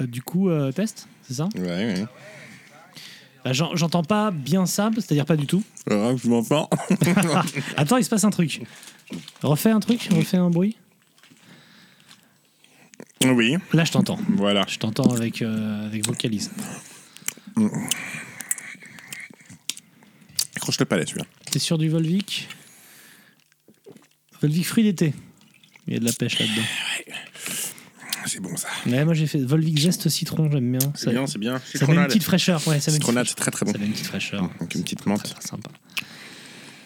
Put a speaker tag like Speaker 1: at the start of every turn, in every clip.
Speaker 1: Euh, du coup, euh, test, c'est ça
Speaker 2: Ouais, ouais.
Speaker 1: Bah, j'en- J'entends pas bien ça, c'est-à-dire pas du tout.
Speaker 2: C'est grave, je m'entends.
Speaker 1: Attends, il se passe un truc. Refais un truc, refais un bruit.
Speaker 2: oui,
Speaker 1: Là, je t'entends.
Speaker 2: voilà.
Speaker 1: Je t'entends avec, euh, avec vocalise.
Speaker 2: Croche le palais, celui-là.
Speaker 1: T'es sûr du Volvic Volvic fruit d'été. Il y a de la pêche là-dedans.
Speaker 2: C'est bon, ça.
Speaker 1: Ouais, moi j'ai fait Volvic geste citron, j'aime bien. Ça,
Speaker 2: C'est bien, c'est bien.
Speaker 1: ça met une petite fraîcheur. Ouais, ça met une petite
Speaker 2: Citronade, c'est très très bon.
Speaker 1: Ça met une petite fraîcheur.
Speaker 2: Donc une petite
Speaker 1: Très,
Speaker 2: menthe.
Speaker 1: très sympa.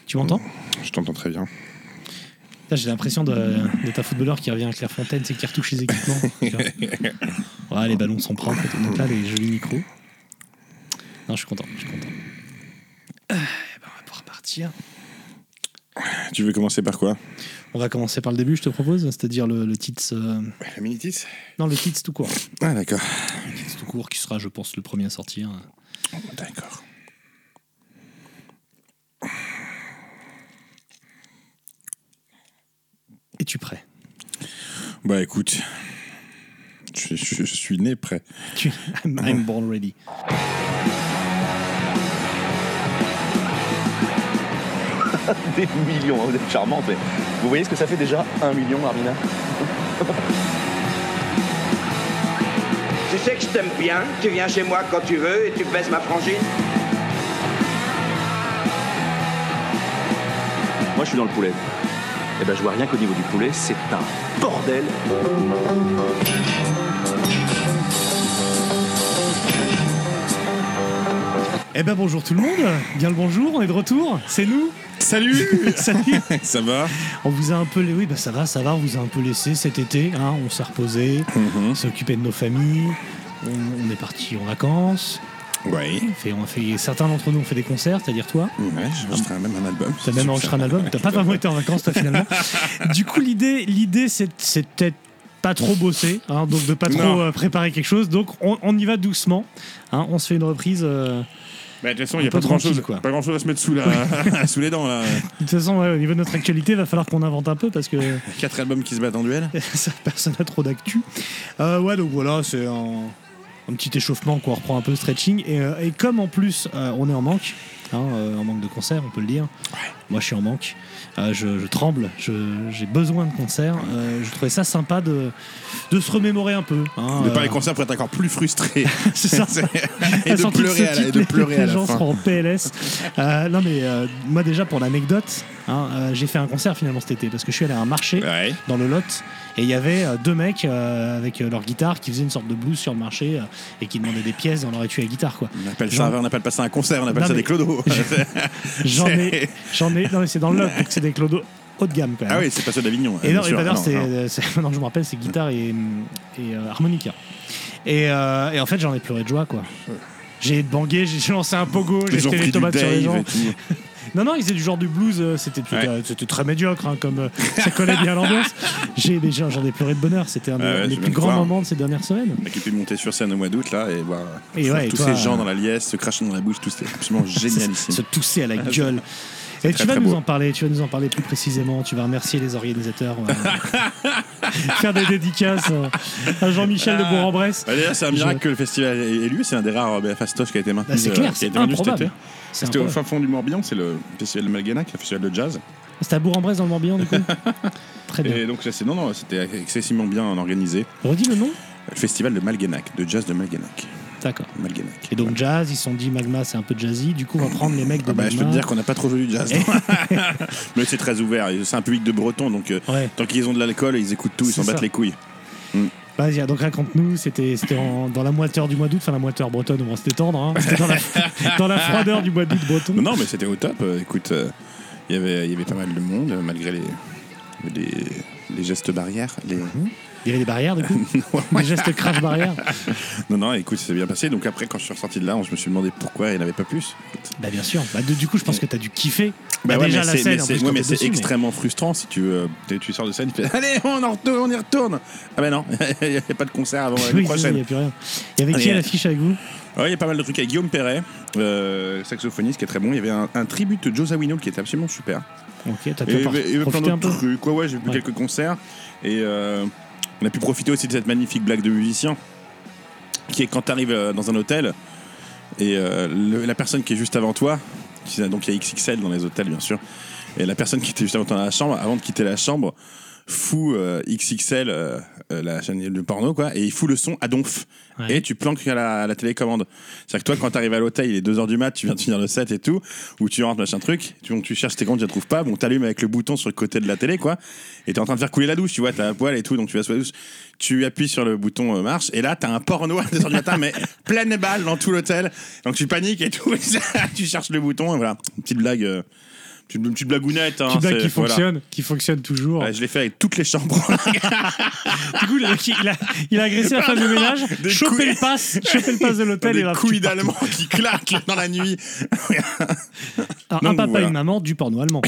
Speaker 1: Tu m'entends
Speaker 2: Je t'entends très bien.
Speaker 1: Là, J'ai l'impression de- d'être un footballeur qui revient à Clairefontaine, c'est qui retouche ses équipements. Tu vois. ouais, les ballons sont propres. et tout. Donc là, les jolis micros. Non, je suis content. Je suis content. Euh, eh ben, on va pouvoir partir.
Speaker 2: Tu veux commencer par quoi
Speaker 1: On va commencer par le début, je te propose, c'est-à-dire le, le titre. euh,
Speaker 2: La minitis
Speaker 1: Non, le titre tout court.
Speaker 2: Ah, d'accord.
Speaker 1: Le titre tout court qui sera, je pense, le premier à sortir.
Speaker 2: D'accord.
Speaker 1: Es-tu prêt
Speaker 2: Bah écoute, je, je- je suis né prêt.
Speaker 1: Tu- I'm, I'm born ready.
Speaker 3: Des millions, hein, vous êtes charmante, mais vous voyez ce que ça fait déjà Un million, Armina
Speaker 4: Tu sais que je t'aime bien, tu viens chez moi quand tu veux et tu baisses ma frangine.
Speaker 3: Moi, je suis dans le poulet. Eh ben, je vois rien qu'au niveau du poulet, c'est un bordel.
Speaker 1: Eh ben bonjour tout le monde, bien le bonjour, on est de retour, c'est nous.
Speaker 2: Salut
Speaker 1: Salut.
Speaker 2: Ça va
Speaker 1: On vous a un peu, oui, bah ça va, ça va, on vous a un peu laissé cet été. hein, on s'est reposé, on s'est occupé de nos familles, on, on est parti en vacances.
Speaker 2: Ouais.
Speaker 1: On fait, on fait, certains d'entre nous ont fait des concerts, c'est-à-dire toi.
Speaker 2: Ouais, j'enregistrerai même un album.
Speaker 1: T'as même enregistré un album, t'as pas vraiment été en vacances toi finalement. du coup l'idée, l'idée c'est c'est peut-être pas trop bosser, hein, donc de pas trop
Speaker 2: Non.
Speaker 1: euh, préparer quelque chose. Donc on, on y va doucement. hein, on se fait une reprise. euh,
Speaker 2: Bah, de toute façon,
Speaker 1: Un
Speaker 2: il n'y a
Speaker 1: peu
Speaker 2: pas grand, chose,
Speaker 1: tranquille, quoi.
Speaker 2: pas grand chose à se mettre sous, la, sous les dents. là.
Speaker 1: de toute façon, ouais, au niveau de notre actualité, va falloir qu'on invente un peu parce que
Speaker 2: Quatre albums qui se battent en duel.
Speaker 1: ça, personne n'a trop d'actu. Euh, ouais, donc voilà, c'est un, un petit échauffement qu'on reprend un peu le stretching. Et, euh, et comme en plus, euh, on est en manque, hein, euh, en manque de concerts, on peut le dire. Moi, je suis en manque. Euh, je, je tremble, je- j'ai besoin de concerts. Euh, je trouvais ça sympa de, de se remémorer un peu. hein,
Speaker 2: Mais
Speaker 1: euh,
Speaker 2: pas les concerts pour être encore plus frustré.
Speaker 1: c'est ça.
Speaker 2: et, de
Speaker 1: sortie
Speaker 2: pleurer
Speaker 1: ce
Speaker 2: à la, et
Speaker 1: titre,
Speaker 2: de pleurer
Speaker 1: les
Speaker 2: à la
Speaker 1: gens
Speaker 2: fin.
Speaker 1: seront en PLS. Euh, non, mais euh, moi, déjà, pour l'anecdote, hein, euh, j'ai fait un concert finalement cet été parce que je suis allé à un marché
Speaker 2: Ouais.
Speaker 1: dans le Lot. Et il y avait euh, deux mecs euh, avec euh, leur guitare qui faisaient une sorte de blues sur le marché euh, et qui demandaient des pièces dans leur étui à guitare. quoi.
Speaker 2: On appelle,
Speaker 1: Genre-
Speaker 2: ça, on appelle pas ça un concert, on appelle
Speaker 1: Non,
Speaker 2: ça
Speaker 1: mais-
Speaker 2: des clodos.
Speaker 1: J'en ai, j'en ai, non mais c'est dans le Lot, donc c'est des clodos haut de gamme quand même.
Speaker 2: ah oui, c'est pas ceux d'Avignon.
Speaker 1: Et
Speaker 2: euh,
Speaker 1: non,
Speaker 2: bien
Speaker 1: et
Speaker 2: sûr.
Speaker 1: d'ailleurs,
Speaker 2: Ah non,
Speaker 1: c'est,
Speaker 2: non.
Speaker 1: euh, c'est- maintenant que je me rappelle, c'est guitare et, et, euh, harmonica. Et, euh, et en fait, j'en ai pleuré de joie, quoi. J'ai bangué, j'ai j'ai lancé un pogo, j'ai
Speaker 2: Les gens
Speaker 1: jeté des
Speaker 2: pris du
Speaker 1: tomates sur les
Speaker 2: Dave
Speaker 1: gens.
Speaker 2: et tout.
Speaker 1: Non, non, ils faisaient du genre du blues, euh, c'était c'était-
Speaker 2: Ouais.
Speaker 1: euh, c'était très médiocre, hein, comme euh, ça collait bien à l'ambiance. J'ai, mais j'en j'en ai pleuré de bonheur, c'était un des,
Speaker 2: Ouais, ouais,
Speaker 1: un des
Speaker 2: je viens
Speaker 1: plus
Speaker 2: de
Speaker 1: grands
Speaker 2: voir.
Speaker 1: moments de ces dernières semaines.
Speaker 2: Mec, qui était monté sur scène au mois d'août là et voir
Speaker 1: Et ouais, et
Speaker 2: tous
Speaker 1: toi,
Speaker 2: ces gens
Speaker 1: euh,
Speaker 2: dans la liesse se crachant dans la bouche, tout c'était absolument génial
Speaker 1: se, se
Speaker 2: ici.
Speaker 1: tousser à la gueule. Et tu
Speaker 2: Ah, très,
Speaker 1: vas
Speaker 2: très
Speaker 1: nous
Speaker 2: beau.
Speaker 1: en parler, tu vas nous en parler plus précisément, tu vas remercier les organisateurs, on va faire des dédicaces euh, à Jean-Michel
Speaker 2: Ah.
Speaker 1: de Bourg-en-Bresse.
Speaker 2: Bah, D'ailleurs, c'est un miracle que le festival est élu, c'est un des rares BFA Stoche qui a été maintenu.
Speaker 1: Bah, c'est
Speaker 2: euh,
Speaker 1: clair,
Speaker 2: qui a
Speaker 1: c'est
Speaker 2: été maintenu cet
Speaker 1: improbable.
Speaker 2: été.
Speaker 1: C'est
Speaker 2: C'était au
Speaker 1: improbable.
Speaker 2: fin fond du Morbihan, c'est le festival de Malganac, un festival de jazz.
Speaker 1: C'était à Bourg-en-Bresse dans le Morbihan du coup Très bien.
Speaker 2: Et donc, ça, c'est- non, non, c'était excessivement bien organisé.
Speaker 1: Redis le nom
Speaker 2: Le festival de Malganac, de jazz de Malganac.
Speaker 1: D'accord.
Speaker 2: Malganac.
Speaker 1: Et donc jazz, ils se sont dit Magma c'est un peu jazzy, du coup on va prendre les mecs de
Speaker 2: Ah bah,
Speaker 1: Magma.
Speaker 2: je peux te dire qu'on n'a pas trop joué du jazz. Mais c'est très ouvert. et C'est un public de bretons, donc euh,
Speaker 1: Ouais.
Speaker 2: tant qu'ils ont de l'alcool, ils écoutent tout, ils
Speaker 1: C'est
Speaker 2: s'en battent
Speaker 1: ça.
Speaker 2: les couilles.
Speaker 1: Vas-y, ah, donc raconte-nous, c'était c'était en- dans la moiteur du mois d'août, enfin la moiteur bretonne, on va se détendre, hein. c'était dans la, dans la froideur du mois d'août breton.
Speaker 2: Non, non, mais c'était au top. Euh, écoute, euh, il y avait- il y avait pas mal de monde, euh, malgré les, les, les gestes barrières. les-
Speaker 1: Il y avait des barrières du coup Des gestes crash barrières
Speaker 2: Non, non, écoute, c'est bien passé. Donc après, quand je suis ressorti de là, on- je me suis demandé pourquoi il n'y avait pas plus.
Speaker 1: Bah bien sûr. Bah, de- du coup, je pense que t'as dû kiffer.
Speaker 2: Bah
Speaker 1: Bah,
Speaker 2: ouais,
Speaker 1: déjà
Speaker 2: mais
Speaker 1: la
Speaker 2: c'est-
Speaker 1: scène.
Speaker 2: mais
Speaker 1: en
Speaker 2: c'est
Speaker 1: plus,
Speaker 2: ouais,
Speaker 1: quand
Speaker 2: mais
Speaker 1: t'es
Speaker 2: c'est
Speaker 1: dessus, mais-
Speaker 2: extrêmement frustrant si tu, euh, t'es- tu sors de scène, tu fais Allez, on, en retourne, on y retourne Ah ben non, il n'y a pas de concert avant la
Speaker 1: Oui, il n'y
Speaker 2: prochaine.
Speaker 1: a plus rien. Il y avait qui
Speaker 2: Allez, euh,
Speaker 1: à l'affiche avec vous
Speaker 2: Ouais, Il y a pas mal de trucs. Il y a Guillaume Perret, euh, saxophoniste, qui est très bon. Il y avait un, un tribute de Joe Zawinul qui était absolument super.
Speaker 1: Ok, t'as
Speaker 2: Et il
Speaker 1: pu
Speaker 2: y
Speaker 1: par-
Speaker 2: avait- il y avait plein
Speaker 1: profiter un peu.
Speaker 2: d'autres trucs. Ouais, ouais, j'ai vu
Speaker 1: Ouais.
Speaker 2: quelques concerts. Et euh, on a pu profiter aussi de cette magnifique blague de musicien. qui est quand tu arrives dans un hôtel et euh, le- la personne qui est juste avant toi, qui- donc il y a XXL dans les hôtels bien sûr, et la personne qui était juste avant toi dans la chambre, avant de quitter la chambre, fout euh, XXL, euh, euh, la chaîne de porno, quoi, et il fout le son à donf.
Speaker 1: Ouais.
Speaker 2: Et tu planques à la, à la télécommande. C'est-à-dire que toi, quand t'arrives à l'hôtel, il est 2h du mat, tu viens de finir le set et tout, ou tu rentres, machin truc, tu, donc tu cherches tes comptes, tu ne trouves pas, bon, t'allumes avec le bouton sur le côté de la télé, quoi, et t'es en train de faire couler la douche, tu vois, t'as la poêle et tout, donc tu vas sous la douche, tu appuies sur le bouton euh, marche, et là, t'as un porno à 2h du matin, mais pleine balle dans tout l'hôtel, donc tu paniques et tout, tu cherches le bouton, et voilà, une petite blague, euh, une petite, petite blagounette. hein,
Speaker 1: Petite blague
Speaker 2: c'est-
Speaker 1: qui
Speaker 2: voilà.
Speaker 1: fonctionne, qui fonctionne toujours.
Speaker 2: Ouais, je l'ai fait avec toutes les chambres.
Speaker 1: Du coup, le mec, il a, il a agressé la femme de ménage,
Speaker 2: Des
Speaker 1: chopé
Speaker 2: couilles.
Speaker 1: le pass, chopé le pass de l'hôtel et
Speaker 2: des
Speaker 1: l'a
Speaker 2: couilles d'allemand qui claquent dans la nuit.
Speaker 1: Alors,
Speaker 2: Donc,
Speaker 1: un papa
Speaker 2: voilà.
Speaker 1: et une maman du porno allemand.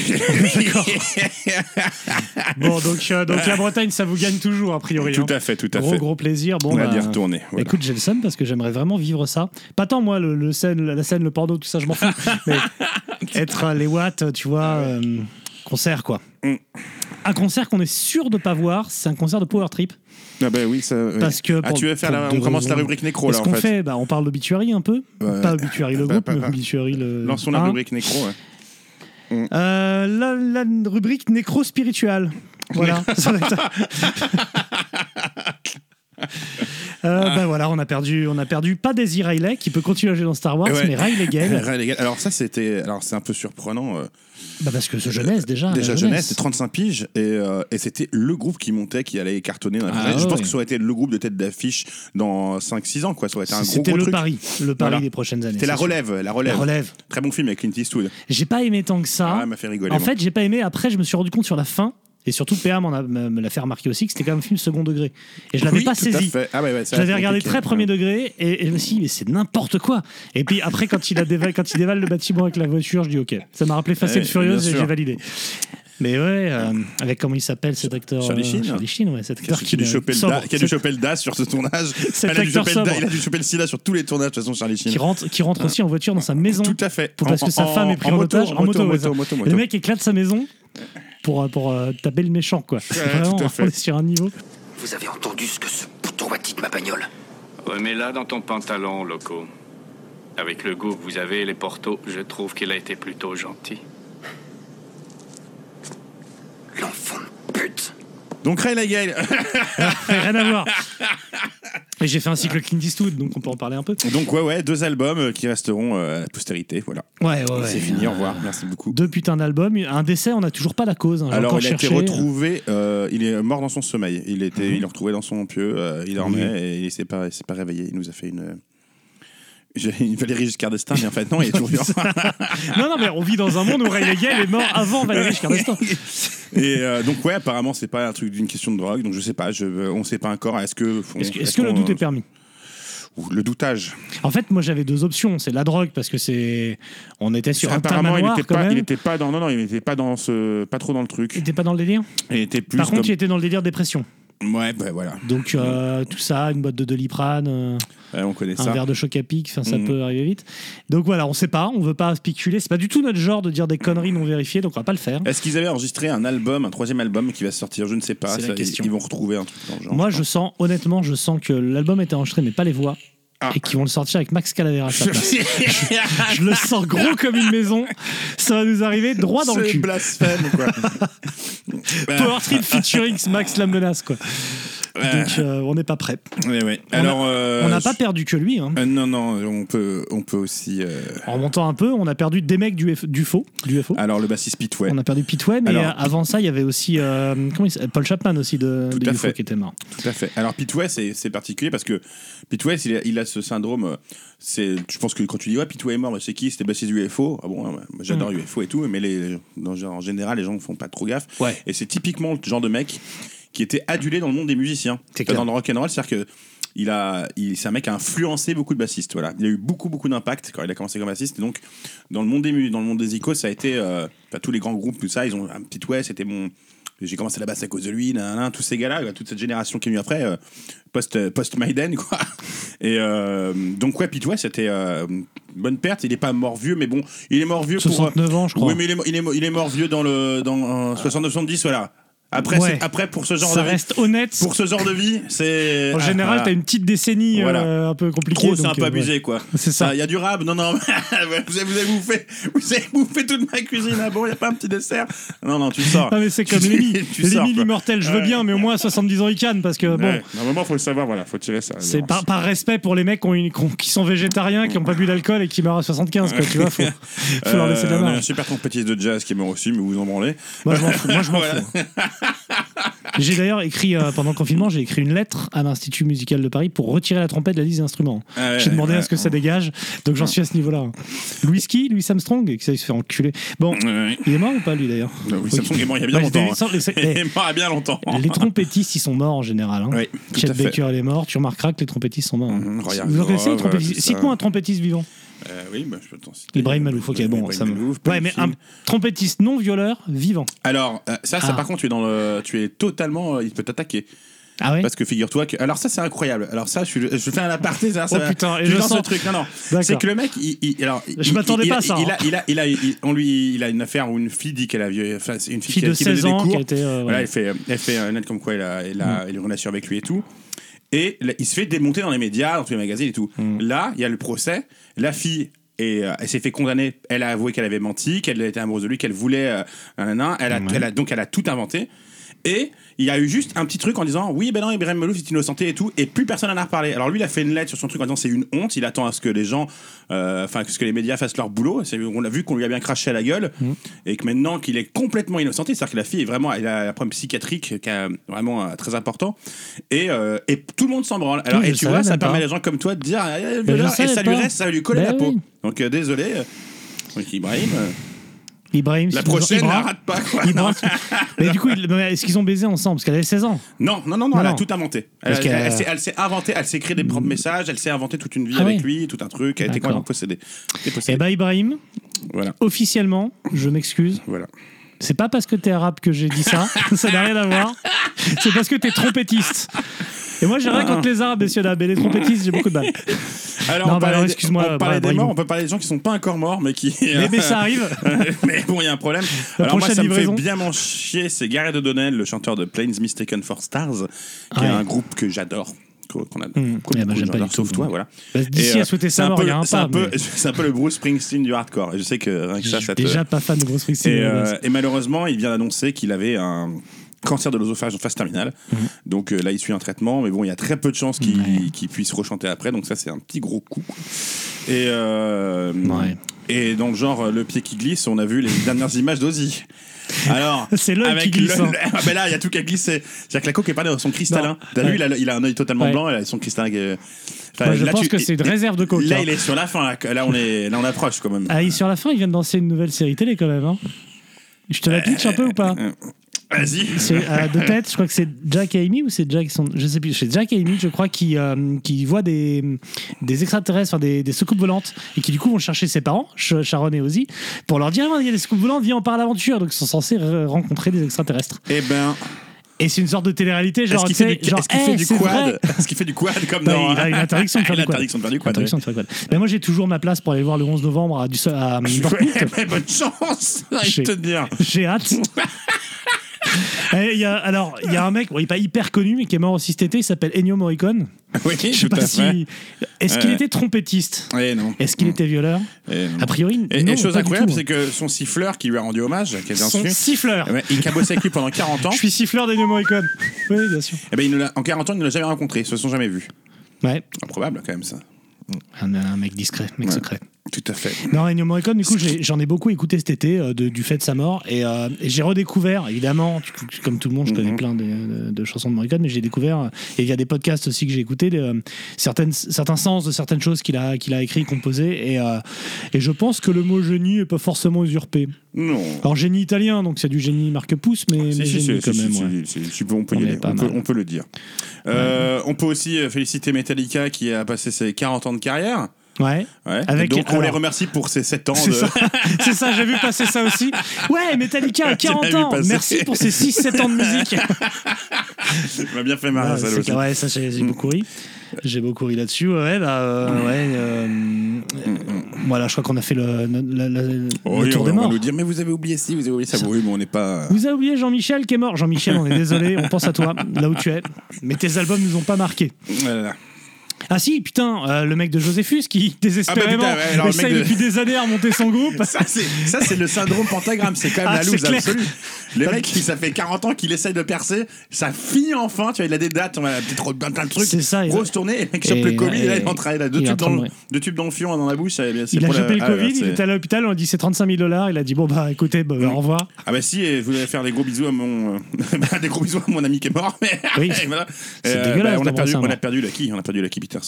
Speaker 1: bon, donc, euh, donc la Bretagne, ça vous gagne toujours, a priori.
Speaker 2: tout
Speaker 1: hein.
Speaker 2: à fait, tout à
Speaker 1: gros,
Speaker 2: fait.
Speaker 1: gros plaisir. Bon,
Speaker 2: On a
Speaker 1: bah,
Speaker 2: d'y retourner. voilà.
Speaker 1: Écoute, j'ai le seum parce que j'aimerais vraiment vivre ça. Pas tant, moi, le, le scène, la scène, le porno, tout ça, je m'en fous. mais être à les watts, tu vois, euh, concert, quoi.
Speaker 2: Ah Mm.
Speaker 1: Un concert qu'on est sûr de pas voir, c'est un concert de Power Trip.
Speaker 2: Ah bah oui, ça. oui.
Speaker 1: Parce que
Speaker 2: ah,
Speaker 1: pour-
Speaker 2: tu veux faire
Speaker 1: pour
Speaker 2: la-
Speaker 1: deux
Speaker 2: on commence la
Speaker 1: raisons.
Speaker 2: rubrique nécro
Speaker 1: Est-ce
Speaker 2: là en
Speaker 1: qu'on
Speaker 2: fait.
Speaker 1: fait, bah, on parle d'obituary un peu
Speaker 2: Ouais.
Speaker 1: Pas obituary le
Speaker 2: Bah,
Speaker 1: groupe,
Speaker 2: pas-
Speaker 1: mais
Speaker 2: pas-
Speaker 1: obituary le.
Speaker 2: Lançons la
Speaker 1: Hein
Speaker 2: rubrique nécro. ouais.
Speaker 1: Euh, la, la rubrique nécro spirituelle. Voilà. Ça va être- Euh, bah voilà, on a perdu, on a perdu pas Daisy Riley qui peut continuer à jouer dans Star Wars,
Speaker 2: Ouais. Euh,
Speaker 1: mais Riley Gale,
Speaker 2: Rien légal. Alors ça c'était, alors c'est un peu surprenant. euh,
Speaker 1: bah parce que ce jeunesse déjà.
Speaker 2: déjà
Speaker 1: la
Speaker 2: jeunesse, c'était 35 piges et, euh, et c'était le groupe qui montait, qui allait cartonner. dans la
Speaker 1: Ah
Speaker 2: planète. Je pense
Speaker 1: ouais.
Speaker 2: que ça aurait été le groupe de tête d'affiche dans 5-6 ans quoi. Ça aurait été un gros,
Speaker 1: C'était
Speaker 2: gros
Speaker 1: le
Speaker 2: truc.
Speaker 1: pari, le pari
Speaker 2: Voilà.
Speaker 1: des prochaines années.
Speaker 2: C'était la
Speaker 1: c'est sûr.
Speaker 2: relève, la relève,
Speaker 1: La relève.
Speaker 2: Très bon film avec Clint Eastwood.
Speaker 1: J'ai pas aimé tant que ça.
Speaker 2: Ah, elle m'a fait rigoler.
Speaker 1: En
Speaker 2: moi.
Speaker 1: fait, j'ai pas aimé. Après, je me suis rendu compte sur la fin, et surtout PA m'en a- me me l'a fait remarquer aussi, que c'était quand même un film second degré. Et je l'avais
Speaker 2: Oui,
Speaker 1: pas
Speaker 2: tout à
Speaker 1: saisi.
Speaker 2: fait. Ah ouais, ouais, ça
Speaker 1: Je l'avais
Speaker 2: reste
Speaker 1: regardé
Speaker 2: compliqué.
Speaker 1: très premier degré et, et je me suis dit, mais c'est n'importe quoi. Et puis après, quand il, a déval, quand il dévale le bâtiment avec la voiture, je dis, ok, ça m'a rappelé Fast
Speaker 2: Ouais,
Speaker 1: and Furious
Speaker 2: bien
Speaker 1: et
Speaker 2: sûr.
Speaker 1: j'ai validé. Mais ouais, euh, avec comment il s'appelle cet acteur
Speaker 2: Charlie
Speaker 1: euh,
Speaker 2: Sheen.
Speaker 1: Charlie Sheen, ouais, cet acteur
Speaker 2: qui a dû
Speaker 1: euh,
Speaker 2: choper le
Speaker 1: sobre,
Speaker 2: da- qui a dû
Speaker 1: cet-
Speaker 2: choper le DAS sur ce tournage.
Speaker 1: Cet
Speaker 2: Elle a dû
Speaker 1: acteur
Speaker 2: choper le da-
Speaker 1: sobre.
Speaker 2: Il a dû choper le SIDA sur tous les tournages, de toute façon, Charlie Sheen.
Speaker 1: qui rentre, qui rentre aussi en voiture dans sa maison.
Speaker 2: Ah. Tout à fait.
Speaker 1: Pour- parce que sa femme est prise en,
Speaker 2: moto,
Speaker 1: otage.
Speaker 2: En moto,
Speaker 1: ouais,
Speaker 2: moto,
Speaker 1: ça.
Speaker 2: moto,
Speaker 1: Le
Speaker 2: moto.
Speaker 1: mec éclate sa maison pour, euh, pour euh, taper le méchant, quoi. Vraiment,
Speaker 2: tout à fait.
Speaker 1: on est sur un niveau.
Speaker 5: Vous avez entendu ce que ce bouton a dit de ma bagnole
Speaker 6: Remets-la dans ton pantalon, loco. Avec le goût que vous avez et les portos, je trouve qu'il a été plutôt gentil.
Speaker 5: L'enfant de pute
Speaker 2: Donc Ray Lagale.
Speaker 1: Mais rien à voir. Et j'ai fait un cycle Clint Eastwood, donc on peut en parler un peu.
Speaker 2: Donc ouais, ouais, deux albums euh, qui resteront euh, à la postérité. Voilà.
Speaker 1: Ouais, ouais, ouais.
Speaker 2: C'est fini. Au revoir. Merci beaucoup.
Speaker 1: deux putains d'albums, un décès, on n'a toujours pas la cause. hein. J'ai
Speaker 2: Alors
Speaker 1: encore
Speaker 2: il a été
Speaker 1: cherché.
Speaker 2: retrouvé, euh, il est mort dans son sommeil. Il était,
Speaker 1: Mhm.
Speaker 2: il est retrouvé dans son pieu. euh, il dormait et il s'est pas, il s'est pas réveillé. Il nous a fait une. euh, J'ai une Valérie Giscard d'Estaing, mais en fait, non, il est toujours vivant.
Speaker 1: Non, non, mais on vit dans un monde où Ray Lagel est mort avant Valérie Giscard d'Estaing.
Speaker 2: Et euh, donc, ouais, apparemment, c'est pas un truc d'une question de drogue, donc je sais pas, je, euh, on sait pas encore. Est-ce que. font-
Speaker 1: Est-ce que,
Speaker 2: est-ce
Speaker 1: est-ce que le
Speaker 2: qu'on-
Speaker 1: doute est permis
Speaker 2: Ou Le doutage.
Speaker 1: En fait, moi j'avais deux options. C'est la drogue, parce que c'est. On était sur un
Speaker 2: apparemment, il
Speaker 1: tamanoir
Speaker 2: était
Speaker 1: quand
Speaker 2: pas,
Speaker 1: même.
Speaker 2: il était pas dans, non, non, il était pas dans ce, pas trop dans le truc.
Speaker 1: était pas dans le délire.
Speaker 2: Il était plus.
Speaker 1: Par contre, il
Speaker 2: comme-
Speaker 1: était dans le délire dépression.
Speaker 2: Ouais, bah voilà,
Speaker 1: Donc euh, tout ça, une boîte de Doliprane, euh,
Speaker 2: Ouais, on connaît
Speaker 1: un
Speaker 2: ça.
Speaker 1: verre de choc à pic, enfin, ça
Speaker 2: Mhm.
Speaker 1: peut arriver vite. Donc voilà, on sait pas, on veut pas spéculer. C'est pas du tout notre genre de dire des conneries non vérifiées, donc on va pas le faire.
Speaker 2: Est-ce qu'ils avaient enregistré un album, un troisième album qui va sortir Je ne sais pas.
Speaker 1: C'est la
Speaker 2: Ça, ils-
Speaker 1: question.
Speaker 2: Ils, vont retrouver un truc dans le genre.
Speaker 1: Moi, je sens, honnêtement, je sens que l'album était enregistré, mais pas les voix.
Speaker 2: Ah.
Speaker 1: Et qui vont le sortir avec Max Calavera à sa place. je, je le sens gros comme une maison. Ça va nous arriver droit dans le
Speaker 2: C'est
Speaker 1: cul.
Speaker 2: blasphème, quoi. Bah,
Speaker 1: Power Trip featuring Max la menace quoi.
Speaker 2: ouais,
Speaker 1: Donc euh, on n'est pas prêt.
Speaker 2: ouais, ouais.
Speaker 1: on a-
Speaker 2: Alors, euh,
Speaker 1: on n'a pas
Speaker 2: je-
Speaker 1: perdu que lui. hein.
Speaker 2: euh, non, non, on peut, on peut aussi. euh,
Speaker 1: En montant un peu, on a perdu des mecs du, F- du faux, du FO.
Speaker 2: Alors, le bassiste Pitway.
Speaker 1: On a perdu Pitway, mais
Speaker 2: Ah, Alors-
Speaker 1: euh, avant ça, il y avait aussi euh, comment il s'appelle Paul Chapman aussi de,
Speaker 2: Tout
Speaker 1: de
Speaker 2: à
Speaker 1: UFO
Speaker 2: fait.
Speaker 1: qui était mort.
Speaker 2: Tout à fait. Alors Pete West, c'est c'est particulier parce que Pete West, il a, il a ce syndrome. euh, C'est, je pense que quand tu dis ouais, Pete West est mort, bah, c'est qui C'était bassiste du UFO. Ah bon, ouais, moi,
Speaker 1: Mm.
Speaker 2: j'adore UFO et tout, mais les, dans, genre, en général, les gens ne font pas trop gaffe.
Speaker 1: Ouais.
Speaker 2: Et c'est typiquement le genre de mec qui était adulé dans le monde des musiciens.
Speaker 1: C'est
Speaker 2: Enfin,
Speaker 1: clair.
Speaker 2: Dans le rock and roll, c'est-à-dire que il a, il, c'est un mec qui a influencé beaucoup de bassistes. Voilà, il a eu beaucoup beaucoup d'impact quand il a commencé comme bassiste. Et donc dans le monde des mu- dans le monde des icônes, ça a été euh, enfin, tous les grands groupes tout ça. Ils ont un petit ouais, c'était mon j'ai commencé la basse à cause de lui, nanana, tous ces gars-là, euh, toute cette génération qui est venue après, euh, post, euh, post-Maiden, quoi. Et euh, donc, ouais, Pete West, c'était euh, une bonne perte. Il est pas mort vieux, mais bon, il est mort vieux pour. euh,
Speaker 1: 69 ans, je crois.
Speaker 2: oui, mais il est, mo- il est mo- il est mort vieux dans le dans, euh, 69-70, voilà. Après,
Speaker 1: Ouais.
Speaker 2: c'est- après pour ce genre
Speaker 1: ça
Speaker 2: de
Speaker 1: reste
Speaker 2: vie,
Speaker 1: honnête.
Speaker 2: pour ce genre de vie, c'est
Speaker 1: En
Speaker 2: ah,
Speaker 1: général,
Speaker 2: voilà.
Speaker 1: t'as une petite décennie euh,
Speaker 2: Voilà.
Speaker 1: un peu compliquée.
Speaker 2: Trop, c'est
Speaker 1: donc,
Speaker 2: un peu
Speaker 1: euh,
Speaker 2: abusé,
Speaker 1: ouais.
Speaker 2: quoi.
Speaker 1: C'est ça.
Speaker 2: Ah, Il y a du rab. Non, non, vous avez, vous avez bouffé, vous avez bouffé toute ma cuisine. Ah bon, il n'y a pas un petit dessert Non, non, tu sors.
Speaker 1: Ah, mais c'est comme
Speaker 2: Tu-
Speaker 1: Lémi.
Speaker 2: tu sors,
Speaker 1: Lémi
Speaker 2: quoi.
Speaker 1: l'immortel, je veux
Speaker 2: Ouais.
Speaker 1: bien, mais au moins à 70 ans, il canne parce que Ah bon.
Speaker 2: Ouais. À un moment, faut le savoir, voilà, faut tirer ça.
Speaker 1: C'est par, par respect pour les mecs qui, ont une- qui ont- qui sont végétariens, qui n'ont pas bu d'alcool et qui meurent à 75, quoi, tu vois, faut, faut leur laisser de la
Speaker 2: Euh, on a un
Speaker 1: marge.
Speaker 2: super compétitif de jazz qui est mort aussi, mais vous en branlez.
Speaker 1: Moi, je m'en fous. moi, je m'en
Speaker 2: Voilà.
Speaker 1: fous. J'ai d'ailleurs écrit, euh, pendant le confinement, j'ai écrit une lettre à l'Institut musical de Paris pour retirer la trompette de la liste des instruments.
Speaker 2: Ah ouais,
Speaker 1: j'ai demandé
Speaker 2: ouais,
Speaker 1: à ce que ça dégage, donc j'en suis à ce niveau-là. Louis Ski, Louis Armstrong, qui ça, il se fait enculer. Bon,
Speaker 2: Ouais,
Speaker 1: il est mort ou pas, lui, d'ailleurs Bah,
Speaker 2: ouais. Oui, Samsung est mort il y a bien
Speaker 1: Ouais,
Speaker 2: longtemps.
Speaker 1: c'était-
Speaker 2: hein.
Speaker 1: c'était-
Speaker 2: Il est mort il y a bien longtemps.
Speaker 1: Eh, Les trompettistes, ils sont morts en général. Hein.
Speaker 2: Oui, tout à
Speaker 1: Chet
Speaker 2: fait.
Speaker 1: Baker, il est mort. Tu remarqueras que les trompettistes sont morts. hein.
Speaker 2: Mhm, Roy
Speaker 1: Vous en connaissez les
Speaker 2: Hargrove,
Speaker 1: trompettistes
Speaker 2: tout ça.
Speaker 1: Cite-moi un trompettiste vivant.
Speaker 2: Euh, oui, bah, je peux t'en citer.
Speaker 1: Ibrahim Malouf, ok, bon,
Speaker 2: Ibrahim
Speaker 1: ça me.
Speaker 2: Malouf,
Speaker 1: Ouais, mais
Speaker 2: Paul
Speaker 1: un
Speaker 2: Hill.
Speaker 1: trompettiste non violeur vivant.
Speaker 2: Alors, euh, ça, ça
Speaker 1: Ah.
Speaker 2: par contre, tu es, dans le... tu es totalement. euh, il peut t'attaquer.
Speaker 1: Ah ouais
Speaker 2: Parce que figure-toi que. Alors, ça, c'est incroyable. Alors, ça, je, suis... je fais un aparté. Ça, ça
Speaker 1: Oh,
Speaker 2: va-
Speaker 1: putain, et
Speaker 2: je suis
Speaker 1: je
Speaker 2: dans ce
Speaker 1: sens-
Speaker 2: truc. Non, non.
Speaker 1: D'accord.
Speaker 2: C'est que le mec, il. il- alors,
Speaker 1: Je
Speaker 2: il-
Speaker 1: m'attendais
Speaker 2: il-
Speaker 1: pas à
Speaker 2: il-
Speaker 1: ça,
Speaker 2: Il
Speaker 1: hein.
Speaker 2: a, il a, il a, il- on lui, il a une affaire où une fille dit qu'elle a violé. Enfin, c'est une fille,
Speaker 1: Fille
Speaker 2: qui,
Speaker 1: de
Speaker 2: qui donnait
Speaker 1: 16
Speaker 2: des
Speaker 1: ans
Speaker 2: cours.
Speaker 1: qui a été. euh,
Speaker 2: Voilà,
Speaker 1: ouais. Mm.
Speaker 2: elle fait, elle fait un net comme quoi elle a, elle a, elle a une relation avec lui et tout. Et là, il se fait démonter dans les médias, dans tous les magazines et tout.
Speaker 1: Mm.
Speaker 2: Là, il y a le procès. La fille. est, euh, elle s'est fait condamner. Elle a avoué qu'elle avait menti, qu'elle était amoureuse de lui, qu'elle voulait. euh, nanana. Elle a, elle a- donc, elle a tout inventé. Et il y a eu juste un petit truc en disant Oui, ben non, Ibrahim Malouf est innocenté et tout. Et plus personne n'en a reparlé. Alors lui, il a fait une lettre sur son truc en disant C'est une honte. Il attend à ce que les gens, euh, enfin, que ce que les médias fassent leur boulot. C'est- On a vu qu'on lui a bien craché à la gueule.
Speaker 1: Mm.
Speaker 2: Et que maintenant qu'il est complètement innocenté, c'est-à-dire que la fille est vraiment, elle a un problème psychiatrique qui est vraiment euh, très important. Et, euh, et tout le monde s'en branle. Alors,
Speaker 1: Oui, je
Speaker 2: et
Speaker 1: le
Speaker 2: tu vois,
Speaker 1: savais
Speaker 2: ça
Speaker 1: même
Speaker 2: permet
Speaker 1: pas.
Speaker 2: à gens comme toi de dire Ah, elle est
Speaker 1: Ben, je le
Speaker 2: violeur. Et ça
Speaker 1: savais
Speaker 2: lui
Speaker 1: pas.
Speaker 2: reste, ça va lui coller
Speaker 1: Ben
Speaker 2: la peau.
Speaker 1: oui.
Speaker 2: Donc euh, désolé. euh, donc, Ibrahim, euh,
Speaker 1: Ibrahim,
Speaker 2: la
Speaker 1: c'est toujours
Speaker 2: prochaine,
Speaker 1: Ibra-
Speaker 2: la rate pas. quoi.
Speaker 1: Ibra- Mais du coup, il- mais est-ce qu'ils ont baisé ensemble Parce qu'elle avait 16 ans.
Speaker 2: Non, non, non, non,
Speaker 1: Non,
Speaker 2: elle a
Speaker 1: non.
Speaker 2: tout inventé. Elle,
Speaker 1: Parce
Speaker 2: elle-
Speaker 1: qu'elle a-
Speaker 2: elle s'est- elle s'est inventée, elle s'est créée des propres messages, elle s'est inventée toute une vie
Speaker 1: Ah
Speaker 2: avec
Speaker 1: ouais.
Speaker 2: lui, tout un truc, elle était
Speaker 1: D'accord.
Speaker 2: complètement possédée.
Speaker 1: Eh ben, Ibrahim,
Speaker 2: Voilà.
Speaker 1: officiellement, je m'excuse.
Speaker 2: Voilà.
Speaker 1: C'est pas parce que t'es arabe que j'ai dit ça. ça n'a rien à voir. C'est parce que t'es trompettiste. Et moi, j'ai rien contre les arabes, messieurs dames. Mais les trompettistes, j'ai beaucoup de mal.
Speaker 2: Alors,
Speaker 1: Non,
Speaker 2: on
Speaker 1: bah
Speaker 2: parlait,
Speaker 1: alors,
Speaker 2: des-
Speaker 1: excuse-moi,
Speaker 2: on parlait des
Speaker 1: Brahim.
Speaker 2: morts, on peut parler des gens qui sont pas encore morts, mais qui.
Speaker 1: Mais, mais ça arrive.
Speaker 2: mais bon, il y a un problème.
Speaker 1: La
Speaker 2: Alors moi,
Speaker 1: prochaine
Speaker 2: ça me fait
Speaker 1: livraison.
Speaker 2: bien m'en chier. C'est Gareth O'Donnell, le chanteur de Planes Mistaken for Stars, qui
Speaker 1: Ouais.
Speaker 2: est un groupe que j'adore. qu'on qu'on a- que
Speaker 1: Eh ben, j'aime pas
Speaker 2: j'adore,
Speaker 1: du tout,
Speaker 2: sauf toi,
Speaker 1: moi.
Speaker 2: voilà.
Speaker 1: Bah, D'ici
Speaker 2: Et, euh,
Speaker 1: à souhaiter
Speaker 2: c'est
Speaker 1: sa
Speaker 2: un
Speaker 1: mort,
Speaker 2: peu-
Speaker 1: il y a un
Speaker 2: C'est un
Speaker 1: pas.
Speaker 2: peu,
Speaker 1: mais
Speaker 2: c'est un peu le Bruce Springsteen du hardcore. Et je sais que rien que
Speaker 1: Je
Speaker 2: ça,
Speaker 1: suis
Speaker 2: ça te.
Speaker 1: déjà pas fan de Bruce Springsteen.
Speaker 2: euh, Et, euh,
Speaker 1: mais-
Speaker 2: et malheureusement, il vient d'annoncer qu'il avait un cancer de l'œsophage en phase terminale.
Speaker 1: Mhm.
Speaker 2: Donc euh, là, il suit un traitement, mais bon, il y a très peu de chances qu'il qu'il puisse rechanter après. Donc ça, c'est un petit gros coup. quoi. Et, euh,
Speaker 1: Ouais.
Speaker 2: et dans le genre euh, le pied qui glisse, on a vu les dernières images d'Ozzy. Alors,
Speaker 1: C'est l'œil
Speaker 2: avec
Speaker 1: qui glisse,
Speaker 2: le-
Speaker 1: hein.
Speaker 2: le- Ah, mais là, il y a tout qui a glissé. C'est-à-dire que la coque est pas dans son cristallin.
Speaker 1: Non.
Speaker 2: T'as
Speaker 1: Ouais.
Speaker 2: vu, il a, il a un œil totalement
Speaker 1: Ouais.
Speaker 2: blanc, elle a son cristallin. qui est- Enfin,
Speaker 1: Moi, je
Speaker 2: là,
Speaker 1: pense
Speaker 2: tu-
Speaker 1: que c'est une réserve de coke.
Speaker 2: Là,
Speaker 1: hein.
Speaker 2: il est sur la fin. Là, là, on est, là, on approche quand même.
Speaker 1: Ah, et sur la fin, il vient de lancer une nouvelle série télé quand même. hein. Je
Speaker 2: Euh,
Speaker 1: te la pitch un peu ou pas
Speaker 2: Vas-y.
Speaker 1: C'est, euh, De tête, je crois que c'est Jack et Amy ou c'est Jack. Son... Je sais plus. C'est Jack et Amy, je crois, qui, euh, qui voient des, des extraterrestres, enfin, des, des soucoupes volantes, et qui du coup vont chercher ses parents, Ch- Sharon et Ozzy, pour leur dire Ah, il y a des soucoupes volantes, viens, on part à l'aventure. Donc ils sont censés re- rencontrer des extraterrestres.
Speaker 2: Eh ben,
Speaker 1: Et c'est une sorte de télé-réalité, genre.
Speaker 2: Est-ce qu'il
Speaker 1: tu
Speaker 2: fait
Speaker 1: sais,
Speaker 2: du,
Speaker 1: genre,
Speaker 2: est-ce qu'il fait
Speaker 1: Eh,
Speaker 2: du
Speaker 1: c'est
Speaker 2: quad
Speaker 1: vrai.
Speaker 2: Est-ce qu'il fait du quad comme
Speaker 1: Ouais,
Speaker 2: dans
Speaker 1: il a une interdiction de faire
Speaker 2: hein. Il a
Speaker 1: du quad.
Speaker 2: l'interdiction de faire du quad.
Speaker 1: Interdiction de faire quad. Mais moi, j'ai toujours ma place pour aller le voir le 11 novembre à, du, à
Speaker 2: ouais.
Speaker 1: Dortmund.
Speaker 2: Mais bonne chance, je
Speaker 1: J'ai-
Speaker 2: te dire.
Speaker 1: J'ai hâte. Eh, il y a- alors, il y a un mec, bon, il est pas hyper connu, mais qui est mort aussi cet été, il s'appelle Ennio Morricone.
Speaker 2: Oui,
Speaker 1: Je sais
Speaker 2: tout
Speaker 1: pas
Speaker 2: à fait.
Speaker 1: si. Est-ce qu'il
Speaker 2: Ouais.
Speaker 1: était trompettiste
Speaker 2: Eh non.
Speaker 1: Est-ce qu'il était violeur
Speaker 2: Eh non.
Speaker 1: A priori,
Speaker 2: Et,
Speaker 1: Ah, non,
Speaker 2: et
Speaker 1: pas
Speaker 2: chose
Speaker 1: du
Speaker 2: incroyable,
Speaker 1: tout.
Speaker 2: c'est que son siffleur qui lui a rendu hommage, qui était un
Speaker 1: Son
Speaker 2: siffleur,
Speaker 1: siffleur.
Speaker 2: ouais, il a bossé avec lui pendant 40 ans,
Speaker 1: Je suis siffleur d'Ennio Morricone. Oui, bien sûr.
Speaker 2: eh ben, il ne l'a- en 40 ans, il ne l'a jamais rencontré, ils se sont jamais vus.
Speaker 1: Ouais,
Speaker 2: Improbable quand même ça.
Speaker 1: un, un mec discret, mec secret.
Speaker 2: Tout à fait.
Speaker 1: Non, Ennio Morricone, du coup, j'ai- j'en ai, beaucoup écouté cet été euh, de- du fait de sa mort. Et, euh, et j'ai redécouvert, évidemment, tu- tu- comme tout le monde, je
Speaker 2: Mhm.
Speaker 1: connais plein de, de- de chansons de Morricone, mais j'ai découvert, euh, et il y a des podcasts aussi que j'ai écoutés, des, euh, certaines, certains sens de certaines choses qu'il a, qu'il a écrit, composé. Et, euh, et je pense que le mot génie est pas forcément usurpé.
Speaker 2: Non.
Speaker 1: Alors, génie italien, donc c'est du génie marque pouce, mais, mais
Speaker 2: Ah, Si, si,
Speaker 1: génie
Speaker 2: si,
Speaker 1: quand
Speaker 2: si,
Speaker 1: même.
Speaker 2: si,
Speaker 1: ouais.
Speaker 2: si, si, si, on peut y
Speaker 1: On est
Speaker 2: aller,
Speaker 1: pas
Speaker 2: on peut,
Speaker 1: mal.
Speaker 2: on peut le dire. Euh, On peut aussi euh, féliciter Metallica qui a passé ses 40 ans de carrière.
Speaker 1: Ouais.
Speaker 2: Ouais.
Speaker 1: Avec-
Speaker 2: Donc on les
Speaker 1: alors-
Speaker 2: remercie pour ces 7 ans
Speaker 1: C'est
Speaker 2: de...
Speaker 1: ça, c'est ça, j'ai vu passer ça aussi. Ouais, Metallica à
Speaker 2: Tu l'as
Speaker 1: 40
Speaker 2: vu
Speaker 1: ans.
Speaker 2: passer.
Speaker 1: Merci pour ces 6-7 ans de musique.
Speaker 2: Ça m'a bien fait marrer
Speaker 1: Ouais,
Speaker 2: ça,
Speaker 1: Ah, c'est
Speaker 2: aussi. Mm.
Speaker 1: que- ouais, ça j'ai j'ai beaucoup ri. J'ai beaucoup ri là-dessus. Ouais, bah, euh, ouais. euh, Voilà, je crois qu'on a fait le, la- la- la-
Speaker 2: Oh,
Speaker 1: le
Speaker 2: oui,
Speaker 1: tour
Speaker 2: on,
Speaker 1: des
Speaker 2: on va
Speaker 1: morts.
Speaker 2: nous dire, mais vous avez oublié ci, vous avez oublié ça. Oui, mais on n'est pas. euh,
Speaker 1: Vous avez oublié Jean-Michel qui est mort. Jean-Michel, on est désolé, on pense à toi, là où tu es. Mais tes albums nous ont pas marqué.
Speaker 2: Voilà.
Speaker 1: Ah si, putain, euh, le mec de Joséphus qui désespérément
Speaker 2: Ah bah putain, ouais, alors, le mec
Speaker 1: essaye
Speaker 2: de-
Speaker 1: depuis des années à remonter son groupe.
Speaker 2: Ça, c'est ça, c'est le syndrome pentagramme. C'est quand même
Speaker 1: Ah,
Speaker 2: la
Speaker 1: c'est
Speaker 2: loose
Speaker 1: clair.
Speaker 2: absolue. Le mec, qui ça fait 40 ans qu'il essaye de percer. Ça finit enfin. Tu vois, il a des dates, on a peut-être plein plein de trucs.
Speaker 1: C'est ça, il-
Speaker 2: Grosse tournée. Et le mec chope le
Speaker 1: et-
Speaker 2: Covid. Et là, il est en train. Il a deux
Speaker 1: il est en
Speaker 2: tubes
Speaker 1: train
Speaker 2: dans,
Speaker 1: de
Speaker 2: le-
Speaker 1: mourir.
Speaker 2: deux tubes dans le fion, dans la bouche. eh bien, c'est
Speaker 1: Il a
Speaker 2: pour la-
Speaker 1: chopé le
Speaker 2: ah, là,
Speaker 1: Covid, il
Speaker 2: c'est-
Speaker 1: était allé à l'hôpital, on a dit c'est 35 000 dollars. Il a dit bon bah écoutez, bah, au revoir.
Speaker 2: Ah bah si, et je voulais faire des gros bisous à mon euh, des gros bisous à mon ami qui est mort. Mais
Speaker 1: Oui.
Speaker 2: et voilà.
Speaker 1: C'est
Speaker 2: Euh,
Speaker 1: dégueulasse
Speaker 2: on a
Speaker 1: d'embrasser
Speaker 2: perdu,
Speaker 1: un
Speaker 2: on a
Speaker 1: mort.
Speaker 2: perdu Lucky, on a perdu Lucky Peterson.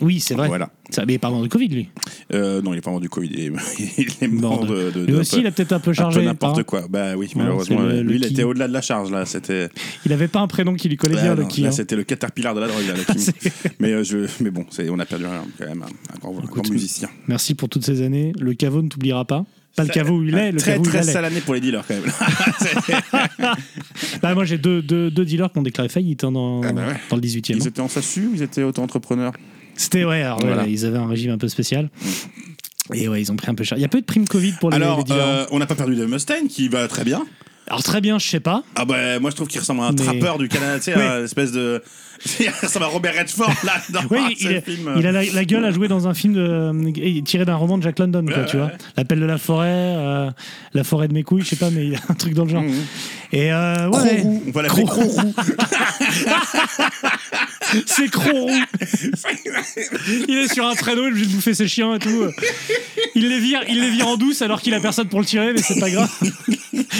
Speaker 1: Oui, c'est vrai.
Speaker 2: Ah, Voilà.
Speaker 1: Ça, mais il parle du Covid lui.
Speaker 2: Euh, non, il est pas mort du Covid, il est, il est mort
Speaker 1: Mort
Speaker 2: de,
Speaker 1: de-
Speaker 2: de-
Speaker 1: lui
Speaker 2: d'un peu-
Speaker 1: aussi, il a peut-être un peu chargé,
Speaker 2: n'importe
Speaker 1: hein.
Speaker 2: quoi. Bah oui,
Speaker 1: Ouais,
Speaker 2: malheureusement,
Speaker 1: c'est le-
Speaker 2: lui
Speaker 1: le
Speaker 2: il
Speaker 1: qui-
Speaker 2: était au-delà de la charge là. C'était
Speaker 1: Il avait pas un prénom qui lui collait bien,
Speaker 2: Ah,
Speaker 1: le
Speaker 2: non,
Speaker 1: qui.
Speaker 2: là,
Speaker 1: hein.
Speaker 2: c'était le caterpillar de la drogue là, le Kim.
Speaker 1: C'est-
Speaker 2: mais euh, je, mais bon, c'est, on a perdu un, quand même un, un grand, un grand
Speaker 1: Écoute,
Speaker 2: musicien.
Speaker 1: Merci pour toutes ces années. Le caveau ne t'oubliera pas. Pas le
Speaker 2: Ça-
Speaker 1: caveau où il est, le
Speaker 2: très
Speaker 1: caveau où il
Speaker 2: très
Speaker 1: allait.
Speaker 2: sale année pour les dealers quand même.
Speaker 1: Bah, moi j'ai deux, deux, deux dealers qui ont déclaré faillite hein, dans,
Speaker 2: Ah bah ouais.
Speaker 1: dans le 18 e
Speaker 2: ils étaient en SASU, ou ils étaient auto-entrepreneurs.
Speaker 1: C'était ouais, alors, ouais,
Speaker 2: Voilà.
Speaker 1: ils avaient un régime un peu spécial. Et ouais, ils ont pris un peu cher. Il y a peu de primes Covid pour les,
Speaker 2: Alors,
Speaker 1: les dealers. hein.
Speaker 2: euh, on n'a pas perdu Dave Mustaine qui va très bien.
Speaker 1: Alors très bien, je sais pas.
Speaker 2: Ah bah moi je trouve qu'il ressemble à un
Speaker 1: Mais-
Speaker 2: trappeur du Canada, tu sais,
Speaker 1: Oui.
Speaker 2: à l'espèce de... Il ressemble à Robert Redford là dans
Speaker 1: Oui,
Speaker 2: un-
Speaker 1: il,
Speaker 2: ce
Speaker 1: est-
Speaker 2: film.
Speaker 1: il a la, la gueule à jouer dans un film de, euh, tiré d'un roman de Jack London, quoi,
Speaker 2: Ouais,
Speaker 1: tu
Speaker 2: ouais,
Speaker 1: vois.
Speaker 2: ouais.
Speaker 1: L'appel de la forêt, euh, la forêt de mes couilles, je sais pas, mais il a un truc dans le
Speaker 2: Mmh,
Speaker 1: genre. Et euh, ouais,
Speaker 2: Crorou, on va l'appeler
Speaker 1: Crorou.
Speaker 2: Crorou.
Speaker 1: c'est Crorou. il est sur un traîneau, il est obligé de bouffer ses chiens et tout. Il les vire, il les vire en douce alors qu'il a personne pour le tirer, mais c'est pas grave.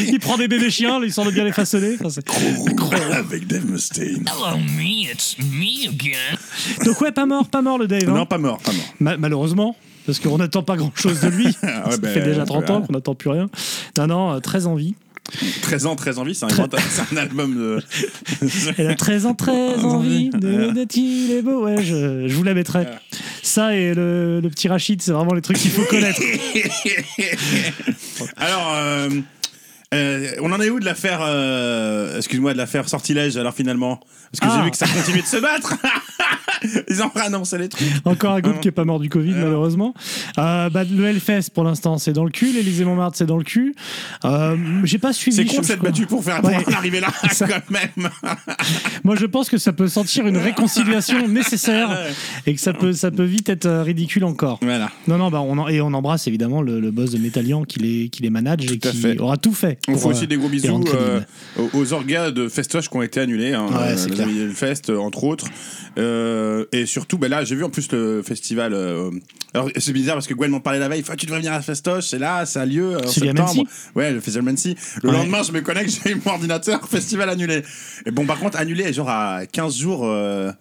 Speaker 1: il prend des bébés chiens, là, il s'en de bien les façonner. Enfin, c'est-
Speaker 2: Avec Dave Mustaine.
Speaker 7: Hello, me. It's me again.
Speaker 1: Donc ouais, pas mort, pas mort le Dave. hein.
Speaker 2: Non, pas mort, pas mort.
Speaker 1: Ma- malheureusement, parce qu'on n'attend pas grand-chose de lui.
Speaker 2: Ah ouais,
Speaker 1: ça
Speaker 2: ben,
Speaker 1: fait déjà 30 ans
Speaker 2: voilà.
Speaker 1: qu'on n'attend plus rien. Non, non, euh, 13 envies.
Speaker 2: 13 ans, 13 envie, c'est un, grand- c'est un album de...
Speaker 1: Elle a 13 ans, 13 envies de d'être il est beau. Ouais, je, je vous la mettrai. Ça et le, le petit Rachid, c'est vraiment les trucs qu'il faut connaître.
Speaker 2: Alors, euh, euh, on en est où de l'affaire... euh, Excuse-moi, de l'affaire Sortilège alors finalement Parce que j'ai
Speaker 1: Ah.
Speaker 2: vu que ça continue de se battre Ils ont annoncé les trucs.
Speaker 1: Encore un groupe qui est pas mort du Covid, malheureusement. Euh, bah, le Hellfest, pour l'instant, c'est dans le cul. L'Élysée Montmartre, c'est dans le cul. Euh, J'ai pas suivi.
Speaker 2: C'est
Speaker 1: je-
Speaker 2: con de
Speaker 1: je
Speaker 2: s'être
Speaker 1: crois.
Speaker 2: battu pour faire
Speaker 1: Ouais.
Speaker 2: pour en arriver là,
Speaker 1: Ça-
Speaker 2: quand même.
Speaker 1: Moi, je pense que ça peut sentir une réconciliation nécessaire et que ça peut, ça peut vite être euh, ridicule encore.
Speaker 2: Voilà.
Speaker 1: Non, non, bah on en- et on embrasse évidemment le, le boss de Metallian qui les, qui les manage et
Speaker 2: à
Speaker 1: qui
Speaker 2: fait.
Speaker 1: aura tout fait.
Speaker 2: On
Speaker 1: pour,
Speaker 2: fait
Speaker 1: euh,
Speaker 2: aussi des gros
Speaker 1: les
Speaker 2: bisous
Speaker 1: rendre
Speaker 2: euh,
Speaker 1: crédibles.
Speaker 2: aux- aux orgas de festoche qui ont été annulés, hein,
Speaker 1: Ouais,
Speaker 2: euh,
Speaker 1: c'est
Speaker 2: les
Speaker 1: clair.
Speaker 2: Amis du Fest, euh, entre autres. Euh, et surtout, ben là, j'ai vu en plus le festival. euh, alors, c'est bizarre parce que Gwen m'en parlait la veille. il fait, Ah, tu devrais venir à festoche, c'est là, ça a lieu euh, en
Speaker 1: Celui à
Speaker 2: septembre.
Speaker 1: Mancy
Speaker 2: ouais, le festival Mancy. Le
Speaker 1: Ouais.
Speaker 2: lendemain, je me connecte, j'ai mon ordinateur, festival annulé. Et bon, par contre, annulé, genre à 15 jours. euh,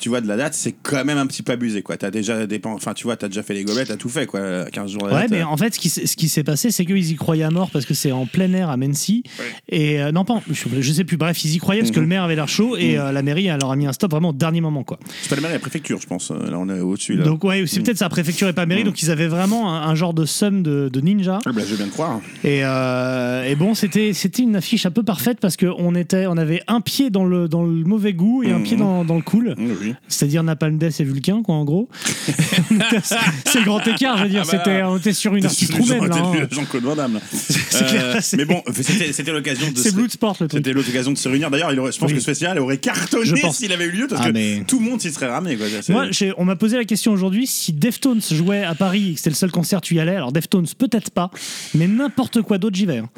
Speaker 2: tu vois, de la date, c'est quand même un petit peu abusé, quoi. T'as déjà dépen- enfin, tu vois, t'as déjà fait les gobelets, t'as tout fait, quoi. à 15 jours. de la
Speaker 1: Ouais,
Speaker 2: date,
Speaker 1: mais
Speaker 2: euh.
Speaker 1: en fait, ce qui, s'est- ce qui s'est passé, c'est qu'ils y croyaient à mort parce que c'est en plein air à Mency. Et euh, non, pas, en- je, je sais plus, bref, ils y croyaient parce que
Speaker 2: Mhm.
Speaker 1: le maire avait l'air chaud et euh, la mairie elle leur a mis un stop vraiment au dernier moment, quoi.
Speaker 2: C'est Mhm. pas le maire et la préfecture, je pense. Euh, Là, on est au-dessus, là.
Speaker 1: Donc, ouais, c'est peut-être sa préfecture et pas
Speaker 2: Mhm.
Speaker 1: mairie, donc ils avaient vraiment un, un genre de somme de, de ninja.
Speaker 2: Ah, bah, je viens de croire.
Speaker 1: Et, euh, et bon, c'était c'était une affiche un peu parfaite parce qu'on était, on avait un pied dans le dans le mauvais goût et un pied dans, dans le cool.
Speaker 2: Mhm. oui.
Speaker 1: C'est-à-dire Napalm Death et Vulcain, quoi, en gros. On était à ce- c'est le grand écart, je veux dire.
Speaker 2: Ah bah là.
Speaker 1: c'était, on était sur une artiste roumaine, là. hein.
Speaker 2: Jean-Claude Van Damme. là.
Speaker 1: C'est clair,
Speaker 2: Euh,
Speaker 1: c'est-
Speaker 2: mais bon, c'était c'était l'occasion de.
Speaker 1: C'est
Speaker 2: se-
Speaker 1: Bloodsport, le truc.
Speaker 2: C'était l'occasion de se réunir. D'ailleurs, il aurait- je pense
Speaker 1: Oui.
Speaker 2: que ce festival aurait
Speaker 1: Je
Speaker 2: cartonné
Speaker 1: pense.
Speaker 2: s'il avait eu lieu, parce
Speaker 1: Ah,
Speaker 2: que
Speaker 1: mais-
Speaker 2: tout le monde s'y serait ramené. Quoi. C'est-
Speaker 1: Moi, j'ai- on m'a posé la question aujourd'hui si Deftones jouait à Paris et que c'était le seul concert où tu y allais. Alors, Deftones, peut-être pas, mais n'importe quoi d'autre, j'y vais. hein.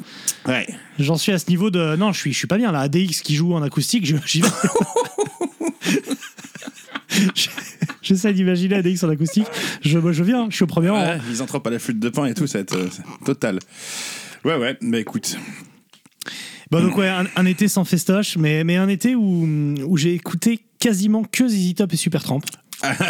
Speaker 2: Ouais.
Speaker 1: J'en suis à ce niveau de. Non, je suis, je suis pas bien là. ADX qui joue en acoustique, je- j'y vais. Je- J'essaie d'imaginer ADX en acoustique. Je, moi, je viens, je suis au premier rang. hein.
Speaker 2: Ouais, Ils entrent à la flûte de pain et tout, c'est euh, c'est total. Ouais, ouais, mais écoute.
Speaker 1: Bon, Bah, donc, ouais, un, un été sans festoche, mais, mais un été où, où j'ai écouté quasiment que ZZ Top et Supertramp.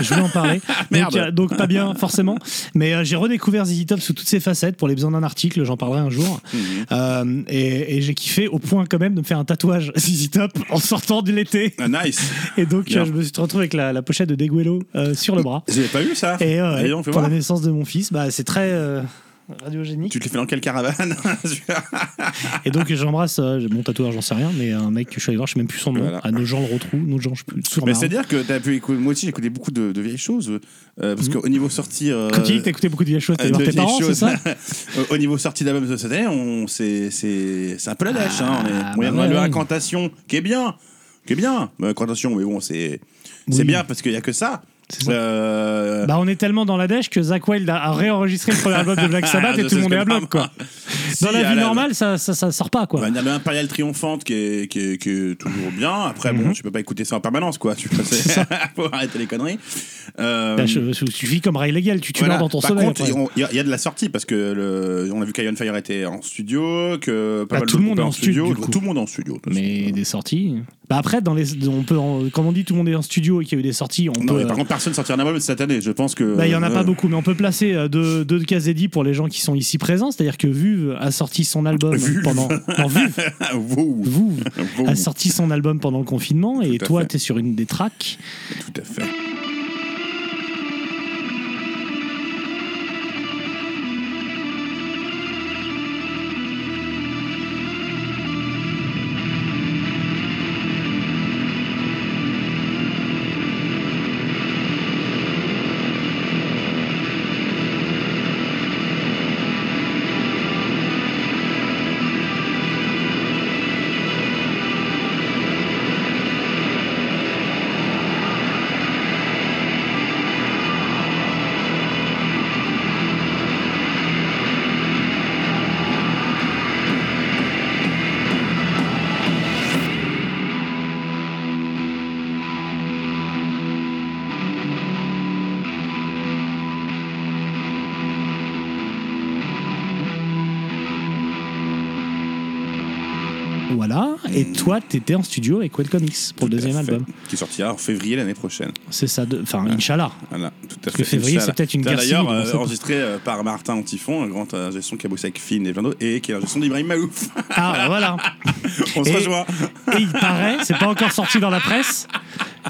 Speaker 1: Je voulais en parler.
Speaker 2: Merde.
Speaker 1: Donc, euh, donc, pas bien, forcément. Mais euh, j'ai redécouvert ZZ Top sous toutes ses facettes pour les besoins d'un article, j'en parlerai un jour.
Speaker 2: Mhm.
Speaker 1: Euh, et et j'ai kiffé au point, quand même, de me faire un tatouage ZZ Top en sortant de l'été.
Speaker 2: Ah, nice.
Speaker 1: Et donc,
Speaker 2: Bien.
Speaker 1: euh, je me suis retrouvé avec la, la pochette de Deguelo euh, sur le bras.
Speaker 2: J'avais pas vu ça.
Speaker 1: Et euh,
Speaker 2: Allez, on fait
Speaker 1: pour
Speaker 2: voir.
Speaker 1: la naissance de mon fils, bah, c'est très. euh, radiogénique.
Speaker 2: Tu te les fais dans quelle caravane
Speaker 1: Et donc j'embrasse euh, j'ai mon tatoueur, j'en sais rien, mais un mec que je suis allé voir, je sais même plus son nom.
Speaker 2: Voilà.
Speaker 1: À nos gens le retrouvent, nos gens je peux
Speaker 2: Mais c'est-à-dire que t'as pu écouter, moi aussi j'ai écouté beaucoup de, de vieilles choses, euh, parce qu'au niveau sortie... euh,
Speaker 1: Mhm. Quand tu dis que t'écoutais beaucoup de vieilles choses, t'es
Speaker 2: euh,
Speaker 1: voir
Speaker 2: de
Speaker 1: tes
Speaker 2: vieilles
Speaker 1: parents, c'est
Speaker 2: choses.
Speaker 1: ça
Speaker 2: Au- Au niveau sortie d'album de cette année, on- c'est c'est- c'est un peu la dèche. hein. On est-
Speaker 1: Ah,
Speaker 2: on est-
Speaker 1: bah
Speaker 2: on a
Speaker 1: ouais,
Speaker 2: le
Speaker 1: ouais.
Speaker 2: incantation qui est bien, qui est bien. Mais incantation, mais bon, c'est c'est
Speaker 1: Oui.
Speaker 2: bien parce qu'il n'y a que ça.
Speaker 1: C'est ça.
Speaker 2: Euh,
Speaker 1: Bah on est tellement dans la dèche que Zach Wild a a réenregistré le premier album de Black Sabbath
Speaker 2: Ah, Je
Speaker 1: et tout
Speaker 2: sais
Speaker 1: le monde
Speaker 2: ce
Speaker 1: est
Speaker 2: que
Speaker 1: à bloc
Speaker 2: t'as-
Speaker 1: quoi. Dans
Speaker 2: Si,
Speaker 1: la
Speaker 2: à
Speaker 1: vie normale ça, ça, ça sort pas
Speaker 2: On va
Speaker 1: quoi.
Speaker 2: dire l'impériale triomphante qui est, qui, est, qui est toujours bien. Après,
Speaker 1: Mhm.
Speaker 2: bon, tu peux pas écouter ça en permanence, quoi. Tu peux faut arrêter les conneries. Euh,
Speaker 1: Bah, je- je- tu vis comme Ray Legal, tu tues
Speaker 2: voilà.
Speaker 1: dans ton
Speaker 2: Par
Speaker 1: sommeil.
Speaker 2: contre,
Speaker 1: après.
Speaker 2: il y, a- il y a de la sortie parce que le, on a vu qu'Iron Fire était en studio, que pas
Speaker 1: Bah,
Speaker 2: mal
Speaker 1: tout
Speaker 2: de
Speaker 1: le monde
Speaker 2: groupes
Speaker 1: est en studio, du coup.
Speaker 2: Tout le monde est en studio. de toute façon.
Speaker 1: Mais des sorties. Bah après, dans les, on peut, en- comme on dit, tout le monde est en studio et qu'il y a eu des sorties, on
Speaker 2: Non,
Speaker 1: peut.
Speaker 2: mais
Speaker 1: euh,
Speaker 2: par contre, personne sortira un album cette année. Je pense que.
Speaker 1: Bah, il y en a
Speaker 2: euh,
Speaker 1: pas beaucoup, mais on peut placer euh, deux, deux cases dédiées pour les gens qui sont ici présents. C'est-à-dire que Vuve a sorti son album
Speaker 2: Vuve.
Speaker 1: pendant. Non, Vuve,
Speaker 2: wow,
Speaker 1: Vuve
Speaker 2: wow,
Speaker 1: a sorti son album pendant le confinement et
Speaker 2: Tout à
Speaker 1: toi,
Speaker 2: fait.
Speaker 1: t'es sur une des tracks.
Speaker 2: Tout à fait.
Speaker 1: Voilà. Et toi, t'étais en studio avec Well Comics pour le
Speaker 2: Hmm. Tout à
Speaker 1: deuxième
Speaker 2: fait.
Speaker 1: album.
Speaker 2: Qui sortira en février l'année prochaine.
Speaker 1: C'est ça, de- enfin, Inch'Allah.
Speaker 2: Voilà, tout à
Speaker 1: que
Speaker 2: fait.
Speaker 1: février,
Speaker 2: Inch'Allah.
Speaker 1: c'est peut-être une
Speaker 2: T'as
Speaker 1: guerre
Speaker 2: D'ailleurs,
Speaker 1: civile, on
Speaker 2: euh,
Speaker 1: sait pas.
Speaker 2: enregistré euh, par Martin Antifon, un grand euh, gestion qui a bossé avec Finn et plein d'autres, et qui est la gestion d'Ibrahim Maouf.
Speaker 1: Ah, bah, voilà.
Speaker 2: On se
Speaker 1: Et-
Speaker 2: rejoint.
Speaker 1: Et il paraît, c'est pas encore sorti dans la presse,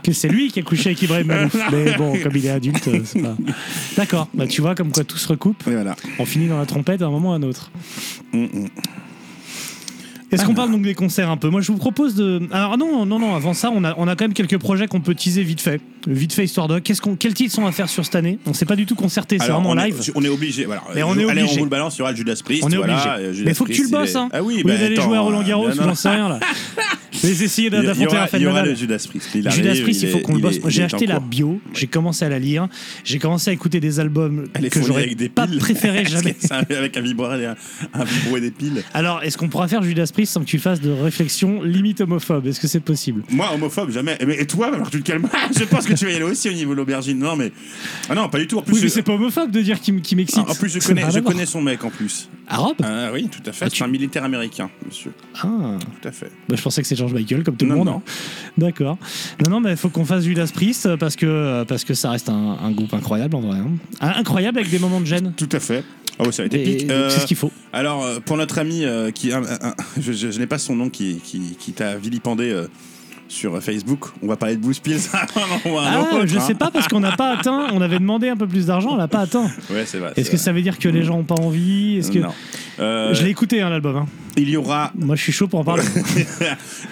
Speaker 1: que c'est lui qui a couché avec Ibrahim Malouf. Mais bon, comme il est adulte, euh, c'est pas. D'accord. Bah, tu vois, comme quoi tout se recoupe.
Speaker 2: Et voilà.
Speaker 1: On finit dans la trompette à un moment ou à un autre. Est-ce qu'on parle donc des concerts un peu Moi, je vous propose de. Alors non, non, non. Avant ça, on a, on a quand même quelques projets qu'on peut teaser vite fait, vite fait histoire de. Qu'est-ce qu'on, quels titres sont à faire sur cette année On s'est pas du tout concerté. C'est
Speaker 2: Alors,
Speaker 1: vraiment
Speaker 2: on est-
Speaker 1: live.
Speaker 2: on est obligé. Voilà.
Speaker 1: Mais on
Speaker 2: Je-
Speaker 1: est
Speaker 2: Allez, on
Speaker 1: obligé.
Speaker 2: vous le balance, il y aura le Judas Priest.
Speaker 1: On est
Speaker 2: voilà,
Speaker 1: obligé.
Speaker 2: euh, Judas
Speaker 1: mais faut que tu le
Speaker 2: Priest, il
Speaker 1: bosses,
Speaker 2: est-
Speaker 1: hein.
Speaker 2: Ah oui,
Speaker 1: Au lieu
Speaker 2: bah,
Speaker 1: d'aller
Speaker 2: attends,
Speaker 1: jouer à Roland Garros,
Speaker 2: euh, non,
Speaker 1: j'en
Speaker 2: non.
Speaker 1: sais rien là. Mais essayez
Speaker 2: Il y aura- il y
Speaker 1: d'affronter
Speaker 2: aura-
Speaker 1: un fan
Speaker 2: Il y aura
Speaker 1: banal.
Speaker 2: le Judas Priest. Il
Speaker 1: Judas
Speaker 2: arrive,
Speaker 1: Priest, il
Speaker 2: est-
Speaker 1: faut qu'on le bosse.
Speaker 2: est- il
Speaker 1: J'ai
Speaker 2: est
Speaker 1: acheté
Speaker 2: en
Speaker 1: la
Speaker 2: cours.
Speaker 1: bio, j'ai commencé à la lire, j'ai commencé à écouter des albums
Speaker 2: Elle est
Speaker 1: que
Speaker 2: fournie
Speaker 1: j'aurais
Speaker 2: avec des
Speaker 1: pas
Speaker 2: piles.
Speaker 1: préféré
Speaker 2: Parce que
Speaker 1: jamais.
Speaker 2: c'est un- Avec un vibro et un, un vibro et des piles.
Speaker 1: Alors, est-ce qu'on pourra faire Judas Priest sans que tu fasses de réflexion limite homophobe Est-ce que c'est possible
Speaker 2: Moi, homophobe, jamais. Mais, et toi, alors tu le calmes. Ah, Je pense que tu vas y aller aussi au niveau de l'aubergine. Non, mais. Ah non, pas du tout. En plus,
Speaker 1: Oui, mais
Speaker 2: je-
Speaker 1: c'est pas homophobe de dire qu'il qu'il
Speaker 2: Ah,
Speaker 1: m'excite.
Speaker 2: en plus je
Speaker 1: Ça
Speaker 2: connais,
Speaker 1: n'a
Speaker 2: je
Speaker 1: rien à voir.
Speaker 2: connais son mec en plus.
Speaker 1: Arabe
Speaker 2: Ah oui, tout à fait.
Speaker 1: Ah,
Speaker 2: c'est
Speaker 1: tu-
Speaker 2: un militaire américain, monsieur.
Speaker 1: Ah.
Speaker 2: Tout à fait.
Speaker 1: Bah, je pensais que c'est George Michael, comme tout le
Speaker 2: Non,
Speaker 1: monde.
Speaker 2: non.
Speaker 1: D'accord. Non, non, mais il faut qu'on fasse Judas Priest euh, parce que, euh, parce que ça reste un, un groupe incroyable en vrai. hein. Ah, incroyable avec des moments de gêne.
Speaker 2: Tout à fait. Ah oui, ça va être
Speaker 1: Et-
Speaker 2: épique.
Speaker 1: donc,
Speaker 2: Euh,
Speaker 1: C'est ce qu'il faut.
Speaker 2: Alors, euh, pour notre ami euh, qui. un- un- un- je je- je n'ai pas son nom qui, qui, qui t'a vilipendé euh, sur Facebook. On va parler de Blues Pills à un moment ou à un
Speaker 1: Ah,
Speaker 2: autre,
Speaker 1: je
Speaker 2: hein.
Speaker 1: sais pas parce qu'on n'a pas atteint. On avait demandé un peu plus d'argent, on l'a pas atteint.
Speaker 2: Ouais, c'est vrai.
Speaker 1: Est-ce
Speaker 2: c'est
Speaker 1: que
Speaker 2: vrai.
Speaker 1: ça veut dire que les gens ont pas envie Est-ce que
Speaker 2: Non. Euh,
Speaker 1: je l'ai écouté hein, l'album hein.
Speaker 2: il y aura
Speaker 1: Moi, je suis chaud pour en parler.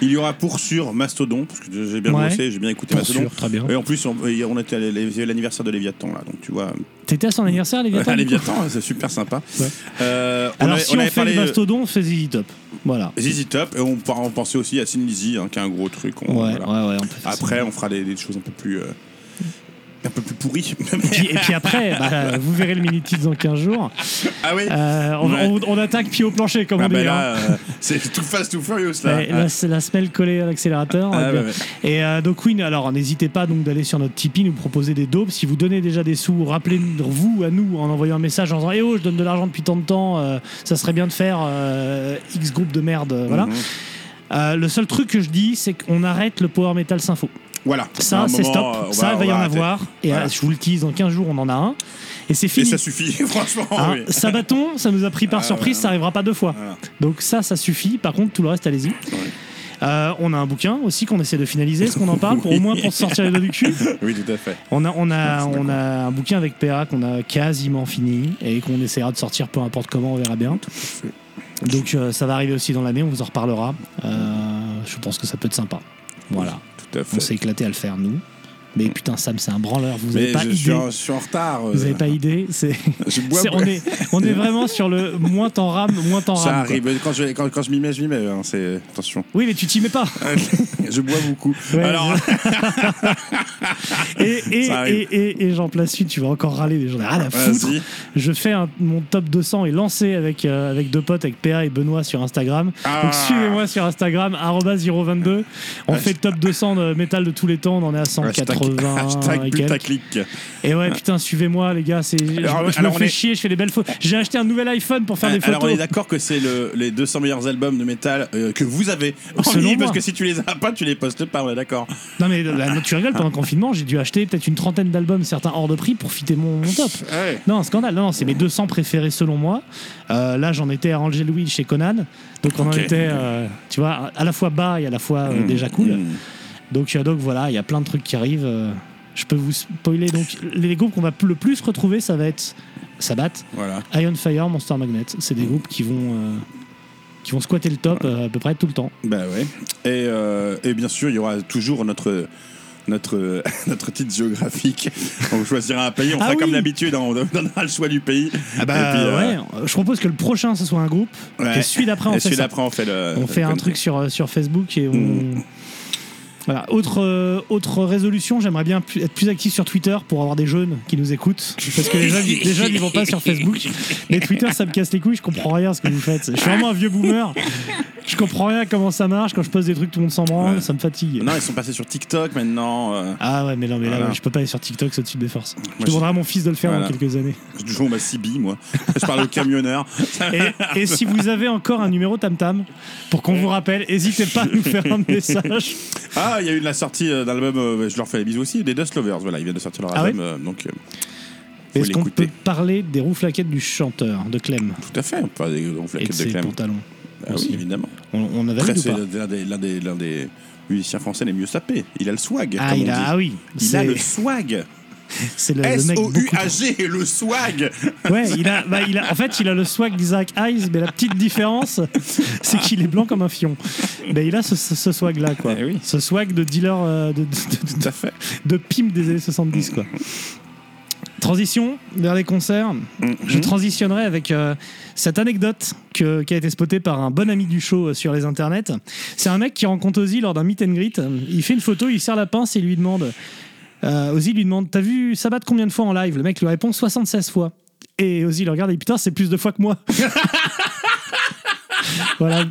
Speaker 2: il y aura pour sûr Mastodon parce que j'ai bien
Speaker 1: Ouais.
Speaker 2: bossé j'ai bien écouté
Speaker 1: Pour
Speaker 2: Mastodon
Speaker 1: sûr, très bien.
Speaker 2: et en plus on, on était à l'é- l'anniversaire de Léviathan là donc tu vois
Speaker 1: T'étais à son anniversaire, les
Speaker 2: Léviathan,
Speaker 1: gars
Speaker 2: c'est super sympa
Speaker 1: Ouais.
Speaker 2: Euh, on
Speaker 1: Alors,
Speaker 2: avait-
Speaker 1: si on,
Speaker 2: avait
Speaker 1: fait le
Speaker 2: parlé, euh,
Speaker 1: mastodon, fais ZZ Top. Voilà.
Speaker 2: ZZ Top et on, par- on pensait aussi à Sin Lizzy hein, qui est un gros truc on-
Speaker 1: Ouais, ouais, ouais,
Speaker 2: voilà.
Speaker 1: on peut faire ça.
Speaker 2: après on fera des, des choses un peu plus euh, un peu plus pourries
Speaker 1: Et puis- et puis après, bah, vous verrez le mini titre dans 15 jours.
Speaker 2: ah oui
Speaker 1: Euh, on,
Speaker 2: Ouais.
Speaker 1: on- on attaque pied au plancher, comme
Speaker 2: Ah
Speaker 1: on
Speaker 2: bah
Speaker 1: dit. hein.
Speaker 2: là euh, c'est tout fast tout furious là Euh,
Speaker 1: Ouais, là, c'est la semelle collée à l'accélérateur.
Speaker 2: Ah,
Speaker 1: Et,
Speaker 2: ouais, ouais.
Speaker 1: et, euh, donc oui, alors n'hésitez pas donc d'aller sur notre Tipeee, nous proposer des daubes. Si vous donnez déjà des sous, rappelez-vous à nous en envoyant un message en disant Eh oh, je donne de l'argent depuis tant de temps, euh, ça serait bien de faire euh, X groupe de merde. euh, Voilà.
Speaker 2: Mhm.
Speaker 1: Euh, le seul truc que je dis, c'est qu'on arrête le power metal sympho.
Speaker 2: voilà À
Speaker 1: Ça,
Speaker 2: un
Speaker 1: c'est
Speaker 2: moment,
Speaker 1: stop.
Speaker 2: euh, on
Speaker 1: ça,
Speaker 2: on
Speaker 1: il va y en
Speaker 2: arrêter.
Speaker 1: avoir. Et
Speaker 2: Voilà.
Speaker 1: euh, je vous le tease, dans 15 jours, on en a un. Et c'est
Speaker 2: et
Speaker 1: fini.
Speaker 2: ça suffit franchement
Speaker 1: Hein,
Speaker 2: oui.
Speaker 1: Sabaton, ça nous a pris par
Speaker 2: Ah,
Speaker 1: surprise,
Speaker 2: ouais,
Speaker 1: ça arrivera pas deux fois.
Speaker 2: Voilà.
Speaker 1: Donc ça, ça suffit. Par contre, tout le reste, allez-y. Euh, on a un bouquin aussi qu'on essaie de finaliser. Est-ce qu'on en parle pour au moins pour se sortir les doigts du cul
Speaker 2: Oui, tout à fait.
Speaker 1: On a, on a, on a un bouquin avec PA qu'on a quasiment fini et qu'on essaiera de sortir peu importe comment, on verra bien. Donc euh, ça va arriver aussi dans l'année, on vous en reparlera. Euh, je pense que ça peut être sympa. Voilà,
Speaker 2: Tout à
Speaker 1: on
Speaker 2: fait.
Speaker 1: s'est éclaté à le faire nous. Mais putain Sam, c'est un branleur, vous
Speaker 2: Mais
Speaker 1: avez pas
Speaker 2: je,
Speaker 1: idée.
Speaker 2: suis en, je suis en retard. euh,
Speaker 1: Vous avez pas idée, c'est
Speaker 2: Je bois
Speaker 1: c'est-
Speaker 2: pas.
Speaker 1: on est on est vraiment sur le moins t'en rame, moins t'en rame.
Speaker 2: Ça
Speaker 1: quoi.
Speaker 2: arrive. Quand je, quand, quand je m'y mets, je m'y mets. hein, c'est... Attention.
Speaker 1: Oui, mais tu t'y mets pas.
Speaker 2: je bois beaucoup.
Speaker 1: Ouais,
Speaker 2: Alors,
Speaker 1: Et, et, et,
Speaker 2: Ça arrive.
Speaker 1: et, et j'en place une, tu vas encore râler les gens. Ah la foutre
Speaker 2: vas-y.
Speaker 1: Je fais un- mon top 200 et lancé avec, euh, avec deux potes, avec PA et Benoît sur Instagram.
Speaker 2: Ah.
Speaker 1: Donc suivez-moi sur Instagram, arroba 022. On fait le top 200 de métal de tous les temps, on en est à
Speaker 2: Hashtag-
Speaker 1: 180. et
Speaker 2: Hashtag
Speaker 1: quelques.
Speaker 2: putaclic.
Speaker 1: Et ouais, putain, suivez-moi les gars, c'est, je,
Speaker 2: Ah. Alors,
Speaker 1: je
Speaker 2: alors,
Speaker 1: me
Speaker 2: on
Speaker 1: fais
Speaker 2: est- Ah,
Speaker 1: chier, je fais des belles photos. J'ai acheté un nouvel iPhone pour faire des
Speaker 2: Alors on
Speaker 1: photos.
Speaker 2: est d'accord que c'est le- les 200 meilleurs albums de métal euh, que vous avez en
Speaker 1: Selon
Speaker 2: ligne, parce
Speaker 1: moi.
Speaker 2: que si tu les as pas, tu les postes pas, on est d'accord.
Speaker 1: non mais là, tu rigoles, pendant le confinement, j'ai dû acheter peut-être une trentaine d'albums, certains hors de prix, pour fitter mon- mon top. Non, un scandale. Non, non, c'est mes 200 préférés selon moi. Euh, là, j'en étais à Angel Louis chez Conan. Donc, on
Speaker 2: Ok. Hmm.
Speaker 1: en était, euh, tu vois, à la fois bas et à la fois euh, déjà cool. Donc, euh, donc voilà, il y a plein de trucs qui arrivent. euh, je peux vous spoiler. Donc, les groupes qu'on va le plus retrouver, ça va être Sabbath,
Speaker 2: Voilà.
Speaker 1: Iron Fire, Monster Magnet. C'est des groupes qui vont. euh, qui vont squatter le top euh, à peu près tout le temps.
Speaker 2: Bah ouais. Et, euh, et bien sûr, il y aura toujours notre notre notre titre géographique. On choisira un pays. On
Speaker 1: Ah
Speaker 2: fera
Speaker 1: oui.
Speaker 2: comme d'habitude. hein, on donnera le choix du pays.
Speaker 1: Euh,
Speaker 2: euh,
Speaker 1: ouais, je propose que le prochain ce soit un groupe.
Speaker 2: ouais.
Speaker 1: Et celui d'après, on
Speaker 2: Et
Speaker 1: fait
Speaker 2: celui
Speaker 1: ça.
Speaker 2: d'après, on fait le.
Speaker 1: on fait un
Speaker 2: le-
Speaker 1: truc sur, euh, sur Facebook et on.
Speaker 2: Mm.
Speaker 1: Voilà. Autre, euh, autre résolution, j'aimerais bien pu- être plus actif sur Twitter pour avoir des jeunes qui nous écoutent. Parce que les jeunes, les jeunes ils vont pas sur Facebook. Mais Twitter, ça me casse les couilles, je comprends rien à ce que vous faites. Je suis vraiment un vieux boomer. Je comprends rien à comment ça marche. Quand je poste des trucs, tout le monde s'en branle,
Speaker 2: Ouais.
Speaker 1: ça me fatigue.
Speaker 2: Non, ils sont passés sur TikTok maintenant. euh,
Speaker 1: Ah ouais, mais non, mais là,
Speaker 2: Voilà.
Speaker 1: ouais, je peux pas aller sur TikTok, c'est au-dessus des forces. Je
Speaker 2: j'ai-
Speaker 1: demanderai à mon fils de le faire
Speaker 2: Voilà.
Speaker 1: dans quelques années.
Speaker 2: je joue ma CB, moi. Je parle au camionneur.
Speaker 1: Et, et si vous avez encore un numéro Tam Tam, pour qu'on vous rappelle, n'hésitez pas à nous faire un message.
Speaker 2: Ah, il y a eu de la sortie euh, d'album, euh, je leur fais les bisous aussi, des Dust Lovers, voilà, ils viennent de sortir leur
Speaker 1: Ah
Speaker 2: album, euh, donc euh, faut
Speaker 1: Est-ce qu'on
Speaker 2: l'écouter.
Speaker 1: peut parler des rouflaquettes du chanteur, de Clem
Speaker 2: Tout à fait, on peut des
Speaker 1: et
Speaker 2: gros
Speaker 1: de
Speaker 2: flaquettes de
Speaker 1: ses
Speaker 2: Clem.
Speaker 1: pantalons
Speaker 2: Ah oui,
Speaker 1: aussi.
Speaker 2: évidemment.
Speaker 1: On, on a
Speaker 2: Après,
Speaker 1: valide ou
Speaker 2: c'est
Speaker 1: pas
Speaker 2: l'un des, l'un des- l'un des musiciens français les mieux sapés. Il a le swag,
Speaker 1: ah,
Speaker 2: comme
Speaker 1: il
Speaker 2: on
Speaker 1: a,
Speaker 2: dit.
Speaker 1: ah oui,
Speaker 2: Il a
Speaker 1: c'est-
Speaker 2: le swag
Speaker 1: c'est le, le mec beaucoup.
Speaker 2: S-O-U-A-G, le swag
Speaker 1: Ouais, il a, bah, il a, en fait, il a le swag d'Isaac Hayes, mais la petite différence, c'est qu'il est blanc comme un fion. Mais il a ce, ce- ce swag-là, quoi.
Speaker 2: Eh oui.
Speaker 1: Ce swag de dealer, euh, de, de, de-
Speaker 2: Tout à fait.
Speaker 1: de pimp des années 70, quoi. Transition vers les concerts.
Speaker 2: Mm-hmm.
Speaker 1: Je transitionnerai avec euh, cette anecdote que- qui a été spotée par un bon ami du show euh, sur les internets. C'est un mec qui rencontre Ozzy lors d'un meet and greet. Il fait une photo, il serre la pince et il lui demande. euh, Ozzy lui demande T'as vu Sabat combien de fois en live Le mec lui répond 76 fois. Et Ozzy le regarde et dit, Putain, c'est plus de fois que moi. voilà.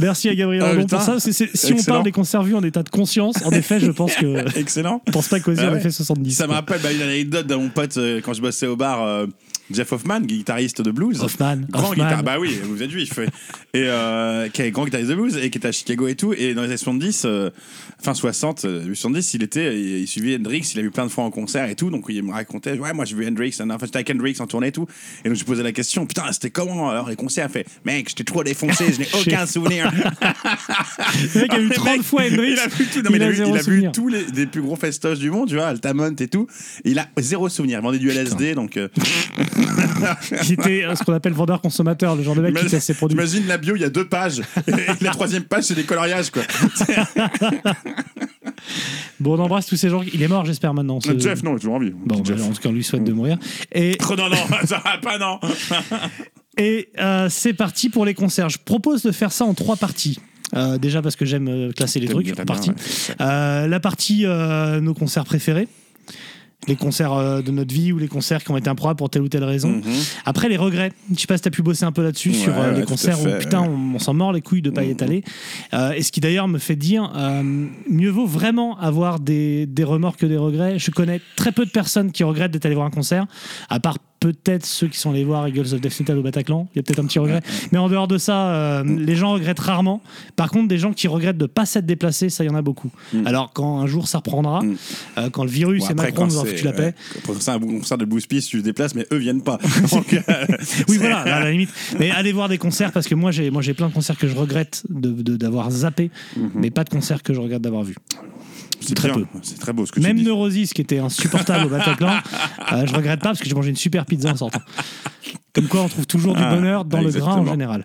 Speaker 1: Merci à Gabriel
Speaker 2: Ah,
Speaker 1: Landon
Speaker 2: putain.
Speaker 1: pour ça. C'est- c'est- si on
Speaker 2: Excellent.
Speaker 1: parle des concerts vus en état de conscience, en effet, je pense que.
Speaker 2: Excellent.
Speaker 1: Je pense pas qu'Ozzy
Speaker 2: Ah
Speaker 1: en
Speaker 2: ouais.
Speaker 1: a fait 70.
Speaker 2: Ça me
Speaker 1: quoi.
Speaker 2: rappelle bah, une anecdote de mon pote euh, quand je bossais au bar, euh, Jeff Hoffman, guitariste de blues.
Speaker 1: Hoffman,
Speaker 2: Grand
Speaker 1: Hoffman.
Speaker 2: guitariste, bah oui, vous êtes juif. ouais. Et euh, qui est grand guitariste de blues et qui était à Chicago et tout. Et dans les années 70, euh, fin 60, euh, 70, il était, il, il suivait Hendrix, il l'a vu plein de fois en concert et tout. Donc il me racontait, ouais, moi j'ai vu Hendrix, en- enfin j'étais avec Hendrix en tournée et tout. Et donc je lui posais la question, putain, c'était comment alors les concerts Il fait, mec, j'étais trop défoncé, je n'ai aucun souvenir.
Speaker 1: Le mec a
Speaker 2: Le
Speaker 1: eu
Speaker 2: mec,
Speaker 1: 30 fois Hendrix.
Speaker 2: Il a vu tout. non, mais il a vu-
Speaker 1: zéro
Speaker 2: il a vu
Speaker 1: souvenir.
Speaker 2: tous les des plus gros festoches du monde, tu vois, Altamont et tout. Il a zéro souvenir. Il vendait du LSD, donc. euh,
Speaker 1: Il était euh, ce qu'on appelle vendeur consommateur, le genre de mec qui teste ses produits.
Speaker 2: Imagine la bio, il y a deux pages. Et la troisième page, c'est des coloriages, quoi.
Speaker 1: Bon, on embrasse tous ces gens. Il est mort, j'espère maintenant. ce-
Speaker 2: Euh, Jeff, non, toujours en vie.
Speaker 1: Bon,
Speaker 2: Jeff.
Speaker 1: bah, en tout cas, on lui souhaite de mourir. Et,
Speaker 2: Oh, non, non, ça va pas, non.
Speaker 1: et euh, c'est parti pour les concerts. Je propose de faire ça en trois parties. Euh, déjà parce que j'aime euh, classer les
Speaker 2: T'aimes
Speaker 1: trucs
Speaker 2: bien
Speaker 1: en
Speaker 2: la
Speaker 1: parties.
Speaker 2: main, ouais, c'est
Speaker 1: Euh, la partie euh, nos concerts préférés, les concerts euh, de notre vie ou les concerts qui ont été improbables pour telle ou telle raison. Après les regrets, je sais pas si t'as pu bosser un peu là-dessus sur
Speaker 2: Mhm. Ouais,
Speaker 1: euh,
Speaker 2: ouais,
Speaker 1: les
Speaker 2: tout à
Speaker 1: concerts où
Speaker 2: fait,
Speaker 1: putain
Speaker 2: ouais.
Speaker 1: on, on s'en mord les couilles de pas y être allé. Euh, et ce qui d'ailleurs me fait dire euh, mieux vaut vraiment avoir des, des remords que des regrets. Je connais très peu de personnes qui regrettent d'être allé voir un concert, à part peut-être ceux qui sont allés voir Eagles of Death Metal au Bataclan, il y a peut-être un petit regret. Mais en dehors de ça, euh, les gens regrettent rarement. Par contre, des gens qui regrettent de pas s'être déplacés, ça, il y en a beaucoup. Alors, quand un jour ça reprendra, euh, quand le virus
Speaker 2: Mm. Bon,
Speaker 1: et
Speaker 2: après,
Speaker 1: Macron
Speaker 2: quand
Speaker 1: nous en
Speaker 2: c'est, euh,
Speaker 1: foutent la paix,
Speaker 2: ouais, Pour ça, un concert de Blues Peace, tu te déplaces, mais eux viennent pas. Donc, euh,
Speaker 1: Oui,
Speaker 2: c'est-
Speaker 1: voilà, à la limite. Mais allez voir des concerts parce que moi, j'ai, moi, j'ai plein de concerts que je regrette de, de- d'avoir zappé,
Speaker 2: Mhm.
Speaker 1: mais pas de concerts que je regrette d'avoir vu.
Speaker 2: C'est
Speaker 1: très
Speaker 2: bien,
Speaker 1: peu.
Speaker 2: C'est très beau ce que
Speaker 1: Même
Speaker 2: tu dis.
Speaker 1: Neurosis, qui était insupportable au Bataclan, euh, je regrette pas parce que j'ai mangé une super pizza en sortant. Comme quoi, on trouve toujours du
Speaker 2: Ah,
Speaker 1: bonheur dans le grain en
Speaker 2: exactement.
Speaker 1: général.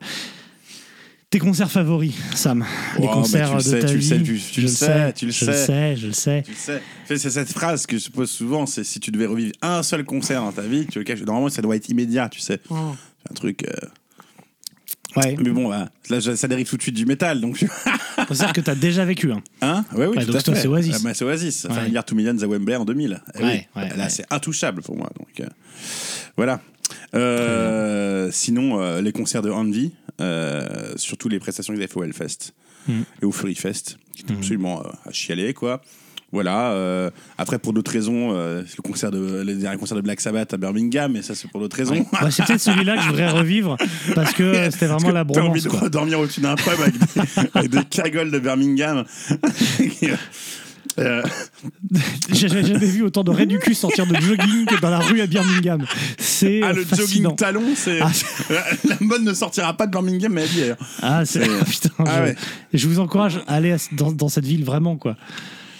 Speaker 1: Tes concerts favoris, Sam Les
Speaker 2: Oh,
Speaker 1: concerts
Speaker 2: bah,
Speaker 1: de
Speaker 2: tu le sais,
Speaker 1: ta
Speaker 2: tu le
Speaker 1: vie
Speaker 2: sais, tu- tu
Speaker 1: je le
Speaker 2: le sais,
Speaker 1: sais,
Speaker 2: tu le
Speaker 1: je le
Speaker 2: sais.
Speaker 1: sais, je le sais.
Speaker 2: Tu le sais. C'est c'est cette phrase que je pose souvent c'est si tu devais revivre un seul concert dans ta vie, tu le caches. Normalement, ça doit être immédiat, tu sais. C'est Un truc. euh,
Speaker 1: Ouais,
Speaker 2: Mais bon, bah, là, je- ça dérive tout de suite du métal, donc. tu-
Speaker 1: concert que t'as déjà vécu. Hein.
Speaker 2: Hein Ouais, oui,
Speaker 1: Ouais,
Speaker 2: tout
Speaker 1: donc
Speaker 2: à
Speaker 1: toi,
Speaker 2: fait.
Speaker 1: c'est Oasis.
Speaker 2: Ah, bah, c'est Oasis. Enfin,
Speaker 1: Ouais.
Speaker 2: Milliard to Millions à Wembley en 2000. Eh oui.
Speaker 1: Ouais, ouais,
Speaker 2: Là,
Speaker 1: ouais.
Speaker 2: c'est intouchable pour moi. Donc, euh, voilà. Euh, sinon, euh, les concerts de Andy, euh, surtout les prestations qu'ils avaient fait au Hellfest
Speaker 1: Hmm.
Speaker 2: et au Fury Fest, qui étaient absolument euh, à chialer, quoi. Voilà. euh, après, pour d'autres raisons, euh, c'est le concert de, les derniers concerts de Black Sabbath à Birmingham, mais ça, c'est pour d'autres raisons.
Speaker 1: Ouais, c'est peut-être celui-là que je voudrais revivre parce que euh, c'était
Speaker 2: Parce
Speaker 1: vraiment
Speaker 2: que
Speaker 1: la
Speaker 2: T'as envie
Speaker 1: bromance.
Speaker 2: de
Speaker 1: quoi.
Speaker 2: dormir au-dessus d'un pub avec des, avec des cagoles de Birmingham. Euh,
Speaker 1: J'avais jamais vu autant de Reducus sortir de jogging que dans la rue à Birmingham. C'est euh,
Speaker 2: Ah, le
Speaker 1: fascinant.
Speaker 2: jogging talon, c'est.
Speaker 1: Ah,
Speaker 2: la mode ne sortira pas de Birmingham, mais elle y est.
Speaker 1: Ah, c'est
Speaker 2: C'est-
Speaker 1: putain.
Speaker 2: Ah
Speaker 1: je,
Speaker 2: ouais.
Speaker 1: je vous encourage à aller à ce- dans, dans cette ville vraiment quoi.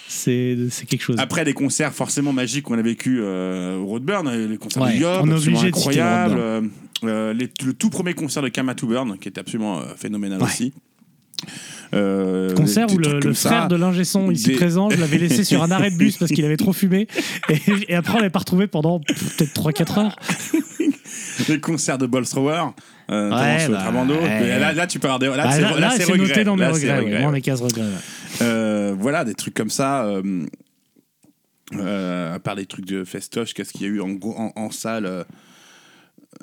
Speaker 1: C'est c'est quelque chose.
Speaker 2: Après les concerts forcément magiques qu'on a vécu euh, au Roadburn, euh, les concerts
Speaker 1: Ouais,
Speaker 2: de Yob,
Speaker 1: on est
Speaker 2: absolument
Speaker 1: obligé de citer le
Speaker 2: incroyables. euh, euh, les- le tout premier concert de Kama to Burn, qui était absolument euh, phénoménal
Speaker 1: Ouais.
Speaker 2: aussi. Euh,
Speaker 1: concert
Speaker 2: des
Speaker 1: où
Speaker 2: trucs
Speaker 1: le, le
Speaker 2: comme ça.
Speaker 1: frère de l'ingé son ici
Speaker 2: Des-
Speaker 1: présent, je l'avais laissé sur un arrêt de bus parce qu'il avait trop fumé et, et après on l'avait pas retrouvé pendant peut-être 3-4 heures.
Speaker 2: les concerts de Ball Thrower, euh, notamment
Speaker 1: Ouais,
Speaker 2: sur le
Speaker 1: bah,
Speaker 2: Trabando.
Speaker 1: ouais.
Speaker 2: Mais Là, là, tu peux avoir des- Là,
Speaker 1: Bah,
Speaker 2: Ah, c'est,
Speaker 1: là, là,
Speaker 2: c'est
Speaker 1: c'est noté
Speaker 2: regret.
Speaker 1: dans mes
Speaker 2: Là, c'est
Speaker 1: regrets, ouais,
Speaker 2: regret,
Speaker 1: moi,
Speaker 2: ouais.
Speaker 1: mes 15 regrets. ouais.
Speaker 2: Euh, voilà, des trucs comme ça. euh, euh, à part des trucs de festoche, qu'est-ce qu'il y a eu en, gros- en, en salle euh,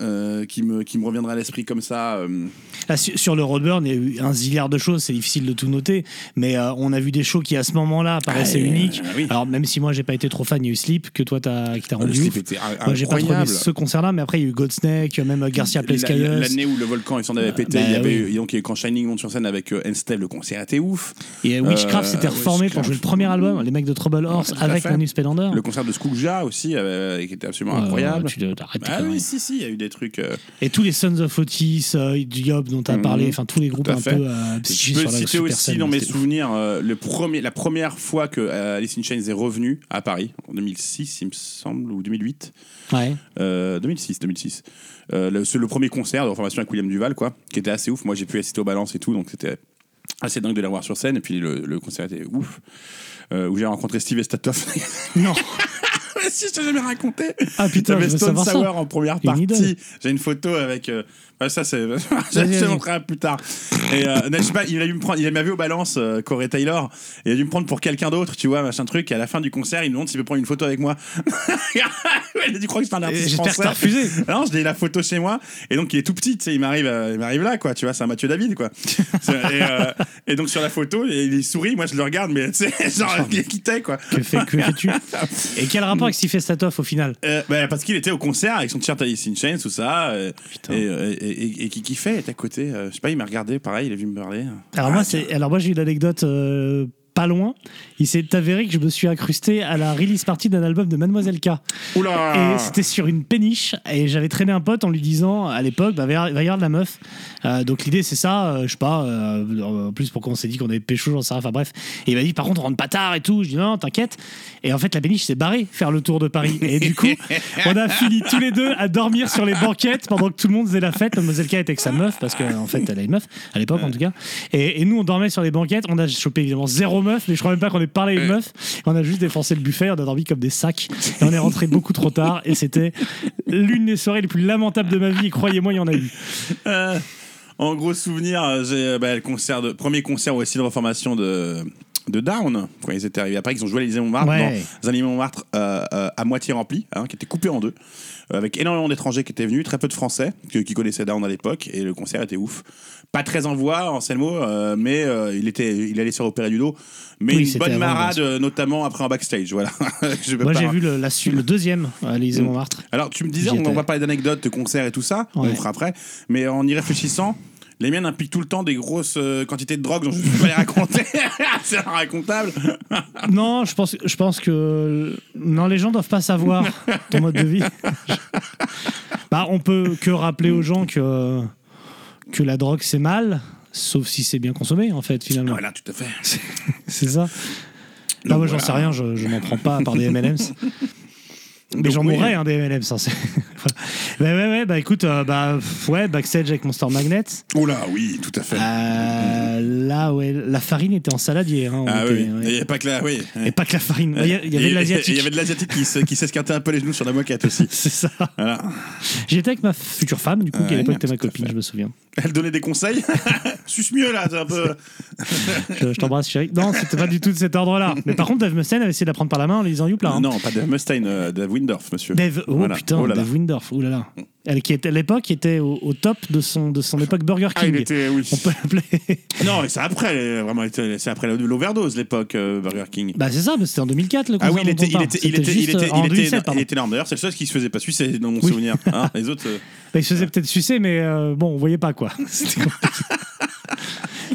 Speaker 2: euh, qui, me, qui me reviendra à l'esprit comme ça euh,
Speaker 1: Là, sur, sur le Roadburn, il y a eu un zilliard de choses, c'est difficile de tout noter, mais euh, on a vu des shows qui à ce moment-là paraissaient
Speaker 2: Ah, euh,
Speaker 1: uniques.
Speaker 2: oui. Ah,
Speaker 1: Alors même si moi j'ai pas été trop fan, il y a eu Sleep que toi t'as qui t'as
Speaker 2: Le
Speaker 1: rendu.
Speaker 2: slip
Speaker 1: ouf.
Speaker 2: était in-
Speaker 1: Moi j'ai pas trop aimé
Speaker 2: incroyable.
Speaker 1: ce concert-là, mais après il y a eu Godsnake, même euh, Garcia Plays
Speaker 2: La-
Speaker 1: Chaos.
Speaker 2: L'année où le volcan il s'en avait pété,
Speaker 1: bah
Speaker 2: il y avait,
Speaker 1: oui.
Speaker 2: eu- donc, il y a eu quand Shining monte sur scène avec euh, Enstev, le concert était ouf.
Speaker 1: Et Witchcraft
Speaker 2: Euh,
Speaker 1: s'était reformé pour
Speaker 2: Witchcraft.
Speaker 1: jouer le premier album, les mecs de Trouble Horse
Speaker 2: Ouais, tout à
Speaker 1: avec
Speaker 2: fait.
Speaker 1: Manu Spellander.
Speaker 2: Le concert de Skookja aussi, euh, qui était absolument
Speaker 1: Euh,
Speaker 2: incroyable.
Speaker 1: tu dois- t'arrêtes tes
Speaker 2: Ah
Speaker 1: conneries.
Speaker 2: oui, si, si, il y a eu des trucs. euh,
Speaker 1: Et tous les Sons of Otis, euh, Diop dont t'as
Speaker 2: Mhm.
Speaker 1: parlé, enfin tous les groupes
Speaker 2: Tout à
Speaker 1: un
Speaker 2: fait.
Speaker 1: peu euh,
Speaker 2: Je
Speaker 1: psychés
Speaker 2: peux
Speaker 1: sur la
Speaker 2: citer
Speaker 1: super
Speaker 2: aussi
Speaker 1: scène,
Speaker 2: dans mes
Speaker 1: c'était-
Speaker 2: souvenirs euh, le premier, la première fois que euh, Alice in Chains est revenue à Paris, en 2006, il me semble, ou 2008.
Speaker 1: Ouais.
Speaker 2: Euh, 2006, 2006. Euh, le, c'est le premier concert de reformation avec William Duval, quoi, qui était assez ouf. Moi, j'ai pu assister au balance et tout, donc c'était assez dingue de la voir sur scène. Et puis le, le concert était ouf. Euh, où j'ai rencontré Steve Estatoff.
Speaker 1: Non.
Speaker 2: Mais si, je t'ai jamais raconté.
Speaker 1: Ah putain, je
Speaker 2: J'avais
Speaker 1: veux
Speaker 2: Stone
Speaker 1: savoir
Speaker 2: Sour
Speaker 1: ça.
Speaker 2: en première
Speaker 1: Une idole.
Speaker 2: partie. J'ai une photo avec. euh, bah, ça, c'est. je
Speaker 1: Vas-y,
Speaker 2: te
Speaker 1: vas-y.
Speaker 2: montrerai plus tard. Et euh, non, je sais pas, il a dû me prendre. Il m'a vu au balance, euh, Corey Taylor. Et il a dû me prendre pour quelqu'un d'autre, tu vois, machin truc. Et à la fin du concert, il me demande s'il peut prendre une photo avec moi. il a dû croire que j'étais un artiste
Speaker 1: J'espère que
Speaker 2: français.
Speaker 1: t'as refusé.
Speaker 2: Non, j'ai la photo chez moi. Et donc, il est tout petit, tu sais, il m'arrive, euh, il m'arrive là, quoi. Tu vois, c'est un Mathieu David, quoi. C'est- et, euh, et donc, sur la photo, il, il sourit, moi, je le regarde, mais tu sais, genre, il est quitté, quoi.
Speaker 1: Que fais- que fais-tu Et quel rapport avec Steve Festatoff au final
Speaker 2: Euh, bah, parce qu'il était au concert avec son t-shirt Alice in Chains, tout ça, euh, et, euh, et, et- et qui kiffait, il était à côté. euh, je sais pas, il m'a regardé, pareil, il est venu me parler.
Speaker 1: Alors, moi, c'est, alors moi, j'ai une anecdote euh, pas loin. Il s'est avéré que je me suis incrusté à la release party d'un album de Mademoiselle K.
Speaker 2: Oula
Speaker 1: Et c'était sur une péniche. Et j'avais traîné un pote en lui disant à l'époque, bah, il va y avoir- il va y avoir de la meuf. Euh, donc l'idée, c'est ça. euh, je sais pas. euh, en plus, pourquoi on s'est dit qu'on avait pécho, j'en sais rien. Enfin bref. Et il m'a dit, par contre, on rentre pas tard et tout. Je dis, non, non, t'inquiète. Et en fait, la péniche s'est barrée faire le tour de Paris. Et du coup, on a fini tous les deux à dormir sur les banquettes pendant que tout le monde faisait la fête. Mademoiselle K était avec sa meuf, parce qu'en en fait, elle a une meuf, à l'époque en tout cas. Et, et nous, on dormait sur les banquettes. On a chopé évidemment zéro meuf, mais je crois même pas qu'on ait parlé à une meuf. On a juste défoncé le buffet, on a dormi comme des sacs. Et on est rentré beaucoup trop tard. Et c'était l'une des soirées les plus lamentables de ma vie. Et croyez-moi, il y en a eu.
Speaker 2: Euh, En gros souvenir, euh, j'ai euh, bah, le concert de, premier concert au SC de reformation de de Down, quand ils étaient arrivés après, ils ont joué à l'Élysée Montmartre,
Speaker 1: Ouais.
Speaker 2: dans un Élysée Montmartre euh, euh, à moitié rempli, hein, qui était coupé en deux, euh, avec énormément d'étrangers qui étaient venus, très peu de Français que- qui connaissaient Down à l'époque, et le concert était ouf. Pas très en voix, Anselmo, euh, mais euh, il, était, il allait se repérer du dos, mais
Speaker 1: Oui,
Speaker 2: une
Speaker 1: c'était
Speaker 2: bonne
Speaker 1: avant, bien
Speaker 2: marade,
Speaker 1: sûr.
Speaker 2: euh, notamment après en backstage. Voilà. Je peux
Speaker 1: Moi,
Speaker 2: pas-
Speaker 1: j'ai vu le, la su- le deuxième à l'Élysée Montmartre.
Speaker 2: alors, tu me disais,
Speaker 1: J'y
Speaker 2: on
Speaker 1: étais.
Speaker 2: va parler d'anecdotes, de concerts et tout ça, on le
Speaker 1: Ouais.
Speaker 2: fera après, mais en y réfléchissant, les miennes impliquent tout le temps des grosses euh, quantités de drogue dont je ne vais pas les raconter. C'est racontable.
Speaker 1: Non, je pense, je pense que. Non, les gens doivent pas savoir ton mode de vie. bah, on peut que rappeler aux gens que, que la drogue, c'est mal, sauf si c'est bien consommé, en fait, finalement.
Speaker 2: Voilà, tout à fait.
Speaker 1: C'est ça. Là, moi, j'en
Speaker 2: voilà.
Speaker 1: sais rien, je, je m'en prends pas à part des MLMs. Mais
Speaker 2: Donc,
Speaker 1: j'en
Speaker 2: oui.
Speaker 1: mourrais, hein, des MLMs. hein, c'est- Voilà. Bah, ouais, ouais, bah écoute, euh, bah, pff, ouais, backstage avec Monster Magnet.
Speaker 2: Oh là, oui, tout à fait.
Speaker 1: Euh, là, ouais, la farine était en salade hier. hein, on
Speaker 2: ah
Speaker 1: était-
Speaker 2: oui,
Speaker 1: ouais.
Speaker 2: il n'y a pas que là, oui.
Speaker 1: Et pas que la farine. Il y, a- il y avait de l'asiatique.
Speaker 2: Il y avait de l'asiatique qui se- qui s'esquintait un peu les genoux sur la moquette aussi.
Speaker 1: C'est ça.
Speaker 2: Voilà.
Speaker 1: J'étais avec ma future femme, du coup, qui à
Speaker 2: Ouais,
Speaker 1: l'époque était ma
Speaker 2: tout à
Speaker 1: copine,
Speaker 2: fait.
Speaker 1: je me souviens.
Speaker 2: Elle donnait des conseils. Suce mieux là, c'est un peu.
Speaker 1: Je, je t'embrasse, chérie. Non, c'était pas du tout de cet ordre-là. Mais par contre, Dave Mustaine avait essayé de la prendre par la main en lui disant Youpla. hein.
Speaker 2: Non, pas de Mustaine, euh, de Windorf, monsieur.
Speaker 1: Dave, oh
Speaker 2: Voilà.
Speaker 1: putain,
Speaker 2: Oh là là.
Speaker 1: Dave Windorf, oh là là. Elle qui était à l'époque était au, au top de son, de son époque Burger King.
Speaker 2: Ah, il était, oui.
Speaker 1: On peut l'appeler.
Speaker 2: Non, mais c'est après, euh, vraiment, c'est après l'overdose, l'époque euh, Burger King.
Speaker 1: Bah, c'est ça, mais c'était en 2004 le concert.
Speaker 2: Ah oui, il
Speaker 1: dont
Speaker 2: était,
Speaker 1: on
Speaker 2: il
Speaker 1: parle.
Speaker 2: était, il était, il
Speaker 1: juste,
Speaker 2: était,
Speaker 1: euh, en
Speaker 2: il était-
Speaker 1: 2007,
Speaker 2: il
Speaker 1: pardon.
Speaker 2: était énorme. D'ailleurs, c'est le seul qui se faisait pas sucer dans mon
Speaker 1: Oui.
Speaker 2: souvenir. hein. les autres. euh,
Speaker 1: Bah, il se faisait peut-être sucer, mais euh, bon, on voyait pas quoi. C'était compliqué.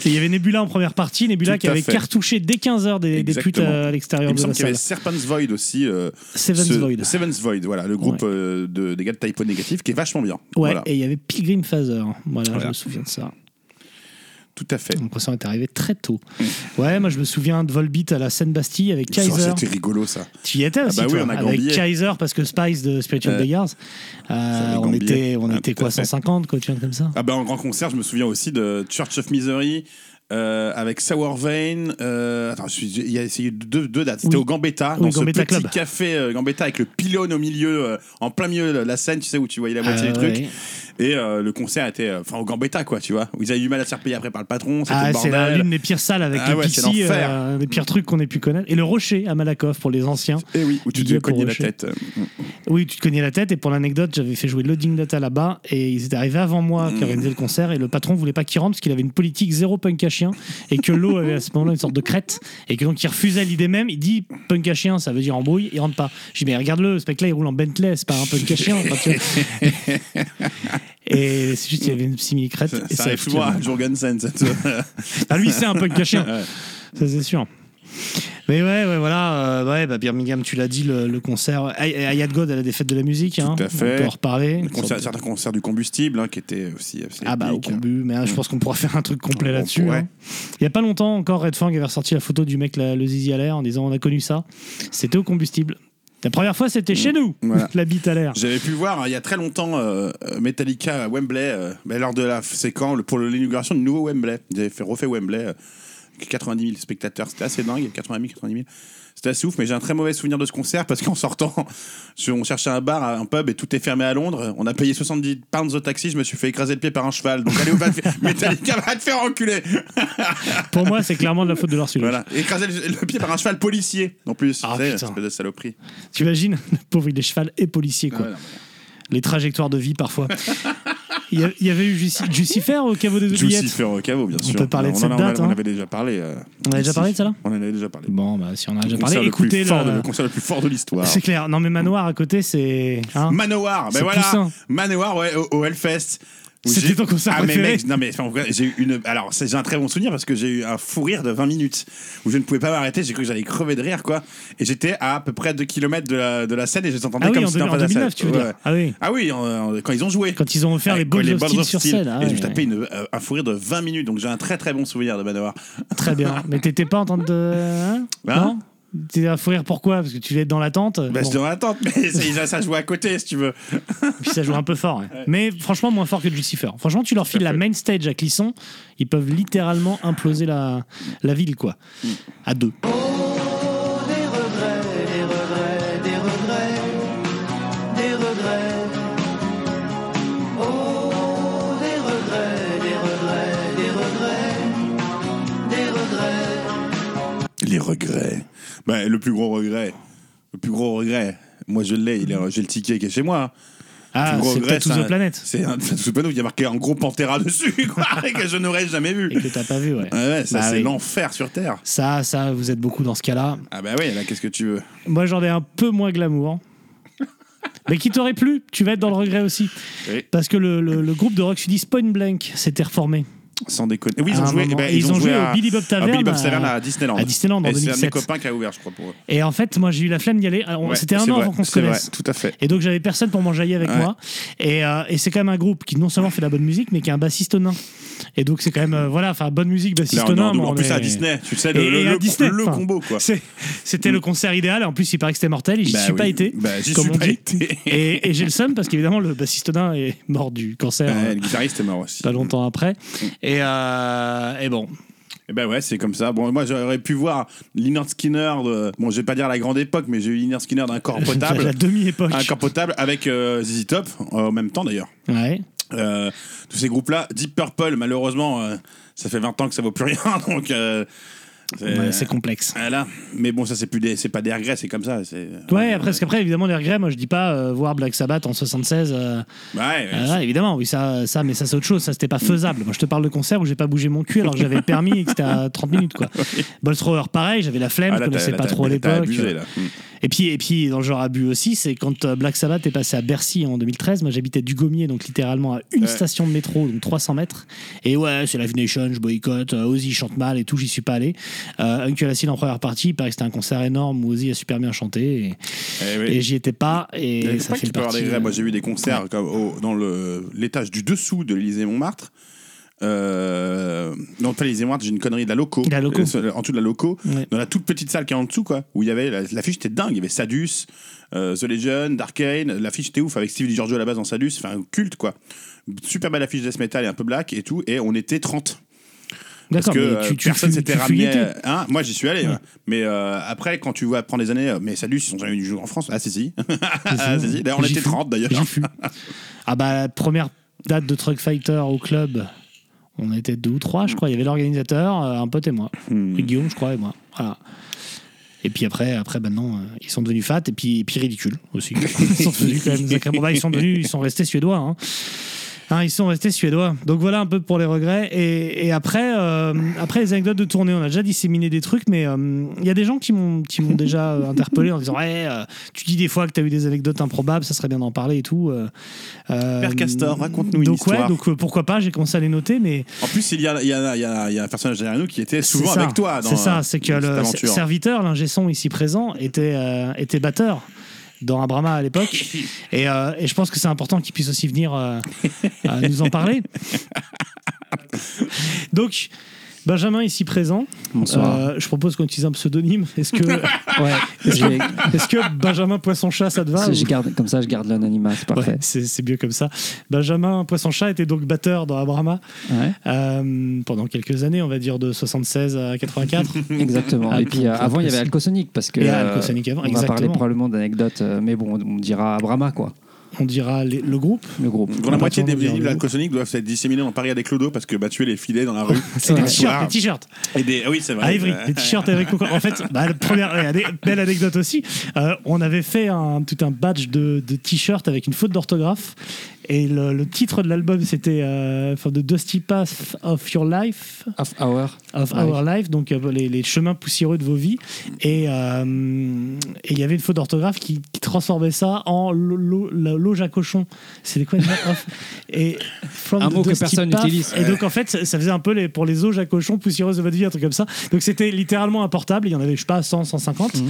Speaker 1: Il y avait Nebula en première partie, Nebula
Speaker 2: Tout
Speaker 1: qui
Speaker 2: à
Speaker 1: avait
Speaker 2: fait.
Speaker 1: cartouché dès 15h des, des putes euh,
Speaker 2: Exactement.
Speaker 1: à, à l'extérieur
Speaker 2: Il me
Speaker 1: de la
Speaker 2: semble qu'il y
Speaker 1: salle.
Speaker 2: avait Serpent's Void aussi. euh,
Speaker 1: Seven's
Speaker 2: ce-
Speaker 1: Void.
Speaker 2: Seven's Void, voilà, le groupe
Speaker 1: Ouais.
Speaker 2: euh, de, des gars de typo négatif qui est vachement bien.
Speaker 1: Ouais,
Speaker 2: Voilà,
Speaker 1: et il y avait Pilgrim Phaser. Voilà, je
Speaker 2: Voilà.
Speaker 1: me souviens de ça.
Speaker 2: tout à fait.
Speaker 1: Donc, ça est arrivé très tôt. Ouais, moi, je me souviens de Volbeat à la Seine-Bastille avec
Speaker 2: Mm. Ça,
Speaker 1: Kaiser.
Speaker 2: Oh, C'était rigolo ça.
Speaker 1: Tu y étais aussi,
Speaker 2: bah oui,
Speaker 1: toi,
Speaker 2: on a
Speaker 1: avec
Speaker 2: gambillé.
Speaker 1: Kaiser, parce que Spice de Spiritual
Speaker 2: Euh,
Speaker 1: Beggars. Euh,
Speaker 2: avait
Speaker 1: on
Speaker 2: gambillé.
Speaker 1: était, on
Speaker 2: Ah,
Speaker 1: était
Speaker 2: tout à
Speaker 1: quoi,
Speaker 2: fait.
Speaker 1: 150, quoi, tu vois, comme ça
Speaker 2: Ah ben en grand concert, je me souviens aussi de Church of Misery euh, avec Sour Vein. euh, attends, je suis- il y a essayé deux, deux dates. C'était
Speaker 1: Oui.
Speaker 2: au Gambetta,
Speaker 1: Oui,
Speaker 2: dans ce
Speaker 1: Gambetta
Speaker 2: petit
Speaker 1: Club.
Speaker 2: café euh, Gambetta avec le pylône au milieu, euh, en plein milieu de la scène, tu sais où tu voyais la moitié
Speaker 1: Ah,
Speaker 2: des
Speaker 1: ouais.
Speaker 2: trucs. Et euh, le concert était, euh, enfin au Gambetta quoi, tu vois. où Ils avaient du mal à se faire payer après par le patron. C'était
Speaker 1: Ah,
Speaker 2: le
Speaker 1: c'est
Speaker 2: bordel.
Speaker 1: la- l'une des pires salles avec
Speaker 2: Ah
Speaker 1: les
Speaker 2: ouais, c'est
Speaker 1: Pixies,
Speaker 2: l'enfer.
Speaker 1: euh, un des pires trucs qu'on ait pu connaître. Et le Rocher à Malakoff pour les anciens.
Speaker 2: Et Eh oui, où tu
Speaker 1: Didier
Speaker 2: te cognais la
Speaker 1: Porrochet.
Speaker 2: tête. euh,
Speaker 1: Oui, tu te connais la tête. Et pour l'anecdote, j'avais fait jouer Loading Data là-bas. Et ils étaient arrivés avant moi qui organisaient le concert. Et le patron voulait pas qu'ils rentrent parce qu'il avait une politique zéro punk à chien. Et que l'eau avait à ce moment-là une sorte de crête. Et que donc il refusait l'idée même. Il dit punk à chien, ça veut dire embrouille. Il rentre pas. Je dis, mais regarde-le, ce mec-là, il roule en Bentley. C'est pas un punk à chien. Enfin, tu vois. et c'est juste qu'il y avait une simili-crête.
Speaker 2: Ça,
Speaker 1: et
Speaker 2: ça arrive souvent à Jorgensen. ça, te-
Speaker 1: Ah lui c'est un punk à chien. Ça c'est sûr. Mais ouais, ouais, voilà. euh, ouais, bah Birmingham, tu l'as dit, le, le concert. Ay- Ayad God à la défaite de la musique. hein.
Speaker 2: Tout à fait.
Speaker 1: On peut en reparler.
Speaker 2: Le concert- certains concerts du combustible hein, qui étaient aussi assez
Speaker 1: Ah bah au
Speaker 2: épiques, hein.
Speaker 1: combu, mais hein, je pense qu'on pourra faire un truc complet
Speaker 2: On
Speaker 1: là-dessus.
Speaker 2: pourrait.
Speaker 1: hein. Il y a pas longtemps encore, Red Fang avait ressorti la photo du mec la- le zizi à l'air en disant on a connu ça. C'était au combustible. La première fois c'était chez nous,
Speaker 2: Mm. Voilà.
Speaker 1: la bite à l'air.
Speaker 2: J'avais pu voir hein, il y a très longtemps euh, Metallica à Wembley, euh, mais lors de la c'est quand le- pour l'inauguration du nouveau Wembley. Ils avaient fait refait Wembley, euh, avec 90 000 spectateurs, c'était assez dingue, 80 000, 90 000. C'était assez ouf, mais j'ai un très mauvais souvenir de ce concert parce qu'en sortant, je- on cherchait un bar, un pub et tout est fermé à Londres. On a payé 70 pounds au taxi, je me suis fait écraser le pied par un cheval. Donc allez, au va te faire- Metallica va te faire enculer.
Speaker 1: Pour moi c'est clairement de la faute de leur
Speaker 2: Voilà, écraser le, le pied par un cheval policier en plus.
Speaker 1: Ah,
Speaker 2: Tu sais,
Speaker 1: putain.
Speaker 2: espèce de saloperie.
Speaker 1: Tu imagines Le pauvre, il est cheval et policier, quoi.
Speaker 2: Ah, non,
Speaker 1: Les trajectoires de vie, parfois. Il y, a- il y avait eu Juci- Jucifer au caveau des oubliettes
Speaker 2: Lucifer au caveau, bien sûr.
Speaker 1: peut parler de
Speaker 2: en
Speaker 1: cette
Speaker 2: a- on,
Speaker 1: date,
Speaker 2: en
Speaker 1: hein.
Speaker 2: avait déjà parlé. euh,
Speaker 1: On avait déjà
Speaker 2: ici.
Speaker 1: parlé de ça, là
Speaker 2: On en avait déjà parlé.
Speaker 1: Bon, bah, si on en a déjà
Speaker 2: Le
Speaker 1: parlé,
Speaker 2: concert le plus
Speaker 1: écoutez
Speaker 2: fort
Speaker 1: le-
Speaker 2: de- le concert le plus fort de l'histoire.
Speaker 1: C'est clair. Non, mais Manoir à côté, c'est. hein
Speaker 2: Manoir, ben
Speaker 1: C'est
Speaker 2: voilà,
Speaker 1: Poussin.
Speaker 2: Manoir ouais, au, au Hellfest. Où
Speaker 1: C'était
Speaker 2: j'ai-
Speaker 1: ton concert
Speaker 2: ah, mais
Speaker 1: préféré
Speaker 2: mec, non mais en vrai, j'ai eu une alors c'est j'ai un très bon souvenir parce que j'ai eu un fou rire de 20 minutes où je ne pouvais pas m'arrêter, j'ai cru que j'allais crever de rire quoi et j'étais à à peu près 2 km de la, de la scène et je t'entendais
Speaker 1: Ah oui,
Speaker 2: comme
Speaker 1: en
Speaker 2: si c'était
Speaker 1: deux- en
Speaker 2: face à la
Speaker 1: 2009,
Speaker 2: scène.
Speaker 1: tu veux dire. Ah oui.
Speaker 2: Ah oui, en- en- quand ils ont joué.
Speaker 1: Quand ils ont offert
Speaker 2: Ouais,
Speaker 1: les
Speaker 2: quand
Speaker 1: Balls of
Speaker 2: Balls
Speaker 1: Steel
Speaker 2: of
Speaker 1: sur
Speaker 2: Steel.
Speaker 1: scène. Ah
Speaker 2: et je
Speaker 1: ouais,
Speaker 2: me tapais une- euh, un fou rire de 20 minutes donc j'ai un très très bon souvenir de Manoir.
Speaker 1: Très bien. Mais t'étais pas en train de. hein
Speaker 2: Hein
Speaker 1: non T'es à fou rire pourquoi Parce que tu vas être dans l'attente.
Speaker 2: Bah,
Speaker 1: Bon,
Speaker 2: je suis dans l'attente, mais ça, ça joue à côté, si tu veux.
Speaker 1: puis ça joue un peu fort. ouais. Mais franchement, moins fort que Lucifer. Franchement, tu leur files la main stage à Clisson, ils peuvent littéralement imploser la, la ville, quoi. À deux.
Speaker 2: Les regrets. Bah, le plus gros regret. Le plus gros regret. Moi, je l'ai. il est- J'ai le ticket qui est chez moi. hein.
Speaker 1: Ah,
Speaker 2: Le plus gros
Speaker 1: c'est
Speaker 2: regret,
Speaker 1: Tattoo
Speaker 2: un-
Speaker 1: the Planet.
Speaker 2: C'est un Tattoo the Planet où il y a marqué un gros Pantera dessus, quoi, que je n'aurais jamais vu.
Speaker 1: Et que t'as pas vu, ouais.
Speaker 2: Ouais, ouais, ça,
Speaker 1: Bah
Speaker 2: c'est
Speaker 1: oui.
Speaker 2: l'enfer sur Terre.
Speaker 1: Ça, ça, vous êtes beaucoup dans ce cas-là.
Speaker 2: Ah, bah oui, là, qu'est-ce que tu veux
Speaker 1: Moi, j'en ai un peu moins glamour. Mais qui t'aurait plu, tu vas être dans le regret aussi.
Speaker 2: Oui.
Speaker 1: Parce que le, le- le groupe de rock sudiste Point Blank s'était reformé
Speaker 2: Sans déconner. Oui, ils
Speaker 1: À
Speaker 2: ont
Speaker 1: Ah, un
Speaker 2: joué,
Speaker 1: moment.
Speaker 2: eh ben,
Speaker 1: Et ils ont joué au
Speaker 2: à-
Speaker 1: Billy Bob
Speaker 2: à
Speaker 1: Taverne
Speaker 2: Billy Bob
Speaker 1: à-
Speaker 2: Taverne à Disneyland.
Speaker 1: à Disneyland en
Speaker 2: Et C'est un de mes
Speaker 1: 2007.
Speaker 2: copains qui a ouvert, je crois, pour eux.
Speaker 1: Et en fait, moi, j'ai eu la flemme d'y aller. Alors, on-
Speaker 2: Ouais,
Speaker 1: C'était un
Speaker 2: c'est
Speaker 1: an
Speaker 2: vrai,
Speaker 1: avant qu'on se
Speaker 2: c'est vrai,
Speaker 1: connaisse.
Speaker 2: tout à fait.
Speaker 1: Et donc, j'avais personne pour m'enjailler avec
Speaker 2: Ouais.
Speaker 1: moi. Et, euh, et c'est quand même un groupe qui, non seulement fait de la bonne musique, mais qui est un bassiste nain. Et donc, c'est quand même, euh, voilà, enfin, bonne musique,
Speaker 2: Là,
Speaker 1: bassiste
Speaker 2: on est en
Speaker 1: nain.
Speaker 2: double.
Speaker 1: mais
Speaker 2: En
Speaker 1: on
Speaker 2: plus,
Speaker 1: est-
Speaker 2: à Disney, tu sais,
Speaker 1: Et,
Speaker 2: le, le-
Speaker 1: et à
Speaker 2: le-
Speaker 1: Disney,
Speaker 2: le
Speaker 1: enfin,
Speaker 2: combo, quoi. Mm.
Speaker 1: c'est- C'était le concert idéal. Et en plus, il paraît que c'était mortel. Et j'y
Speaker 2: Bah
Speaker 1: suis pas
Speaker 2: oui.
Speaker 1: été.
Speaker 2: Bah, j'y
Speaker 1: comme
Speaker 2: suis
Speaker 1: on
Speaker 2: pas
Speaker 1: dit.
Speaker 2: été.
Speaker 1: Et, et j'ai le seum parce qu'évidemment, le bassiste nain est mort du cancer.
Speaker 2: Ouais,
Speaker 1: euh,
Speaker 2: le guitariste est mort aussi.
Speaker 1: Pas longtemps après. Et, euh, et bon,
Speaker 2: Eh ben ouais, c'est comme ça. Bon, moi j'aurais pu voir Liner Skinner. De... Bon, je vais pas dire la grande époque, mais j'ai eu Liner Skinner d'un corps potable,
Speaker 1: la demi-époque.
Speaker 2: un corps potable avec euh, ZZ Top euh, en même temps d'ailleurs.
Speaker 1: Ouais.
Speaker 2: Euh, tous ces groupes-là, Deep Purple, malheureusement, euh, ça fait 20 ans que ça vaut plus rien, donc. euh,
Speaker 1: Ouais, c'est complexe.
Speaker 2: Voilà. Mais bon, ça c'est plus des, c'est pas des regrets, c'est comme ça. c'est-
Speaker 1: Ouais, après, parce qu'après, évidemment, les regrets, moi je dis pas euh, voir Black Sabbath en 76. euh,
Speaker 2: Ouais, ouais,
Speaker 1: euh, ouais, évidemment, oui, ça, ça, mais ça c'est autre chose, ça c'était pas faisable. Moi je te parle de concert où j'ai pas bougé mon cul alors que j'avais le permis et que c'était à 30 minutes quoi. Bolstrower, pareil, j'avais la flemme,
Speaker 2: Ah,
Speaker 1: je
Speaker 2: là,
Speaker 1: connaissais
Speaker 2: t'as-
Speaker 1: pas
Speaker 2: là,
Speaker 1: trop à
Speaker 2: t'as- t'as
Speaker 1: l'époque.
Speaker 2: abusé, là. Mm.
Speaker 1: Et puis, et puis, dans le genre abus aussi, c'est quand euh, Black Sabbath est passé à Bercy en 2013. Moi j'habitais du Gommier, donc littéralement à une
Speaker 2: Ouais.
Speaker 1: station de métro, donc 300 mètres. Et ouais, c'est Live Nation, je boycotte, euh, Ozzy chante mal et tout, j'y suis pas allé. Euh, Uncle Acid en première partie, il paraît que c'était un concert énorme où Ozzy a super bien chanté. et-
Speaker 2: Eh oui.
Speaker 1: et j'y étais pas et
Speaker 2: Il y a des
Speaker 1: ça
Speaker 2: fois
Speaker 1: fait
Speaker 2: qu'il peut y avoir
Speaker 1: partie,
Speaker 2: des regrets.
Speaker 1: euh,
Speaker 2: Moi, j'ai vu des concerts comme au- dans le- l'étage du dessous de l'Élysée Montmartre. Euh, non, pas l'Élysée Montmartre, j'ai une connerie de la loco.
Speaker 1: La Loco.
Speaker 2: Euh, en dessous de la loco,
Speaker 1: Ouais.
Speaker 2: dans la toute petite salle qui est en dessous, quoi, où il y avait la- l'affiche était dingue. Il y avait Sadus, euh, The Legend, Darkane. L'affiche était ouf avec Steve DiGiorgio à la base en Sadus. Enfin, un culte, quoi. Super belle affiche death metal et un peu black et tout. Et on était 30. Parce
Speaker 1: D'accord,
Speaker 2: que
Speaker 1: mais
Speaker 2: euh,
Speaker 1: tu, tu
Speaker 2: personne
Speaker 1: fus-
Speaker 2: s'était
Speaker 1: tu
Speaker 2: ramené.
Speaker 1: fuyetais.
Speaker 2: euh, hein, moi, j'y suis allé.
Speaker 1: Ouais.
Speaker 2: ouais. Mais euh, après, quand tu vois prendre les années, euh, mais salut, ils sont jamais venus jouer en France. Ah, si, si. ah, si, si. D'ailleurs, on
Speaker 1: J'y
Speaker 2: était
Speaker 1: fus.
Speaker 2: 30 d'ailleurs.
Speaker 1: J'y fus. Ah bah, première date de Truck Fighter au club, on était deux ou
Speaker 2: Mm.
Speaker 1: trois, je crois. Il y avait l'organisateur, euh, un pote et moi. Et Guillaume, je crois, et moi. Voilà. Et puis après, après maintenant, euh, ils sont devenus fat et puis, et puis ridicules aussi. ils sont devenus quand même sacrément- bah, ils sont devenus, ils sont restés suédois. hein. Hein, ils sont restés suédois. Donc voilà un peu pour les regrets. Et, et après, euh, après les anecdotes de tournée, on a déjà disséminé des trucs, mais euh, il y a des gens qui m'ont qui m'ont déjà euh, interpellé en disant Ouais, euh, tu dis des fois que tu as eu des anecdotes improbables, ça serait bien d'en parler et tout. euh. Euh,
Speaker 2: Père Castor, raconte-nous une
Speaker 1: donc,
Speaker 2: histoire.
Speaker 1: Ouais, donc euh, pourquoi pas, j'ai commencé à les noter, mais
Speaker 2: En plus, il y a, il y a- il y a- il y a un personnage derrière nous qui était souvent
Speaker 1: c'est ça.
Speaker 2: avec toi. dans,
Speaker 1: C'est
Speaker 2: euh,
Speaker 1: ça, c'est que
Speaker 2: dans cette
Speaker 1: le
Speaker 2: aventure.
Speaker 1: serviteur, l'ingé son ici présent, était, euh, était batteur dans Abrama à l'époque. et, euh, et je pense que c'est important qu'il puisse aussi venir euh, euh, nous en parler. Donc. Benjamin ici présent.
Speaker 8: Bonsoir.
Speaker 1: Euh, je propose qu'on utilise un pseudonyme. Est-ce que,
Speaker 8: Ouais, j'ai-
Speaker 1: est que Benjamin Poisson-Chat, ça te va
Speaker 8: c'est-
Speaker 1: ou-
Speaker 8: je garde, comme ça, je garde l'anonymat, c'est
Speaker 1: Ouais,
Speaker 8: parfait.
Speaker 1: c'est c'est mieux comme ça. Benjamin Poisson-Chat était donc batteur dans Abrama
Speaker 8: Ouais.
Speaker 1: euh, pendant quelques années, on va dire de 76 à 84.
Speaker 8: Exactement.
Speaker 1: Ah,
Speaker 8: et
Speaker 1: pour-
Speaker 8: puis euh,
Speaker 1: pour
Speaker 8: avant, il y avait
Speaker 1: préciser.
Speaker 8: Alcosonic parce que.
Speaker 1: Et
Speaker 8: euh,
Speaker 1: Alcosonic avant,
Speaker 8: On va parler
Speaker 1: exactement.
Speaker 8: probablement d'anecdotes, euh, mais bon, on, on dira Abrama, quoi,
Speaker 1: on dira les- le groupe.
Speaker 8: le groupe.
Speaker 2: Dans la moitié des
Speaker 1: Attends, on va dire
Speaker 2: livres
Speaker 1: le
Speaker 2: alcoosoniques doivent être disséminés dans Paris à des clodos parce que bah, tu es les filets dans la rue.
Speaker 1: C'est des
Speaker 8: Ouais.
Speaker 1: t-shirts,
Speaker 2: Voilà.
Speaker 1: des t-shirts.
Speaker 2: Et des, ah oui, c'est vrai.
Speaker 1: À Ivry,
Speaker 2: Euh,
Speaker 1: des t-shirts avec Coca. En fait, bah, la première ouais, allez, belle anecdote aussi. euh, on avait fait un, tout un badge de, de t-shirts avec une faute d'orthographe. Et le, le titre de l'album, c'était euh, For the Dusty Path of Your Life,
Speaker 8: Half Hour. Ah
Speaker 1: of
Speaker 8: Ouais.
Speaker 1: Our Life, donc euh, les, les chemins poussiéreux de vos vies. Et euh, et il y avait une faute d'orthographe qui, qui transformait ça en lo- lo- la loge à cochon. C'était quoi déjà Off. Et from
Speaker 8: Un
Speaker 1: the
Speaker 8: mot que
Speaker 1: dusty
Speaker 8: personne
Speaker 1: path.
Speaker 8: n'utilise.
Speaker 1: Et donc en fait, ça, ça faisait un peu les, pour les auges à cochon poussiéreuses de votre vie, un truc comme ça. Donc c'était littéralement un portable. Il y en avait, je sais pas, 100, 150.
Speaker 8: Mmh.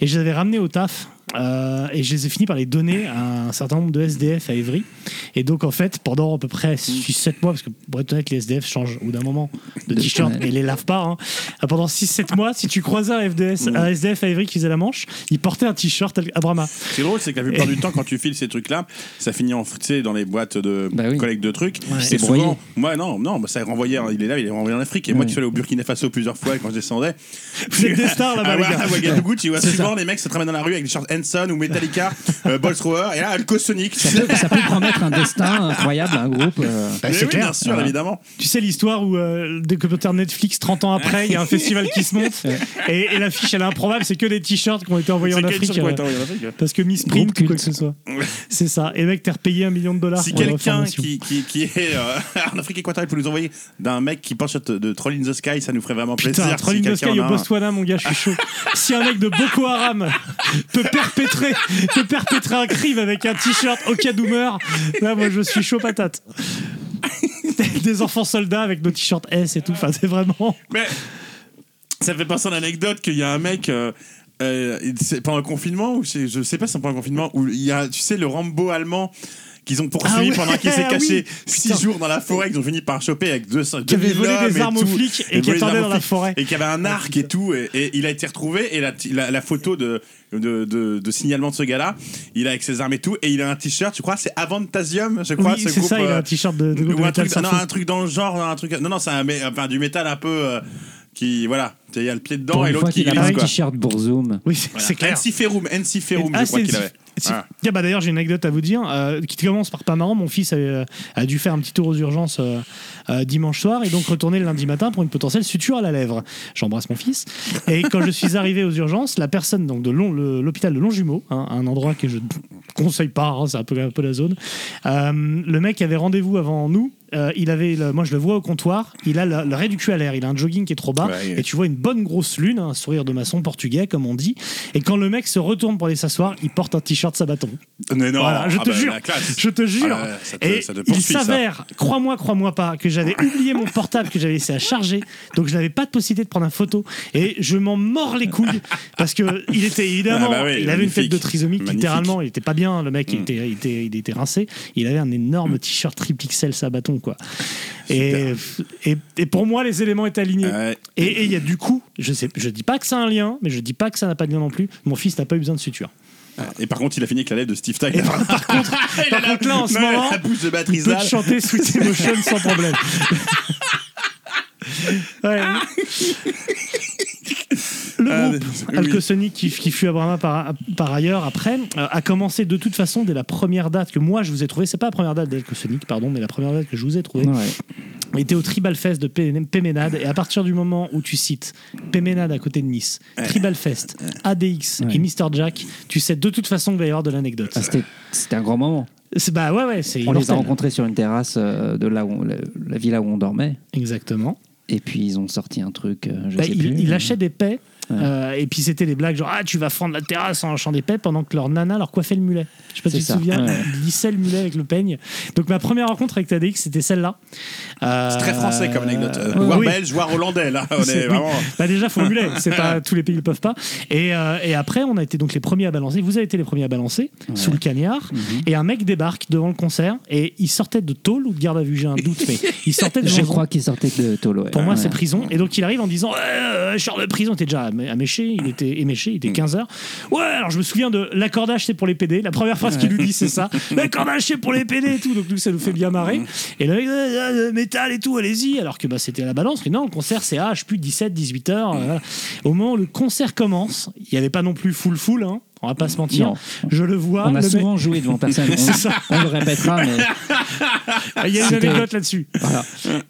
Speaker 1: Et je les avais ramenés au taf. euh, et je les ai finis par les donner à un certain nombre de SDF à Évry. Et donc, en fait, pendant à peu près 6-7 mois, parce que pour être honnête, les SDF changent au bout d'un moment de
Speaker 8: De-
Speaker 1: t-shirt
Speaker 8: ouais.
Speaker 1: et les lave pas. hein. Ah, Pendant 6-7 mois, si tu croisais un, FDS, un SDF à Évry qui faisait la manche, il portait un t-shirt Abrama.
Speaker 2: Ce qui est drôle, c'est que la plupart du temps, quand tu files ces trucs-là, ça finit en, tu sais, dans les boîtes de
Speaker 8: Bah oui.
Speaker 2: collecte de trucs.
Speaker 8: C'est
Speaker 2: Et
Speaker 8: broyé.
Speaker 2: souvent, moi, non, non, bah, ça renvoyait, il est là, il est renvoyé en Afrique. Et moi,
Speaker 8: Ouais.
Speaker 2: qui suis allé au Burkina Faso plusieurs fois quand je descendais.
Speaker 1: Vous êtes des stars, là-bas,
Speaker 2: Ah ouais,
Speaker 1: les gars.
Speaker 2: À Ouagadougou, tu vois,
Speaker 8: C'est
Speaker 2: souvent, les mecs se te ramènent dans la rue avec des shorts Hanson ou Metallica, euh, Ball Thrower, et là, Alco Sonic.
Speaker 8: Ça peut, ça peut promettre un destin incroyable à un groupe. euh,
Speaker 2: Mais
Speaker 1: Bah, c'est
Speaker 2: oui,
Speaker 1: clair.
Speaker 2: bien sûr,
Speaker 8: Voilà.
Speaker 2: évidemment.
Speaker 1: Tu sais l'histoire où euh, des documentaire Netflix 30 ans après, il y a un festival qui se monte et, et l'affiche elle est improbable, c'est que des t-shirts qui ont été envoyés
Speaker 2: C'est
Speaker 1: en
Speaker 2: quelque
Speaker 1: Afrique.
Speaker 2: chose qu'on
Speaker 1: euh,
Speaker 2: est envoyé en Afrique, ouais.
Speaker 1: parce que Miss Print
Speaker 8: Groupe
Speaker 1: ou quoi que ce
Speaker 8: culte.
Speaker 1: soit. C'est ça. Et mec, t'es repayé un million de dollars.
Speaker 2: Si
Speaker 1: pour la
Speaker 2: quelqu'un
Speaker 1: reformation.
Speaker 2: qui, qui, qui est euh, en Afrique équatoriale peut nous envoyer d'un mec qui porte de, de Troll in the Sky, ça nous ferait vraiment
Speaker 1: Putain,
Speaker 2: plaisir.
Speaker 1: Trolling
Speaker 2: si
Speaker 1: de
Speaker 2: quelqu'un
Speaker 1: Sky
Speaker 2: en
Speaker 1: au
Speaker 2: a un.
Speaker 1: Botswana, mon gars, je suis chaud. si un mec de Boko Haram peut perpétrer, peut perpétrer un crime avec un t-shirt Oka Doomer, là, moi, je suis chaud patate. Des enfants soldats avec nos t-shirts S et tout. Enfin, c'est vraiment.
Speaker 2: Mais ça me fait penser à l'anecdote qu'il y a un mec. euh, euh, c'est pendant le confinement ou c'est- je sais pas si c'est pendant le confinement où il y a tu sais le Rambo allemand qu'ils ont poursuivi
Speaker 1: Ah ouais,
Speaker 2: pendant qu'il s'est
Speaker 1: ah
Speaker 2: caché
Speaker 1: oui.
Speaker 2: 6
Speaker 1: Putain.
Speaker 2: jours dans la forêt qu'ils ont fini par choper avec 200
Speaker 1: Qui avait
Speaker 2: 2000
Speaker 1: volé
Speaker 2: hommes
Speaker 1: des
Speaker 2: et
Speaker 1: armes aux
Speaker 2: tout,
Speaker 1: flics et qui
Speaker 2: volé des
Speaker 1: attendait
Speaker 2: armes
Speaker 1: dans
Speaker 2: aux
Speaker 1: la
Speaker 2: flics,
Speaker 1: forêt. Ah,
Speaker 2: et qui avait un arc et tout et, et il a été retrouvé et la, la- la photo de, de, de- de signalement de ce gars là il a avec ses armes et tout et il a un t-shirt je crois c'est Avantasium je crois
Speaker 1: Oui,
Speaker 2: ce
Speaker 1: c'est
Speaker 2: groupe
Speaker 1: ça, il a
Speaker 2: euh,
Speaker 1: un t-shirt de, de groupe
Speaker 2: ou un
Speaker 1: de métal
Speaker 2: truc,
Speaker 1: sans
Speaker 2: non,
Speaker 1: fond.
Speaker 2: un truc dans le genre, un truc. Non, non, c'est un, mé- enfin, du métal un peu euh, qui, voilà, il y a le pied dedans
Speaker 8: pour
Speaker 2: et
Speaker 8: une
Speaker 2: l'autre
Speaker 8: fois
Speaker 2: qui
Speaker 8: qu'il a
Speaker 2: glisse.
Speaker 8: pas un
Speaker 2: Quoi.
Speaker 8: t-shirt Bourzoum.
Speaker 1: Oui, c'est c'est clair.
Speaker 2: NC Ferrum, NC Ferrum,
Speaker 1: Ah,
Speaker 2: je crois
Speaker 1: c'est-
Speaker 2: qu'il avait.
Speaker 1: c'est-
Speaker 2: Voilà.
Speaker 1: Tiens, bah, D'ailleurs, j'ai une anecdote à vous dire euh, qui commence par pas marrant. Mon fils a, euh, a dû faire un petit tour aux urgences euh, euh, dimanche soir et donc retourner le lundi matin pour une potentielle suture à la lèvre. J'embrasse mon fils. Et quand je suis arrivé aux urgences, la personne donc de Lon- le- l'hôpital de Longjumeau, hein, un endroit que je ne conseille pas, hein, c'est un peu, un peu la zone, euh, le mec avait rendez-vous avant nous. euh, il avait, le- moi je le vois au comptoir, il a le, le raid du cul à l'air, il a un jogging qui est trop bas,
Speaker 2: Ouais,
Speaker 1: Hein, et tu vois une bonne grosse lune, un sourire de maçon portugais comme on dit, et quand le mec se retourne pour aller s'asseoir, il porte un t-shirt Sabaton.
Speaker 2: Mais non,
Speaker 1: Voilà, je
Speaker 2: ah
Speaker 1: te
Speaker 2: bah,
Speaker 1: jure,
Speaker 2: la classe.
Speaker 1: je te jure.
Speaker 2: Ah là là, ça te-
Speaker 1: et
Speaker 2: ça te
Speaker 1: il
Speaker 2: poursuit, ça.
Speaker 1: s'avère, crois-moi, crois-moi pas, que j'avais oublié mon portable que j'avais laissé à charger, donc je n'avais pas de possibilité de prendre une photo, et je m'en mords les couilles parce que il était évidemment,
Speaker 2: Ah bah oui,
Speaker 1: il avait une tête
Speaker 2: magnifique,
Speaker 1: de trisomique
Speaker 2: magnifique. Mm.
Speaker 1: littéralement, il était pas bien, le mec, il, était, il était, il était rincé, il avait un énorme t-shirt tripixel Sabaton quoi. Et, et, et pour moi, les éléments étaient alignés.
Speaker 2: Ouais.
Speaker 1: Et et il y a du coup, je sais, je dis pas que ça a un lien, mais je dis pas que ça n'a pas de lien non plus. Mon fils n'a pas eu besoin de suture.
Speaker 2: Et par contre, il a fini avec la lèvre de Steve Tyler.
Speaker 1: Par contre, par contre, là en ce
Speaker 2: Non,
Speaker 1: moment,
Speaker 2: la bouche de
Speaker 1: il peut te
Speaker 2: Batrizal.
Speaker 1: chanter Sweet Emotion sans problème. Ouais.
Speaker 2: Ah,
Speaker 1: Le groupe
Speaker 2: oui.
Speaker 1: Alcosonic qui, qui fut à Brahma par, par ailleurs après euh, a commencé de toute façon dès la première date que moi je vous ai trouvé c'est pas la première date d'Alcosonic pardon mais la première date que je vous ai trouvé
Speaker 8: Ouais.
Speaker 1: était au Tribal Fest de Pé- Péménade et à partir du moment où tu cites Péménade à côté de Nice, Tribal Fest, ADX
Speaker 8: Ouais.
Speaker 1: et Mr Jack, tu sais de toute façon qu'il va y avoir de l'anecdote.
Speaker 8: Ah, C'était c'était un grand moment.
Speaker 1: C'est- Bah ouais ouais, c'est
Speaker 8: On les a
Speaker 1: immortel.
Speaker 8: rencontrés sur une terrasse euh, de là où on- la, la villa où on dormait.
Speaker 1: Exactement.
Speaker 8: Et puis ils ont sorti un truc, euh, je
Speaker 1: Bah,
Speaker 8: sais
Speaker 1: il,
Speaker 8: plus.
Speaker 1: il lâchait des paix.
Speaker 8: Ouais.
Speaker 1: euh, et puis c'était des blagues genre ah tu vas fendre la terrasse en lâchant des paix pendant que leur nana leur coiffait le mulet. Je sais pas si
Speaker 8: C'est
Speaker 1: tu te
Speaker 8: ça,
Speaker 1: souviens,
Speaker 8: ouais.
Speaker 1: ils lissaient le mulet avec le peigne. Donc ma première rencontre avec ADX c'était celle-là. Euh,
Speaker 2: C'est très français comme anecdote.
Speaker 1: euh,
Speaker 2: voire
Speaker 1: oui.
Speaker 2: belge, voire hollandais, là. On
Speaker 1: C'est-
Speaker 2: est
Speaker 1: oui.
Speaker 2: vraiment.
Speaker 1: Bah déjà faut mulet, c'est pas tous les pays ne peuvent pas. Et, euh, et après on a été donc les premiers à balancer. Vous avez été les premiers à balancer sous le cagnard.
Speaker 2: Mhm.
Speaker 1: Et un mec débarque devant le concert et il sortait de tôle ou de garde à vue. J'ai un doute, mais il sortait de
Speaker 8: Je
Speaker 1: prison.
Speaker 8: crois qu'ils sortaient de Tolo. ouais.
Speaker 1: Pour moi,
Speaker 8: Ouais.
Speaker 1: c'est prison. Et donc, il arrive en disant Ouais, euh, je sors de prison. Il était déjà amé- améché, il était éméché,
Speaker 8: Mm.
Speaker 1: il était 15h. Ouais, alors je me souviens de l'accordage, c'est pour les PD. La première phrase qu'il nous dit, c'est ça L'accordage, c'est pour les PD et tout. Donc, nous, ça nous fait bien marrer.
Speaker 8: Mm.
Speaker 1: Et le mec, euh, euh, métal et tout, allez-y. Alors que bah, c'était à la balance. Mais non, le concert, c'est ah, je sais plus 17, 18h.
Speaker 8: Mm.
Speaker 1: Au moment où le concert commence, il n'y avait pas non plus full full. Hein. On va pas se mentir.
Speaker 8: Non.
Speaker 1: Je le vois.
Speaker 8: On a
Speaker 1: Ah, le mec-
Speaker 8: souvent joué devant personne. On, on le répétera, mais
Speaker 1: Ah, Il y a une
Speaker 8: C'était-
Speaker 1: anecdote là-dessus.
Speaker 8: voilà.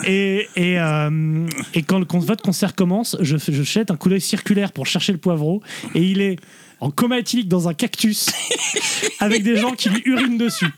Speaker 1: Et, et, euh, et quand le, con- votre concert commence, je, je jette un coup d'œil circulaire pour chercher le poivreau et il est en coma éthylique dans un cactus avec des gens qui lui urinent dessus.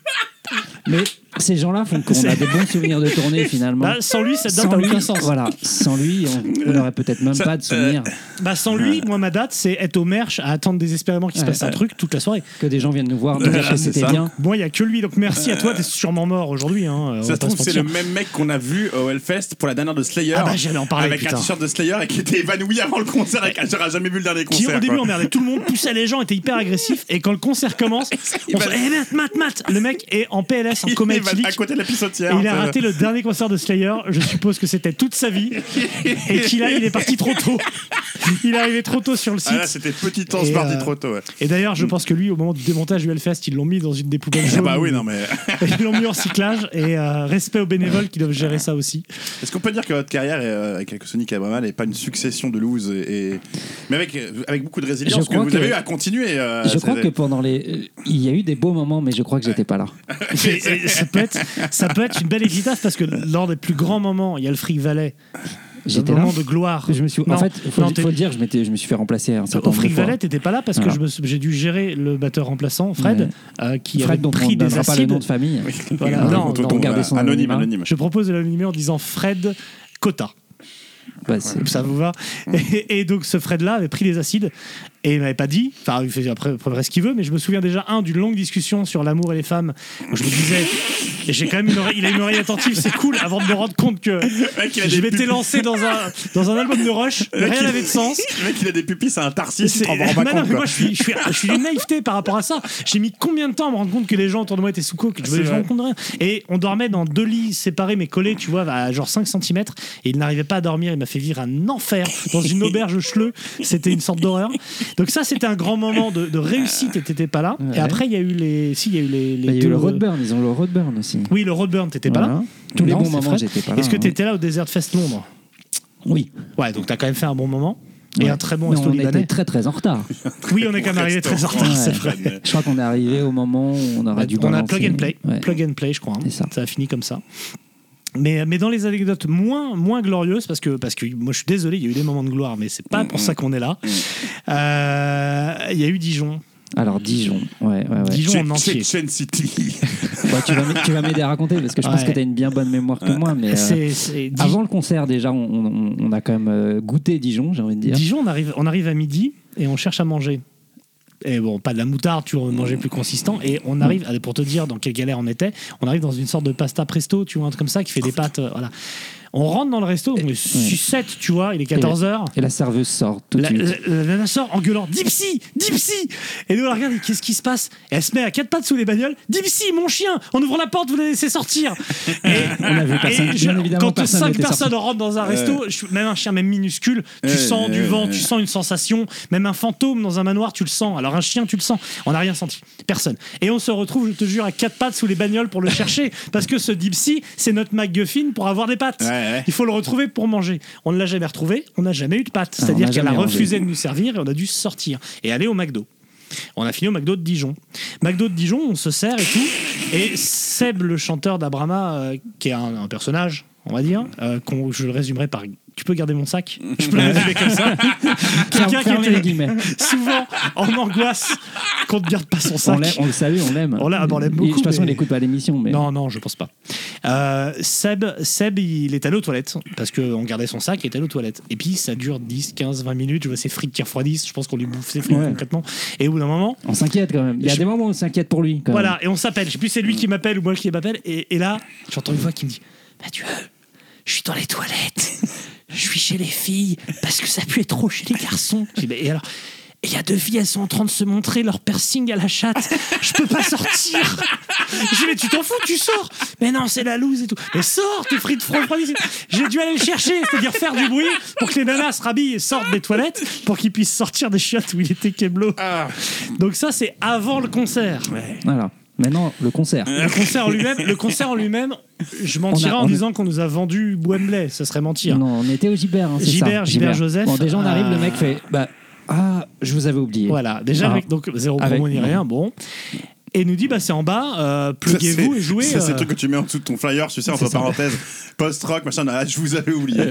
Speaker 8: Mais ces gens-là font qu'on
Speaker 1: C'est-
Speaker 8: a des bons souvenirs de tournée finalement.
Speaker 1: Bah, sans lui, cette date
Speaker 8: sans
Speaker 1: n'a
Speaker 8: lui,
Speaker 1: aucun sens.
Speaker 8: voilà, sans lui, on, on aurait peut-être même pas de souvenirs
Speaker 2: euh,
Speaker 1: Bah, sans lui, moi, ma date, c'est être au merch à attendre désespérément qu'il se passe un truc toute la soirée.
Speaker 8: que des gens viennent nous voir nous dire que
Speaker 2: c'est
Speaker 8: c'était
Speaker 2: ça.
Speaker 8: bien.
Speaker 1: Moi, il n'y a que lui, donc merci à toi, t'es sûrement mort aujourd'hui. Hein,
Speaker 2: Ça se trouve, c'est le
Speaker 1: même.
Speaker 2: même mec qu'on a vu au Hellfest pour la dernière de Slayer.
Speaker 1: Ah bah, j'allais en parler,
Speaker 2: Avec
Speaker 1: putain.
Speaker 2: un t-shirt de Slayer et qui était évanoui avant le concert et qui n'aurait jamais vu le dernier
Speaker 1: qui
Speaker 2: concert.
Speaker 1: au début
Speaker 2: quoi.
Speaker 1: emmerdait tout le monde, poussait les gens, était hyper agressif. Et quand le concert commence, on se
Speaker 2: Il va-
Speaker 1: Eh, Matt, Matt, Matt Le mec est en PLS, en coma
Speaker 2: est
Speaker 1: Tillich.
Speaker 2: à côté de la
Speaker 1: Et
Speaker 2: pissotière.
Speaker 1: il a raté le dernier concert de Slayer, je suppose que c'était toute sa vie, et qu'il a, il est parti trop tôt. Il est arrivé trop tôt sur le
Speaker 2: Ah là,
Speaker 1: site.
Speaker 2: c'était petit temps,
Speaker 1: Et,
Speaker 2: c'est parti
Speaker 1: euh,
Speaker 2: trop tôt. Ouais.
Speaker 1: Et d'ailleurs, je pense que lui, au moment du démontage du Hellfest, ils l'ont mis dans une des poubelles
Speaker 2: Ah
Speaker 1: jaunes.
Speaker 2: bah oui, non mais.
Speaker 1: Ils l'ont mis en cyclage, et euh, respect aux bénévoles qui doivent gérer ça aussi.
Speaker 2: Est-ce qu'on peut dire que votre carrière euh, avec Sonic Abramal n'est pas une succession de lose et, et- mais avec euh, avec beaucoup de
Speaker 8: Je
Speaker 2: résilience que
Speaker 8: crois
Speaker 2: vous
Speaker 8: que-
Speaker 2: avez eu à continuer. euh,
Speaker 8: je crois
Speaker 2: c'est-
Speaker 8: que pendant les. euh, Il y a eu des beaux moments, mais je crois que j'étais pas là.
Speaker 1: Et- et euh, ça, peut être, ça peut être une belle épitaphe parce que lors des plus grands moments, il y a le fric valet, le
Speaker 8: J'étais là.
Speaker 1: moment de gloire.
Speaker 8: Je me suis...
Speaker 1: Non,
Speaker 8: en fait, faut,
Speaker 1: non,
Speaker 8: faut
Speaker 1: t'es-
Speaker 8: le dire, je, m'étais- je me suis fait remplacer un certain
Speaker 1: Au
Speaker 8: nombre de
Speaker 1: fric
Speaker 8: fois.
Speaker 1: valet, t'étais pas là parce que
Speaker 8: Voilà.
Speaker 1: je me suis- j'ai dû gérer le batteur remplaçant, Fred, euh, qui
Speaker 8: Fred,
Speaker 1: avait
Speaker 8: dont on
Speaker 1: pris
Speaker 8: ne
Speaker 1: des
Speaker 8: donnera pas le
Speaker 1: acides.
Speaker 8: nom de famille.
Speaker 1: Voilà,
Speaker 2: on-
Speaker 1: non,
Speaker 2: on-
Speaker 1: non,
Speaker 2: on-
Speaker 8: gardez son
Speaker 2: anonyme,
Speaker 1: hein.
Speaker 8: anonymat.
Speaker 2: anonyme.
Speaker 1: Je propose de l'anonymer en disant Fred Cotta.
Speaker 8: Bah, c'est-
Speaker 1: Ça vous va et, et donc ce Fred-là avait pris des acides et il m'avait pas dit. Enfin, il fait après, après ce qu'il veut, mais je me souviens déjà, un, d'une longue discussion sur l'amour et les femmes où je me disais, et j'ai quand même une oreille, il a une oreille attentive, c'est cool, avant de me rendre compte que
Speaker 2: mec, il a
Speaker 1: je
Speaker 2: des
Speaker 1: m'étais
Speaker 2: pupilles.
Speaker 1: lancé dans un, dans un album de Rush,
Speaker 2: Le mec,
Speaker 1: rien
Speaker 2: il-
Speaker 1: n'avait de sens.
Speaker 2: Le mec, il a des pupilles, c'est un tarsis.
Speaker 1: C'est-
Speaker 2: Tu t'en rends pas
Speaker 1: Non, non,
Speaker 2: compte.
Speaker 1: mais
Speaker 2: quoi.
Speaker 1: moi je suis, je, suis, je suis d'une naïveté par rapport à ça. J'ai mis combien de temps à me rendre compte que les gens autour de moi étaient sous coke Je me
Speaker 2: C'est
Speaker 1: je me
Speaker 2: vrai.
Speaker 1: rends compte de rien. Et on dormait dans deux lits séparés mais collés, tu vois, à genre 5 cm. Et il n'arrivait pas à dormir. Il m'a fait vivre un enfer dans une auberge chleu. C'était une sorte d'horreur. Donc ça, c'était un grand moment de, de réussite et t'étais pas là. Et
Speaker 8: Ouais.
Speaker 1: après, il y a eu les. Si, il y a eu les. les
Speaker 8: bah, il y a
Speaker 1: deux-
Speaker 8: eu le Roadburn, ils ont le Roadburn aussi.
Speaker 1: Oui, le Roadburn, t'étais pas là.
Speaker 8: Voilà. Tous les
Speaker 1: Non,
Speaker 8: bons
Speaker 1: c'est
Speaker 8: moments,
Speaker 1: Fred.
Speaker 8: j'étais pas là.
Speaker 1: Est-ce que
Speaker 8: hein.
Speaker 1: t'étais là au Desert Fest Londres
Speaker 8: Oui.
Speaker 1: Ouais, donc t'as quand même fait un bon moment. Et
Speaker 8: Ouais.
Speaker 1: un très bon
Speaker 8: Mais
Speaker 1: resto
Speaker 8: on
Speaker 1: libanais.
Speaker 8: était très très en retard.
Speaker 1: Oui, on est quand même arrivé très en retard,
Speaker 8: Ouais.
Speaker 1: c'est vrai.
Speaker 8: Je crois qu'on est arrivé au moment où on aurait dû
Speaker 1: on a
Speaker 8: balancer-
Speaker 1: plug and play,
Speaker 8: Ouais.
Speaker 1: plug and play, je crois. hein.
Speaker 8: C'est ça.
Speaker 1: a fini comme ça. Mais, mais dans les anecdotes moins, moins glorieuses, parce que, parce que moi je suis désolé, il y a eu des moments de gloire, mais c'est
Speaker 8: Mm,
Speaker 1: pas pour ça qu'on est là. Euh, Il y a eu Dijon.
Speaker 8: Alors Dijon, ouais, ouais, ouais.
Speaker 1: Dijon en
Speaker 2: Chen-
Speaker 1: entier.
Speaker 2: Chen City.
Speaker 8: Bah, tu vas m'a- tu vas m'aider à raconter parce que je pense
Speaker 1: Ouais.
Speaker 8: que tu as une bien bonne mémoire que moi. Mais euh,
Speaker 1: C'est- c'est- Di-
Speaker 8: avant le concert, déjà, on, on- on a quand même euh, goûté Dijon, j'ai envie de dire.
Speaker 1: Dijon, on arrive, on arrive à midi et on cherche à manger. Et bon, pas de la moutarde, tu vois, on
Speaker 8: Mm.
Speaker 1: mangeait plus consistant. Et on arrive, allez, pour te dire dans quelle galère on était, on arrive dans une sorte de pasta presto, tu vois, un truc comme ça, qui fait des pâtes. euh, voilà. On rentre dans le resto, on est sucette, tu vois, il est 14h.
Speaker 8: Et la serveuse sort tout de
Speaker 1: La,
Speaker 8: suite.
Speaker 1: la, la nana sort en gueulant Dipsy Dipsy Et nous on la regarde et qu'est-ce qui se passe Et Elle se met à quatre pattes sous les bagnoles Dipsy mon chien En ouvrant la porte vous la laissez sortir Et,
Speaker 8: On a vu personne,
Speaker 1: et je-
Speaker 8: bien évidemment,
Speaker 1: Quand
Speaker 8: personne
Speaker 1: cinq
Speaker 8: n'était sorti.
Speaker 1: personnes rentrent dans un resto je- Même un chien même minuscule Tu
Speaker 2: Ouais,
Speaker 1: sens du
Speaker 2: ouais,
Speaker 1: vent
Speaker 2: ouais.
Speaker 1: Tu sens une sensation Même un fantôme dans un manoir tu le sens Alors un chien tu le sens On n'a rien senti Personne Et on se retrouve je te jure à quatre pattes sous les bagnoles pour le chercher Parce que ce Dipsy c'est notre MacGuffin pour avoir des pattes
Speaker 2: Ouais, ouais.
Speaker 1: il faut le retrouver pour manger. On ne l'a jamais retrouvé, on n'a jamais eu de pâtes. C'est-à-dire
Speaker 8: Ah, on a
Speaker 1: qu'elle a
Speaker 8: jamais mangé.
Speaker 1: refusé de nous servir et on a dû sortir et aller au McDo. On a fini au McDo de Dijon. McDo de Dijon, on se sert et tout. Et Seb, le chanteur d'Abrama, euh, qui est un, un personnage, on va dire, euh, qu'on- je le résumerai par. Tu peux garder mon sac Je peux le résumer comme ça.
Speaker 8: Ferme-
Speaker 1: Quelqu'un
Speaker 8: fermez
Speaker 1: qui
Speaker 8: les
Speaker 1: était
Speaker 8: guillemets.
Speaker 1: souvent en angoisse qu'on ne garde pas son
Speaker 8: On,
Speaker 1: sac.
Speaker 8: l'aime- on le salue, on l'aime.
Speaker 1: On l'a- on l'aime
Speaker 8: Il-
Speaker 1: beaucoup,
Speaker 8: De toute façon,
Speaker 1: mais-
Speaker 8: il n'écoute pas l'émission. Mais...
Speaker 1: Non, non, je pense pas. Euh, Seb, Seb, il est allé aux toilettes parce qu'on gardait son sac et il est allé aux toilettes. Et puis ça dure 10, 15, 20 minutes. Je vois ses frites qui refroidissent. Je pense qu'on lui bouffe ses frites
Speaker 8: Ouais.
Speaker 1: concrètement. Et au bout d'un moment,
Speaker 8: On s'inquiète quand même. Il y a
Speaker 1: Je-
Speaker 8: des moments où on s'inquiète pour lui. Quand
Speaker 1: voilà, et on s'appelle. Je sais plus si c'est lui qui m'appelle ou moi qui m'appelle. Et, et là, j'entends une voix qui me dit Mathieu, je suis dans les toilettes. Je suis chez les filles parce que ça pue trop chez les garçons. Je dis, Mais et alors Et il y a deux filles, elles sont en train de se montrer leur piercing à la chatte. Je peux pas sortir. Je dis, mais tu t'en fous, tu sors. Mais non, c'est la loose et tout. Mais sors, tes frites refroidies. J'ai dû aller le chercher, c'est-à-dire faire du bruit pour que les nanas se rhabillent et sortent des toilettes pour qu'ils puissent sortir des chiottes où il était Keblo. Donc ça, c'est avant le concert.
Speaker 8: même. Voilà. Maintenant, le concert.
Speaker 1: Le concert en lui-même, le concert en lui-même, je mentirais
Speaker 8: On a-
Speaker 1: en
Speaker 8: on a-
Speaker 1: disant qu'on nous a vendu Wembley, ça serait mentir.
Speaker 8: Non, on était au Gibert. Hein, c'est
Speaker 1: Gibert,
Speaker 8: ça.
Speaker 1: Gibert Joseph.
Speaker 8: Bon, déjà, on arrive,
Speaker 1: Euh,
Speaker 8: le mec fait bah, Ah, je vous avais oublié.
Speaker 1: Voilà, déjà
Speaker 8: Ah.
Speaker 1: avec donc zéro
Speaker 8: Avec-
Speaker 1: promo ni rien, bon. Et nous dit bah c'est en bas, euh,
Speaker 2: Ça, c'est-
Speaker 1: pluguez-vous et jouez.
Speaker 2: Ça,
Speaker 1: euh.
Speaker 2: c'est le truc que tu mets en dessous de ton flyer, tu sais, entre
Speaker 8: C'est ça.
Speaker 2: parenthèses, post-rock, machin. Ah, je vous avais oublié.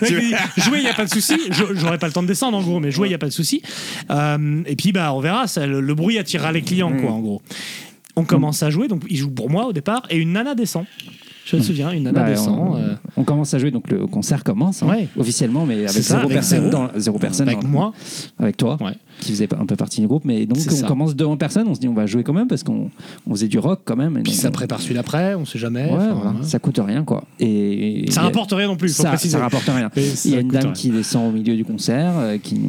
Speaker 1: Le mec,
Speaker 2: Tu-
Speaker 1: il dit, jouez, il n'y a pas de souci. Je- J'aurais pas le temps de descendre en gros, mais jouez, il n'y a pas de souci. Euh, et puis bah on verra, ça, le, le bruit attirera les clients quoi en gros. On commence à jouer, donc il joue pour moi au départ et une nana descend. Je me souviens, une nana
Speaker 8: Bah,
Speaker 1: descend.
Speaker 8: on,
Speaker 1: euh,
Speaker 8: on commence à jouer, donc le concert commence hein,
Speaker 1: Ouais.
Speaker 8: officiellement, mais avec
Speaker 1: C'est ça,
Speaker 8: zéro
Speaker 1: avec zéro.
Speaker 8: personne, dans, zéro personne
Speaker 1: avec
Speaker 8: dans-
Speaker 1: moi,
Speaker 8: avec toi,
Speaker 1: Ouais.
Speaker 8: qui faisait un peu partie du groupe. Mais donc
Speaker 1: C'est
Speaker 8: on
Speaker 1: ça.
Speaker 8: commence devant personne, on se dit on va jouer quand même parce qu'on on faisait du rock quand même. et
Speaker 1: puis
Speaker 8: donc,
Speaker 1: ça
Speaker 8: on-
Speaker 1: prépare celui d'après, on sait jamais.
Speaker 8: Ouais,
Speaker 1: enfin, hein.
Speaker 8: voilà,
Speaker 1: ouais.
Speaker 8: ça coûte rien quoi. Et et-
Speaker 1: Ça
Speaker 8: et-
Speaker 1: rapporte rien non plus, faut
Speaker 8: ça,
Speaker 1: préciser.
Speaker 8: ça rapporte rien.
Speaker 1: Mais ça
Speaker 8: Il y a une
Speaker 1: coûte
Speaker 8: dame
Speaker 1: rien.
Speaker 8: qui descend au milieu du concert, euh, qui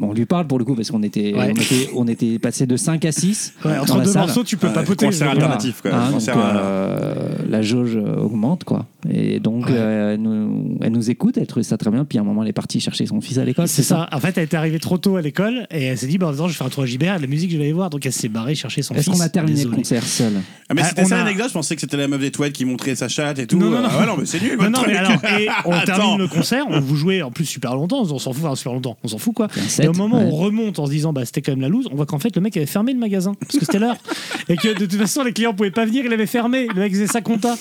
Speaker 8: Bon, on lui parle pour le coup parce qu'on était,
Speaker 1: Ouais.
Speaker 8: on était, on était passé de 5 à 6.
Speaker 1: Ouais,
Speaker 8: dans
Speaker 1: entre
Speaker 8: la
Speaker 1: deux
Speaker 8: salle.
Speaker 1: morceaux, tu peux
Speaker 2: Ouais,
Speaker 1: papoter.
Speaker 2: concert
Speaker 1: je veux dire.
Speaker 2: alternatif. quoi.
Speaker 8: Hein,
Speaker 2: Concert
Speaker 8: donc,
Speaker 2: à-
Speaker 8: euh, la jauge euh, augmente, quoi. Et donc,
Speaker 1: Ouais.
Speaker 8: euh, elle, nous, elle nous écoute, elle trouve ça très bien. Puis à un moment, elle est partie chercher son fils à l'école.
Speaker 1: C'est ça. En fait, elle était arrivée trop tôt à l'école et elle s'est dit, bah, attends, je vais faire un tour à JBR, la musique, je vais aller voir. Donc elle s'est barrée chercher son
Speaker 8: Est-ce
Speaker 1: fils.
Speaker 8: qu'on a terminé le
Speaker 1: Désolé.
Speaker 8: concert seul
Speaker 2: Ah, mais
Speaker 1: Ah,
Speaker 2: c'était
Speaker 1: on
Speaker 2: ça
Speaker 1: a-
Speaker 2: l'anecdote, je pensais que c'était la meuf des toilettes qui montrait sa chatte et tout.
Speaker 1: Non, non, non.
Speaker 2: Ah ouais, non, mais c'est nul.
Speaker 1: Non,
Speaker 2: votre
Speaker 1: non, mais alors,
Speaker 2: truc.
Speaker 1: et on
Speaker 2: Attends.
Speaker 1: termine le concert, on vous jouait en plus super longtemps, on s'en fout, enfin super longtemps, on s'en fout quoi.
Speaker 8: Un set,
Speaker 1: et au moment où
Speaker 8: ouais.
Speaker 1: on remonte en se disant, bah c'était quand même la loose, on voit qu'en fait le mec avait fermé le magasin, parce que c'était l'heure, et que de toute façon les clients pouvaient pas venir, il avait fermé, le mec faisait sa compta.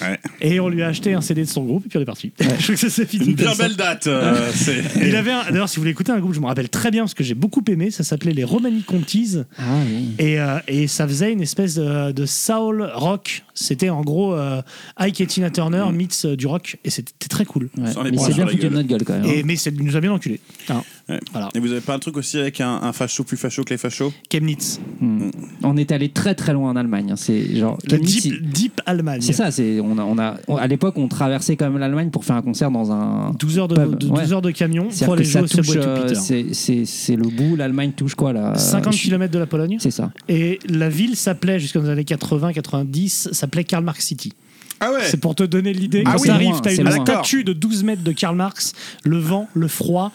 Speaker 2: Ouais.
Speaker 1: Et on lui a acheté un CD de son groupe, et puis on est parti. je trouve que ça s'est fini.
Speaker 2: Une bien
Speaker 1: comme ça.
Speaker 2: belle date. euh, c'est-
Speaker 1: Il avait un- D'ailleurs, si vous voulez écouter un groupe, je me rappelle très bien parce que j'ai beaucoup aimé. Ça s'appelait les Romani Contis
Speaker 8: Ah oui.
Speaker 1: et, euh, et ça faisait une espèce de, de soul rock. C'était en gros euh, Ike et Tina Turner mix euh, du rock et c'était très cool.
Speaker 8: Mm. Ouais. Ah.
Speaker 2: Sans les
Speaker 8: Mais
Speaker 2: bras
Speaker 8: c'est
Speaker 2: sur
Speaker 8: bien
Speaker 2: la
Speaker 8: foutu de
Speaker 2: gueule.
Speaker 8: notre gueule quand même.
Speaker 1: Et,
Speaker 8: hein.
Speaker 1: mais c'est- il nous a bien enculé.
Speaker 2: Ouais.
Speaker 1: Voilà.
Speaker 2: Et vous avez pas un truc aussi avec un, un facho plus facho que les fachos
Speaker 1: Chemnitz,
Speaker 8: Hmm. On est allé très très loin en Allemagne. hein. C'est genre.
Speaker 1: le
Speaker 8: Chemnitz,
Speaker 1: deep,
Speaker 8: il-
Speaker 1: deep Allemagne.
Speaker 8: C'est ça, c'est on a, on a on- à l'époque on traversait quand même l'Allemagne pour faire un concert dans un
Speaker 1: 12 heures de,
Speaker 8: Pub,
Speaker 1: de-
Speaker 8: ouais.
Speaker 1: 12 heures de camion
Speaker 8: C'est-à-dire
Speaker 1: pour aller
Speaker 8: que
Speaker 1: jouer
Speaker 8: ça
Speaker 1: au Subway
Speaker 8: touche,
Speaker 1: to
Speaker 8: euh,
Speaker 1: Peter.
Speaker 8: c'est- c'est c'est le bout, l'Allemagne touche quoi là euh,
Speaker 1: 50
Speaker 8: Je-
Speaker 1: km de la Pologne.
Speaker 8: C'est ça.
Speaker 1: Et la ville s'appelait, jusqu'aux années 80-90, s'appelait Karl Marx City.
Speaker 2: Ah ouais
Speaker 1: C'est pour te donner l'idée.
Speaker 8: Ah
Speaker 1: Quand
Speaker 8: oui,
Speaker 1: t'arrives,
Speaker 8: c'est
Speaker 1: t'as une
Speaker 8: loin.
Speaker 1: statue de 12 mètres de Karl Marx, le vent, le froid.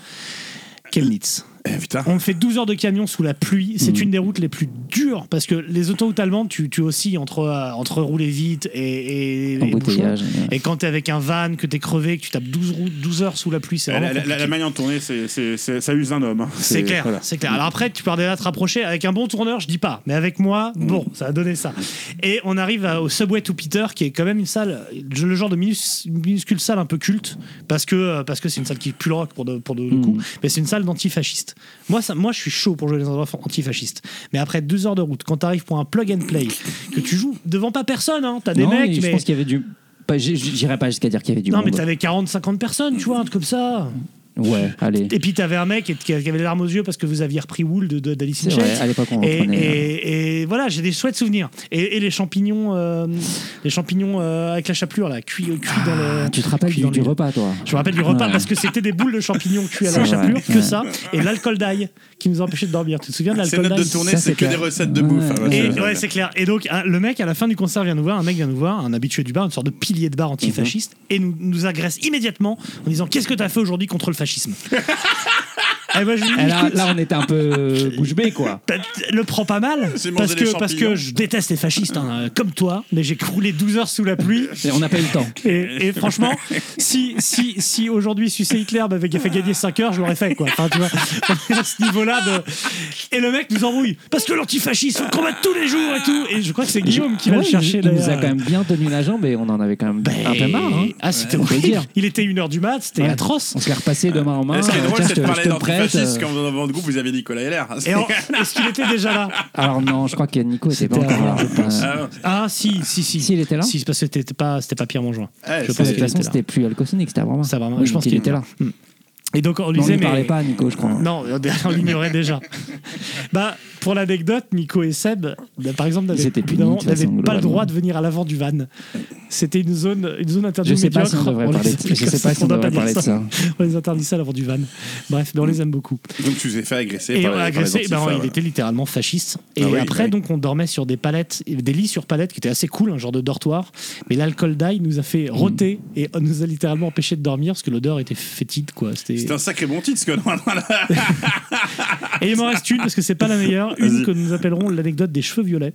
Speaker 1: Chemnitz.
Speaker 2: Eh, putain.
Speaker 1: On fait 12 heures de camion sous la pluie. C'est une des routes les plus dures parce que les autoroutes allemandes, tu, tu oscilles entre, euh, entre rouler vite et, et, et bouchons.
Speaker 8: Embouteillage. ouais.
Speaker 1: Et quand t'es avec un van, que t'es crevé, que tu tapes 12, routes, 12 heures sous la pluie, c'est
Speaker 2: La,
Speaker 1: vraiment.
Speaker 2: la, la- la
Speaker 1: compliqué.
Speaker 2: manière de tourner, c'est- c'est- c'est- ça use un homme. hein.
Speaker 1: C'est clair,
Speaker 2: voilà.
Speaker 1: c'est clair. Alors après, tu peux déjà te rapprocher. Avec un bon tourneur, je dis pas. Mais avec moi, bon, ça a donné ça. Et on arrive à- au Subway to Peter, qui est quand même une salle, le genre de minus- minuscule salle un peu culte, parce que euh, parce que c'est une salle qui pue le rock pour de, pour de le coup. Mais c'est une salle d'antifascistes. Moi, ça, moi, je suis chaud pour jouer les endroits antifascistes. Mais après deux heures de route, quand t'arrives pour un plug and play, que tu joues devant pas personne, hein, t'as des
Speaker 8: Non,
Speaker 1: mecs,
Speaker 8: mais je
Speaker 1: mais
Speaker 8: pense qu'il y avait du pas- j'ai- J'irai pas jusqu'à dire qu'il y avait du
Speaker 1: non, mais
Speaker 8: monde.
Speaker 1: t'avais 40-50 personnes, tu vois, un truc comme ça.
Speaker 8: Ouais, allez.
Speaker 1: Et puis t'avais un mec qui qui avait les larmes aux yeux parce que vous aviez repris Wool de- de- d'Alice in
Speaker 8: C'est vrai,
Speaker 1: Chains.
Speaker 8: à l'époque on
Speaker 1: Et,
Speaker 8: reprenait. hein.
Speaker 1: et- et voilà, j'ai des chouettes souvenirs. Et, et les champignons, euh, les champignons euh, avec la chapelure là, cuits cuits dans le.
Speaker 8: Ah, tu te rappelles
Speaker 1: cuits
Speaker 8: du,
Speaker 1: dans
Speaker 8: du
Speaker 1: le-
Speaker 8: repas toi
Speaker 1: Je me rappelle du repas
Speaker 8: Ouais.
Speaker 1: parce que c'était des boules de champignons cuits à la
Speaker 8: C'est vrai,
Speaker 1: chapelure, que
Speaker 8: ouais.
Speaker 1: ça, et l'alcool d'ail qui nous empêchait de dormir. Tu te souviens de
Speaker 2: C'est
Speaker 1: l'alcool
Speaker 2: notre
Speaker 1: d'ail
Speaker 2: de tournée,
Speaker 8: ça,
Speaker 2: c'est
Speaker 8: c'est
Speaker 2: que des
Speaker 8: clair.
Speaker 2: recettes de bouffe.
Speaker 8: Ouais.
Speaker 2: Ah, bah,
Speaker 1: et
Speaker 2: c'est-
Speaker 1: ouais, c'est clair. Et donc, hein, le mec, à la fin du concert, vient nous voir. Un mec vient nous voir, un habitué du bar, une sorte de pilier de bar antifasciste,
Speaker 2: Mhm.
Speaker 1: et nous, nous agresse immédiatement en disant Qu'est-ce que t'as fait aujourd'hui contre le fascisme Et moi, je lui dis,
Speaker 8: Et là,
Speaker 1: Écoute,
Speaker 8: là, on était un peu euh, bouche bée quoi.
Speaker 1: Bah, le prends pas mal
Speaker 2: C'est
Speaker 1: parce
Speaker 2: manger
Speaker 1: que
Speaker 2: les
Speaker 1: parce
Speaker 2: champignons.
Speaker 1: que je déteste les fascistes hein, euh, comme toi mais j'ai croulé 12 heures sous la pluie
Speaker 8: Et on n'a pas eu le temps.
Speaker 1: et, et franchement si si si aujourd'hui sucer Hitler m'avait fait gagner 5 heures je l'aurais fait quoi enfin tu vois on est à ce niveau là de... et le mec nous embrouille parce que l'antifascisme on le combat tous les jours et tout et je crois que c'est Guillaume qui va
Speaker 8: Ouais,
Speaker 1: le chercher
Speaker 8: Il, il nous a
Speaker 1: d'ailleurs.
Speaker 8: quand même bien tenu la jambe et on en avait quand même un peu marre. hein.
Speaker 1: ah c'était
Speaker 8: Ouais.
Speaker 1: horrible
Speaker 8: Dire.
Speaker 1: il était 1h du mat c'était
Speaker 8: Ouais.
Speaker 1: atroce
Speaker 8: On se l'est repassé de main en main.
Speaker 2: Et Ce qui
Speaker 1: Ah,
Speaker 2: est
Speaker 8: euh,
Speaker 2: drôle,
Speaker 8: tiens,
Speaker 2: c'est de
Speaker 8: je te-
Speaker 2: parler
Speaker 8: je te prête,
Speaker 2: d'antifascistes
Speaker 8: euh,
Speaker 2: quand dans votre groupe vous avez Nicolas Heller.
Speaker 1: et en- est-ce qu'il était déjà là
Speaker 8: Alors non, je crois que Nico était pas
Speaker 1: C'était
Speaker 8: encore là.
Speaker 1: avant, je pense.
Speaker 8: Euh,
Speaker 2: Ah,
Speaker 1: ah si si si
Speaker 8: Si, il était là
Speaker 1: si parce que c'était pas c'était pas Pierre Mangin
Speaker 2: ouais,
Speaker 1: je
Speaker 2: c'est-
Speaker 1: pense
Speaker 8: de toute
Speaker 1: qu'il
Speaker 8: façon,
Speaker 1: était là
Speaker 8: c'était plus Alcosonic, c'était vraiment.
Speaker 1: Ça, vraiment,
Speaker 8: Oui,
Speaker 1: je pense
Speaker 8: donc
Speaker 1: qu'il
Speaker 8: il était là.
Speaker 1: Et donc on lui
Speaker 8: Non, on
Speaker 1: disait,
Speaker 8: lui parlait
Speaker 1: mais.
Speaker 8: pas, à Nico, je crois.
Speaker 1: Non, on l'ignorait déjà. bah, pour l'anecdote, Nico et Seb, bah, par exemple, n'avaient
Speaker 8: étaient punis, de
Speaker 1: non,
Speaker 8: toute
Speaker 1: n'avaient
Speaker 8: façon,
Speaker 1: pas le
Speaker 8: globalement.
Speaker 1: droit de venir à l'avant du van. C'était une zone, une zone interdite
Speaker 8: Je sais pas si on
Speaker 1: médiocre.
Speaker 8: devrait
Speaker 1: les
Speaker 8: parler. De...
Speaker 1: appelle
Speaker 8: Je sais
Speaker 1: comme
Speaker 8: pas si on
Speaker 1: doit
Speaker 8: devrait
Speaker 1: dire
Speaker 8: parler de ça.
Speaker 1: On les interdit ça à l'avant du van. Bref, mais on les aime beaucoup.
Speaker 2: Donc tu t'es fait agresser.
Speaker 1: Et
Speaker 2: par
Speaker 1: on
Speaker 2: les-
Speaker 1: a
Speaker 2: par les
Speaker 1: agressé, ben,
Speaker 2: antifas,
Speaker 1: il
Speaker 2: ouais.
Speaker 1: était littéralement fasciste. Et
Speaker 2: Ah oui,
Speaker 1: après,
Speaker 2: oui.
Speaker 1: donc, on dormait sur des palettes, des lits sur palettes qui étaient assez cool, un genre de dortoir. Mais l'alcool d'ail nous a
Speaker 2: Mm.
Speaker 1: fait roter et nous a littéralement empêché de dormir parce que l'odeur était fétide, quoi. C'était
Speaker 2: C'est un sacré bon titre, ce que
Speaker 1: Ah,
Speaker 2: voilà.
Speaker 1: Et il m'en reste une parce que c'est pas la meilleure, une
Speaker 2: Vas-y.
Speaker 1: que nous appellerons l'anecdote des cheveux violets.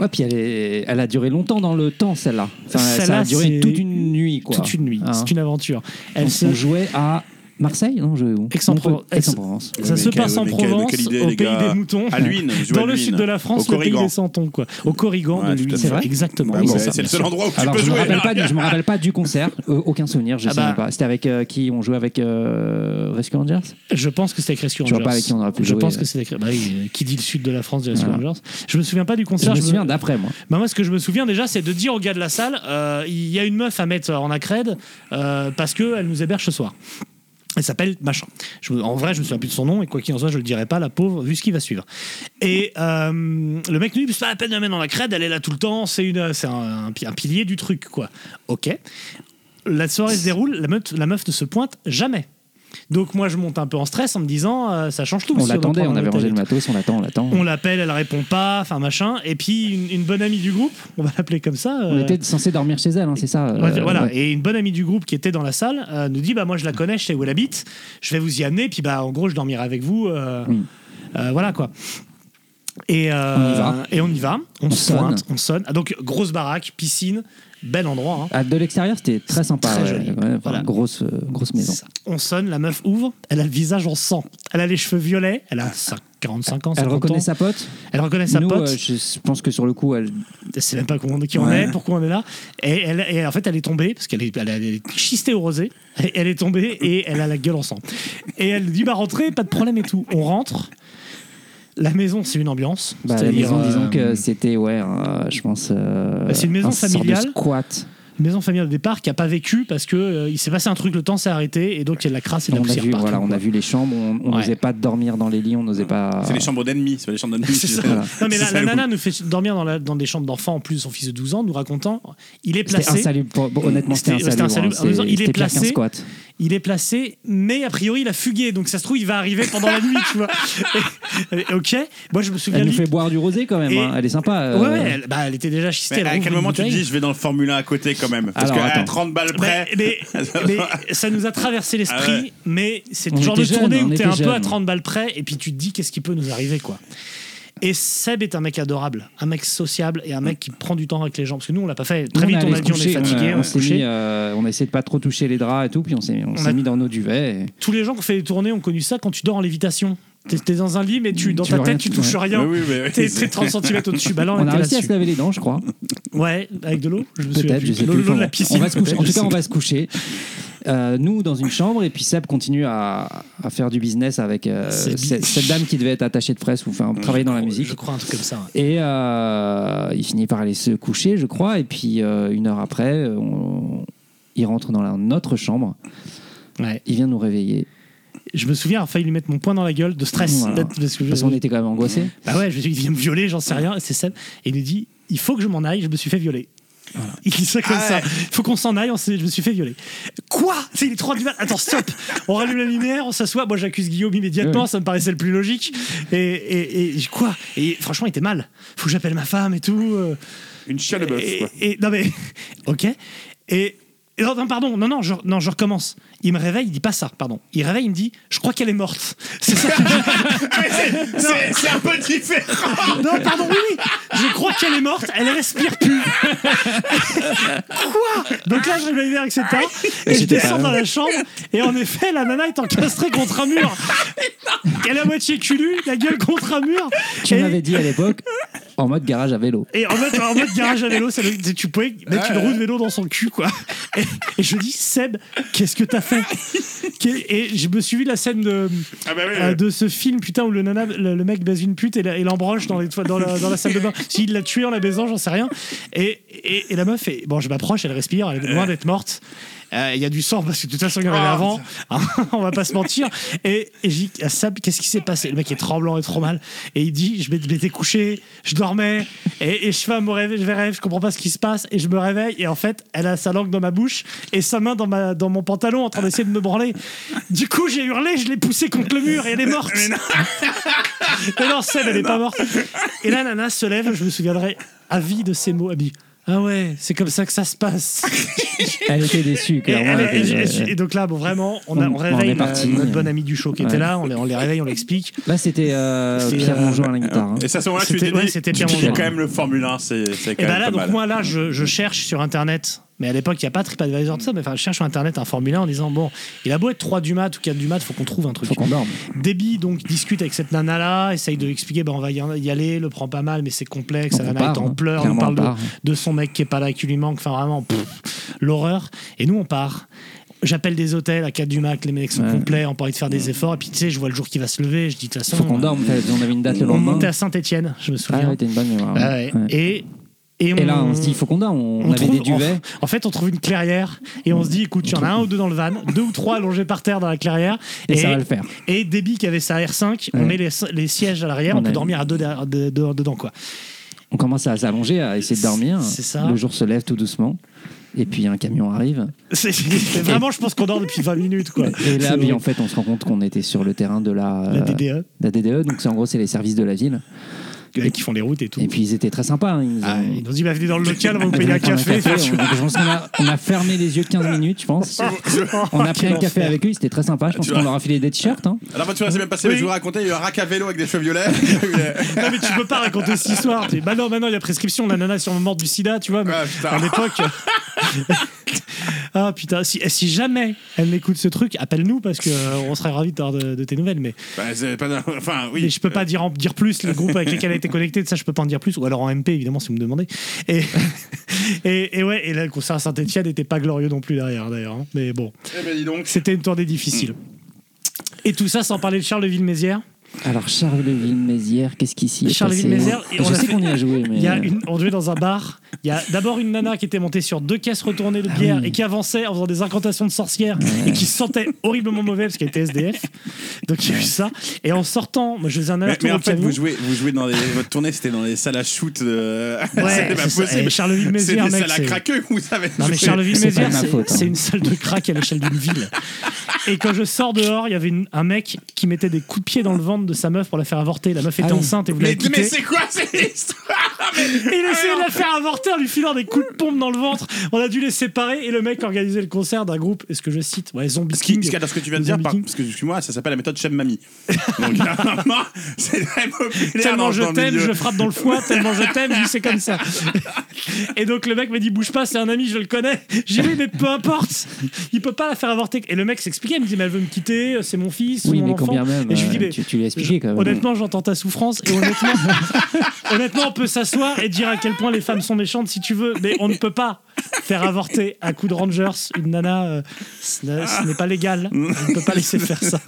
Speaker 8: Ouais, puis elle, est- elle a duré longtemps dans le temps, celle-là. Enfin, ça
Speaker 1: Celle-là,
Speaker 8: a duré
Speaker 1: c'est
Speaker 8: toute une nuit, quoi.
Speaker 1: Toute une nuit,
Speaker 2: Ah.
Speaker 8: Hein.
Speaker 1: c'est une aventure.
Speaker 8: On,
Speaker 1: Elle se...
Speaker 8: on jouait à Marseille, non je... où
Speaker 1: Aix-en-Provence.
Speaker 8: Aix-en-Provence.
Speaker 1: Ça se
Speaker 2: Mais quelle-
Speaker 1: passe en
Speaker 2: mais quelle-
Speaker 1: Provence,
Speaker 2: quelle idée,
Speaker 1: au
Speaker 2: les
Speaker 1: pays
Speaker 2: gars.
Speaker 1: des moutons,
Speaker 2: À Luynes, vous jouez
Speaker 1: dans
Speaker 2: à
Speaker 1: le
Speaker 2: Luynes.
Speaker 1: sud de la France,
Speaker 2: Au
Speaker 1: le pays
Speaker 2: Corrigan.
Speaker 1: des santons, quoi. Au Corrigan de
Speaker 2: Ouais, tout à
Speaker 1: Luynes,
Speaker 8: fait. C'est vrai
Speaker 1: exactement.
Speaker 2: Bah
Speaker 1: oui,
Speaker 2: bon,
Speaker 1: c'est ça.
Speaker 2: c'est le seul endroit où tu
Speaker 8: Alors,
Speaker 2: peux
Speaker 8: je me,
Speaker 2: jouer.
Speaker 8: rappelle
Speaker 2: là.
Speaker 8: pas, du- je me rappelle pas du concert, Euh, aucun souvenir, je
Speaker 1: Ah
Speaker 8: sais même
Speaker 1: bah.
Speaker 8: pas. C'était avec euh, qui on jouait avec euh, Rescue Rangers
Speaker 1: Je pense que c'était avec Rescue
Speaker 8: Je vois
Speaker 1: Rangers.
Speaker 8: pas avec qui on aurait pu
Speaker 1: Je
Speaker 8: jouer.
Speaker 1: pense que c'était avec- bah oui, euh, qui dit le sud de la France de Rescue
Speaker 8: Voilà.
Speaker 1: Rangers. Je me souviens pas du
Speaker 8: Je
Speaker 1: concert.
Speaker 8: me souviens d'après, moi.
Speaker 1: Bah, moi, ce que je me souviens déjà, c'est de dire au gars de la salle, euh, il y a une meuf à mettre en accred euh, parce qu'elle nous héberge ce soir. Elle s'appelle machin. Je, me- en vrai, je me souviens plus de son nom et quoi qu'il en soit, je le dirai pas, la pauvre, vu ce qui va suivre. Et euh, le mec nous dit c'est pas la peine de la mettre dans la crède, elle est là tout le temps, c'est une, c'est un, un pi- un pilier du truc quoi. Ok. La soirée se déroule, la meuf, la meuf ne se pointe jamais. Donc moi, je monte un peu en stress en me disant, euh, ça change tout.
Speaker 8: On
Speaker 1: si doit
Speaker 8: l'attendait,
Speaker 1: prendre un
Speaker 8: on avait
Speaker 1: hôtel
Speaker 8: rangé
Speaker 1: et
Speaker 8: le matos, on l'attend, on l'attend.
Speaker 1: on l'appelle, elle répond pas, enfin machin. Et puis une, une bonne amie du groupe, on va l'appeler comme ça.
Speaker 8: On
Speaker 1: euh,
Speaker 8: était censé dormir chez elle, hein, c'est ça.
Speaker 1: ouais,
Speaker 8: euh,
Speaker 1: voilà.
Speaker 8: ouais.
Speaker 1: Et une bonne amie du groupe qui était dans la salle euh, nous dit bah moi je la connais, je sais où elle habite, je vais vous y amener, puis bah en gros je dormirai avec vous, euh,
Speaker 8: Mm.
Speaker 1: euh, voilà quoi. Et, euh,
Speaker 8: On y va.
Speaker 1: et on y va, on,
Speaker 8: On
Speaker 1: se pointe,
Speaker 8: sonne.
Speaker 1: on sonne. Ah, donc grosse baraque, piscine, bel endroit. hein.
Speaker 8: Ah, de l'extérieur, c'était très sympa.
Speaker 1: Très
Speaker 8: ouais,
Speaker 1: joli.
Speaker 8: ouais, enfin,
Speaker 1: Voilà.
Speaker 8: grosse, euh, grosse maison.
Speaker 1: On sonne, la meuf ouvre, elle a le visage en sang, elle a les cheveux violets, elle a cin- 45 ans, 50
Speaker 8: Elle reconnaît
Speaker 1: ans.
Speaker 8: sa pote.
Speaker 1: elle reconnaît sa
Speaker 8: Nous,
Speaker 1: pote.
Speaker 8: euh, je pense que sur le coup, elle.
Speaker 1: elle sait même pas comment- qui on
Speaker 2: Ouais.
Speaker 1: est, pourquoi on est là. Et, elle, et en fait, elle est tombée, parce qu'elle est, elle, elle est schistée au rosé. Et elle est tombée et elle a la gueule en sang. Et elle dit bah rentrez, pas de problème et tout. On rentre. La maison, c'est une ambiance.
Speaker 8: Bah, la
Speaker 1: C'est-à-dire,
Speaker 8: maison, disons
Speaker 1: euh,
Speaker 8: que c'était, ouais, un- je pense. euh,
Speaker 1: Bah, c'est une maison
Speaker 8: un sort de
Speaker 1: familiale.
Speaker 8: squat.
Speaker 1: une maison familiale au départ qui a pas vécu parce que euh, il s'est passé un truc, le temps s'est arrêté et donc il y a de la crasse et de la
Speaker 8: On a,
Speaker 1: poussière
Speaker 8: vu,
Speaker 1: partout,
Speaker 8: voilà, on
Speaker 1: quoi.
Speaker 8: a vu les chambres, on on
Speaker 1: Ouais.
Speaker 8: n'osait pas dormir dans les lits, on n'osait pas.
Speaker 2: C'est les chambres d'ennemis, c'est pas les chambres d'ennemis.
Speaker 1: C'est ça.
Speaker 2: Voilà.
Speaker 1: Non, mais
Speaker 2: C'est
Speaker 1: la,
Speaker 2: ça,
Speaker 1: la
Speaker 2: le
Speaker 1: nana
Speaker 2: coup.
Speaker 1: nous fait dormir dans, la- dans des chambres d'enfants en plus, son fils de 12 ans, nous racontant il est
Speaker 8: C'était
Speaker 1: placé.
Speaker 8: insalubre. Bon, bon, Honnêtement, c'était
Speaker 1: C'était- c'était
Speaker 8: insalubre.
Speaker 1: insalubre.
Speaker 8: hein,
Speaker 1: En même temps,
Speaker 8: c'est-
Speaker 1: il est
Speaker 8: c'était pire
Speaker 1: placé.
Speaker 8: qu'un squat.
Speaker 1: il est placé, mais a priori il a fugué, donc ça se trouve il va arriver pendant la nuit, tu vois. Et- et- ok, moi je me souviens.
Speaker 8: Elle nous
Speaker 1: lui-
Speaker 8: fait boire du rosé quand même.
Speaker 1: Et-
Speaker 8: hein, Elle est sympa.
Speaker 1: Ouais,
Speaker 8: euh,
Speaker 1: ouais, elle, bah, elle était déjà
Speaker 2: Mais
Speaker 1: schistée.
Speaker 2: à quel moment tu te
Speaker 1: dis
Speaker 2: dis je vais dans le Formule 1 à côté quand même Parce
Speaker 8: Alors,
Speaker 2: que à
Speaker 8: attends.
Speaker 2: 30 balles
Speaker 1: mais,
Speaker 2: près.
Speaker 1: mais, mais ça nous a traversé l'esprit,
Speaker 2: Ah ouais.
Speaker 1: mais c'est le
Speaker 8: On
Speaker 1: genre de
Speaker 8: était jeunes,
Speaker 1: tournée
Speaker 8: on
Speaker 1: où t'es
Speaker 8: était
Speaker 1: un peu à
Speaker 8: jeunes.
Speaker 1: 30 balles près et puis tu te dis qu'est-ce qui peut nous arriver quoi. Et Seb est un mec adorable, un mec sociable et un mec qui prend du temps avec les gens. Parce que nous, on l'a pas fait. Très
Speaker 8: Nous,
Speaker 1: vite, on
Speaker 8: allé
Speaker 1: a
Speaker 8: se
Speaker 1: dit on est
Speaker 8: coucher,
Speaker 1: fatigué,
Speaker 8: a-
Speaker 1: on,
Speaker 8: on
Speaker 1: se
Speaker 8: s'est mis,
Speaker 1: couchait.
Speaker 8: euh, on a essayé de pas trop toucher les draps et tout, puis on s'est on
Speaker 1: On
Speaker 8: s'est
Speaker 1: a-
Speaker 8: mis dans nos duvets. et-
Speaker 1: Tous les gens qui ont fait des tournées ont connu ça quand tu dors en lévitation. T'es t'es dans un lit, mais tu, dans
Speaker 8: Tu
Speaker 1: ta
Speaker 8: veux
Speaker 1: tête,
Speaker 8: rien,
Speaker 1: tu touches
Speaker 8: ouais.
Speaker 1: rien.
Speaker 2: Mais oui, mais oui,
Speaker 1: T'es
Speaker 2: c'est-
Speaker 1: t'es 30 cm au-dessus. Bah là, on,
Speaker 8: On a
Speaker 1: était
Speaker 8: réussi à se
Speaker 1: là-dessus.
Speaker 8: laver les dents, je crois.
Speaker 1: Ouais, avec de l'eau. Je me souviens
Speaker 8: Peut-être,
Speaker 1: plus.
Speaker 8: je sais
Speaker 1: L'eau
Speaker 8: plus.
Speaker 1: l'eau de
Speaker 8: Enfin,
Speaker 1: la piscine.
Speaker 8: on va se coucher. En
Speaker 1: peut-être,
Speaker 8: tout
Speaker 1: je
Speaker 8: cas, on
Speaker 1: sais
Speaker 8: va se coucher. Euh, nous, dans une chambre, et puis Seb continue à, à faire du business avec euh,
Speaker 1: C'est bi-
Speaker 8: cette, cette dame qui devait être attachée de presse ou enfin, travailler dans la
Speaker 1: pas.
Speaker 8: musique.
Speaker 1: Je crois un truc comme ça. ouais.
Speaker 8: Et euh, il finit par aller se coucher, je crois. Et puis, euh, une heure après, on- il rentre dans la- notre chambre.
Speaker 1: Ouais.
Speaker 8: Il vient nous réveiller.
Speaker 1: Je me souviens, il a failli lui mettre mon poing dans la gueule de stress.
Speaker 8: Voilà.
Speaker 1: d'être- Ah, Parce que je-
Speaker 8: Parce qu'on était quand même angoissés.
Speaker 1: Bah ouais, je me suis dit, il vient me violer, j'en sais rien. Et c'est Seb. Et il nous dit, il faut que je m'en aille, je me suis fait violer. Il dit ça comme
Speaker 2: Ah
Speaker 1: ça.
Speaker 2: ouais.
Speaker 1: Il faut qu'on s'en aille, on s'est- je me suis fait violer. Quoi C'est il est 3 du matin. Attends, stop On rallume la lumière, on s'assoit. Moi, j'accuse Guillaume immédiatement,
Speaker 8: Ouais.
Speaker 1: ça me paraissait le plus logique. Et, et, et- quoi Et franchement, il était mal. Faut que j'appelle ma femme et tout. euh.
Speaker 2: Une chienne de bœuf.
Speaker 1: Et-
Speaker 2: quoi.
Speaker 1: Et, non mais, ok. Et et non, non, pardon, non, non je, non, je recommence. Il me réveille, il dit pas ça, pardon. Il réveille, il me dit, je crois qu'elle est morte. C'est ça qu'il dit.
Speaker 2: C'est c'est un peu différent.
Speaker 1: Non, pardon, oui, oui. Je crois qu'elle est morte, elle respire plus. Quoi Donc là, je réveille vers, etc. Et je descends dans la chambre, et en effet, la nana est encastrée contre un mur. Elle est à moitié culue, la gueule contre un mur.
Speaker 8: Tu
Speaker 1: Et-
Speaker 8: m'avais dit à l'époque, en mode garage à vélo.
Speaker 1: Et en mode, en mode garage à vélo, ça veut dire que tu pouvais mettre une roue de vélo dans son cul, quoi. Et, et je dis, Seb, qu'est-ce que t'as fait Qu'est- Et je me suis vu la scène de,
Speaker 2: Ah bah oui,
Speaker 1: euh,
Speaker 2: oui.
Speaker 1: de ce film, putain, où le, nana, le, le mec baise une pute et, la- et l'embranche dans, les, toits- dans, la, dans la salle de bain. S'il l'a tué en la baisant, j'en sais rien. Et, et, et la meuf, est, bon, je m'approche, elle respire, elle est loin d'être morte. Euh, Il y a du sang parce que de toute façon, il y en avait avant. on va pas se mentir. Et, et j'ai dit à Seb, qu'est-ce qui s'est passé Le mec est tremblant et trop mal. Et il dit Je m'étais- m'étais couché, je dormais, et, et je fais un mot rêve, je vais rêve, je comprends pas ce qui se passe, et je me réveille. Et en fait, elle a sa langue dans ma bouche et sa main dans, ma, dans mon pantalon en train d'essayer de me branler. Du coup, j'ai hurlé, je l'ai poussée contre le mur et elle est morte. Mais non, Seb, elle est pas morte. Et là, Nana se lève, je me souviendrai à vie de ces mots. Elle me dit, Ah ouais, c'est comme ça que ça se passe.
Speaker 8: Elle était déçue,
Speaker 1: Et,
Speaker 8: clairement.
Speaker 1: elle-
Speaker 8: elle
Speaker 1: et-
Speaker 8: était-
Speaker 1: et- et donc là, bon, vraiment, on, a- on
Speaker 8: On- on
Speaker 1: réveille
Speaker 8: est
Speaker 1: ma-
Speaker 8: parti.
Speaker 1: notre bonne amie du show qui était
Speaker 8: Ouais.
Speaker 1: là, on les, on les réveille, on l'explique.
Speaker 8: Là, c'était euh,
Speaker 1: C'est,
Speaker 8: Pierre
Speaker 1: euh,
Speaker 8: Mongeau à la guitare. hein.
Speaker 2: Et ça, à ce moment-là, tu
Speaker 1: C'était-
Speaker 2: t'es
Speaker 1: ouais,
Speaker 2: dit,
Speaker 1: c'était
Speaker 2: tu
Speaker 1: Pierre
Speaker 2: kiffes
Speaker 1: Mongeau.
Speaker 2: quand même le Formule 1, c'est c'est quand
Speaker 1: Et bah
Speaker 2: même
Speaker 1: là,
Speaker 2: pas
Speaker 1: donc
Speaker 2: mal.
Speaker 1: moi là, je, je cherche sur internet, mais à l'époque il n'y a pas TripAdvisor tout ça, mais enfin je cherche sur internet un formulaire en disant bon, il a beau être 3 du mat ou 4 du mat, faut qu'on trouve un truc.
Speaker 8: Faut qu'on dorme.
Speaker 1: Déby donc discute avec cette nana là, essaye de lui expliquer bah on va y y aller, le prend pas mal, mais c'est complexe,
Speaker 8: Donc,
Speaker 1: la
Speaker 8: on
Speaker 1: nana est
Speaker 8: part,
Speaker 1: en
Speaker 8: hein.
Speaker 1: pleurs, on
Speaker 8: Clairement, hein.
Speaker 1: parle
Speaker 8: on
Speaker 1: de,
Speaker 8: part.
Speaker 1: de son mec qui est pas là, qui lui manque, enfin vraiment pff, l'horreur. Et nous on part. J'appelle des hôtels à 4 du mat, les mecs sont
Speaker 8: Ouais.
Speaker 1: complets, on parlait de faire des efforts, et puis tu sais, je vois le jour qui va se lever, je dis de toute façon.
Speaker 8: Faut qu'on dorme. en fait. On avait une date le
Speaker 1: On
Speaker 8: lendemain.
Speaker 1: montait à Saint-Etienne, je me
Speaker 8: Ah
Speaker 1: souviens.
Speaker 8: ouais, t'as une bonne mémoire.
Speaker 1: Ah ouais.
Speaker 8: ouais. Ouais.
Speaker 1: Et, et,
Speaker 8: Et là, on se dit, il faut qu'on dorme. On,
Speaker 1: on
Speaker 8: avait
Speaker 1: trouve-
Speaker 8: des duvets.
Speaker 1: En, en fait, on trouve une clairière et on se dit, écoute, il y en a un ou deux dans le van, deux ou trois allongés par terre dans la clairière.
Speaker 8: Et, ça va le faire.
Speaker 1: et Déby qui avait sa R5, on
Speaker 8: Ouais.
Speaker 1: met les, les sièges à l'arrière, on,
Speaker 8: On
Speaker 1: peut
Speaker 8: a-
Speaker 1: dormir à deux, derrière- de- de- dedans. quoi.
Speaker 8: On commence à s'allonger, à essayer de dormir.
Speaker 1: C'est ça.
Speaker 8: Le jour se lève tout doucement. Et puis un camion arrive.
Speaker 1: C'est c'est vraiment, je pense qu'on dort depuis 20 minutes, quoi.
Speaker 8: Et là,
Speaker 1: C'est
Speaker 8: puis en fait, on se rend compte qu'on était sur le terrain de la,
Speaker 1: la
Speaker 8: euh,
Speaker 1: DDE,
Speaker 8: la DDE. Donc, c'est en gros, c'est les services de la ville.
Speaker 1: les euh, qui font les routes et tout.
Speaker 8: Et puis, ils étaient très sympas. hein, ils nous ont-
Speaker 1: Ah, ils nous ont dit, bah, venez dans le local, on va vous
Speaker 8: on
Speaker 1: payer un
Speaker 8: a pris
Speaker 1: café.
Speaker 8: on- je pense qu'on a, on a fermé les yeux 15 minutes, je pense. On a pris
Speaker 1: quel
Speaker 8: un café
Speaker 1: enfer.
Speaker 8: avec eux, c'était très sympa. Je pense
Speaker 2: Tu
Speaker 8: qu'on
Speaker 2: vois.
Speaker 8: leur a filé des t-shirts. hein.
Speaker 2: Alors, bah, tu vois, c'est même passé,
Speaker 1: Oui.
Speaker 2: mais je vous racontais, il y a eu un rack à vélo avec des cheveux violets.
Speaker 1: Non, mais tu peux pas raconter cette histoire. Tu- Bah non, bah non, il y a prescription. La nana est sûrement morte du sida, tu vois. Mais
Speaker 2: Ah, putain.
Speaker 1: à l'époque. ah putain, si, si jamais elle m'écoute ce truc, appelle-nous parce que euh, on serait ravis d'avoir de, de tes nouvelles. Mais,
Speaker 2: Bah, c'est pas- Enfin, oui.
Speaker 1: mais je peux pas dire, en, dire plus. Le groupe avec lequel elle a été connectée, de ça, je peux pas en dire plus. Ou alors en MP, évidemment, si vous me demandez. Et, et, et ouais, et là, le concert à Saint-Etienne n'était pas glorieux non plus derrière, d'ailleurs. hein. Mais bon,
Speaker 2: Eh ben, dis donc.
Speaker 1: c'était une tournée difficile. Et tout ça sans parler de Charleville-Mézières.
Speaker 8: Alors, Charleville-Mézières, qu'est-ce qu'il s'y est
Speaker 1: Charleville-Mézières,
Speaker 8: passé
Speaker 1: et on
Speaker 8: Je
Speaker 1: a
Speaker 8: sais
Speaker 1: fait-
Speaker 8: qu'on y a joué, mais.
Speaker 1: Il y a une, on jouait dans un bar. Il y a d'abord une nana qui était montée sur deux caisses retournées de bière et qui avançait en faisant des incantations de sorcières et qui se sentait horriblement mauvais parce qu'elle était SDF. Donc il y a eu ça. Et en sortant, moi je faisais un
Speaker 2: Mais, mais
Speaker 1: aller-retour
Speaker 2: en
Speaker 1: au
Speaker 2: fait,
Speaker 1: camion.
Speaker 2: vous jouez, vous jouez dans les, votre tournée, c'était dans les salles à shoot. euh,
Speaker 1: Ouais,
Speaker 2: c'est pas
Speaker 1: c'est ça. Eh,
Speaker 2: possible. C'est
Speaker 1: Charleville-Mézières,
Speaker 2: des
Speaker 1: mec.
Speaker 2: salles à
Speaker 1: c'est-
Speaker 2: craqueux, vous savez.
Speaker 1: Non mais
Speaker 8: C'est pas
Speaker 1: Charleville-Mézières,
Speaker 8: de ma
Speaker 1: c'est
Speaker 8: faute, hein.
Speaker 1: c'est une salle de crack à l'échelle d'une ville. Et quand je sors dehors, il y avait une- un mec qui mettait des coups de pied dans le ventre de sa meuf pour la faire avorter. La meuf était
Speaker 8: Ah oui.
Speaker 1: enceinte et voulait
Speaker 2: Mais,
Speaker 1: la quitter.
Speaker 2: mais c'est quoi cette histoire
Speaker 1: Et il essayait de la faire avorter en lui filant des coups de pompe dans le ventre. On a dû les séparer et le mec organisait le concert d'un groupe, est-ce que je cite Ouais, Zombie
Speaker 2: Ce qui,
Speaker 1: King.
Speaker 2: ce qu'il y a dans ce que tu viens de dire, par-
Speaker 1: Zombie
Speaker 2: parce que excuse-moi, ça s'appelle la méthode Chef Mamie. Donc, à un moment, c'est très populaire.
Speaker 1: Tellement
Speaker 2: dans,
Speaker 1: je
Speaker 2: dans le
Speaker 1: t'aime,
Speaker 2: milieu.
Speaker 1: je frappe dans le foie, tellement je t'aime, je dis, c'est comme ça. Et donc le mec me dit bouge pas, c'est un ami, je le connais. J'ai dit mais peu importe, il peut pas la faire avorter. Et le mec s'expliquait, il me dit mais elle veut me quitter, c'est mon fils,
Speaker 8: Oui,
Speaker 1: ou mon
Speaker 8: mais
Speaker 1: enfant.
Speaker 8: combien même
Speaker 1: et je lui dis
Speaker 8: euh,
Speaker 1: mais
Speaker 8: Tu tu lui as expliqué quand même.
Speaker 1: Honnêtement, j'entends ta souffrance et honnêtement, honnêtement, on peut s'asseoir et dire à quel point les femmes sont méchantes si tu veux, mais on ne peut pas faire avorter à coup de Rangers une nana. euh, ce n'est- ce n'est pas légal. On ne peut pas laisser faire ça.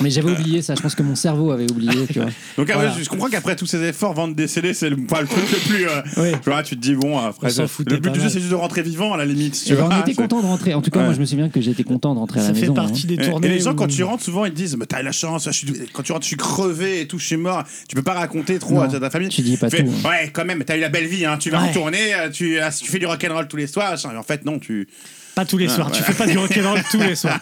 Speaker 8: Mais j'avais oublié ça, je pense que mon cerveau avait oublié, tu vois.
Speaker 2: Donc, ah ouais,
Speaker 1: Voilà.
Speaker 2: je comprends qu'après tous ces efforts, vendre des CD, c'est le, pas le truc le plus. euh,
Speaker 1: Oui.
Speaker 2: Tu vois, tu te dis, bon, après,
Speaker 1: On s'en
Speaker 2: le
Speaker 1: foutait
Speaker 2: but
Speaker 1: pas
Speaker 2: du jeu,
Speaker 1: mal.
Speaker 2: c'est juste de rentrer vivant à la limite. Tu
Speaker 8: Et ben,
Speaker 2: vois,
Speaker 8: on était
Speaker 2: C'est-
Speaker 8: content de rentrer. En tout cas,
Speaker 2: Ouais.
Speaker 8: moi, je me souviens que j'étais content de rentrer à
Speaker 1: Ça
Speaker 8: la
Speaker 1: fait
Speaker 8: maison. hein.
Speaker 1: partie des
Speaker 2: Et-
Speaker 1: tournées.
Speaker 2: Et les gens,
Speaker 1: où-
Speaker 2: quand tu rentres, souvent, ils te disent Mais t'as eu la chance, je suis... quand tu rentres, je suis crevé et tout, je suis mort. Tu peux pas raconter trop
Speaker 8: Non,
Speaker 2: à ta famille.
Speaker 8: tu dis pas
Speaker 2: Fais,
Speaker 8: tout, hein.
Speaker 2: Ouais, quand même, t'as eu la belle vie, hein. tu vas
Speaker 1: Ouais.
Speaker 2: en tournée, euh, tu, ah, si tu fais du rock'n'roll tous les soirs. machin. Mais en fait, non, tu.
Speaker 1: Pas tous les soirs. Tu
Speaker 2: ouais.
Speaker 1: fais pas du rock'n'roll tous les soirs.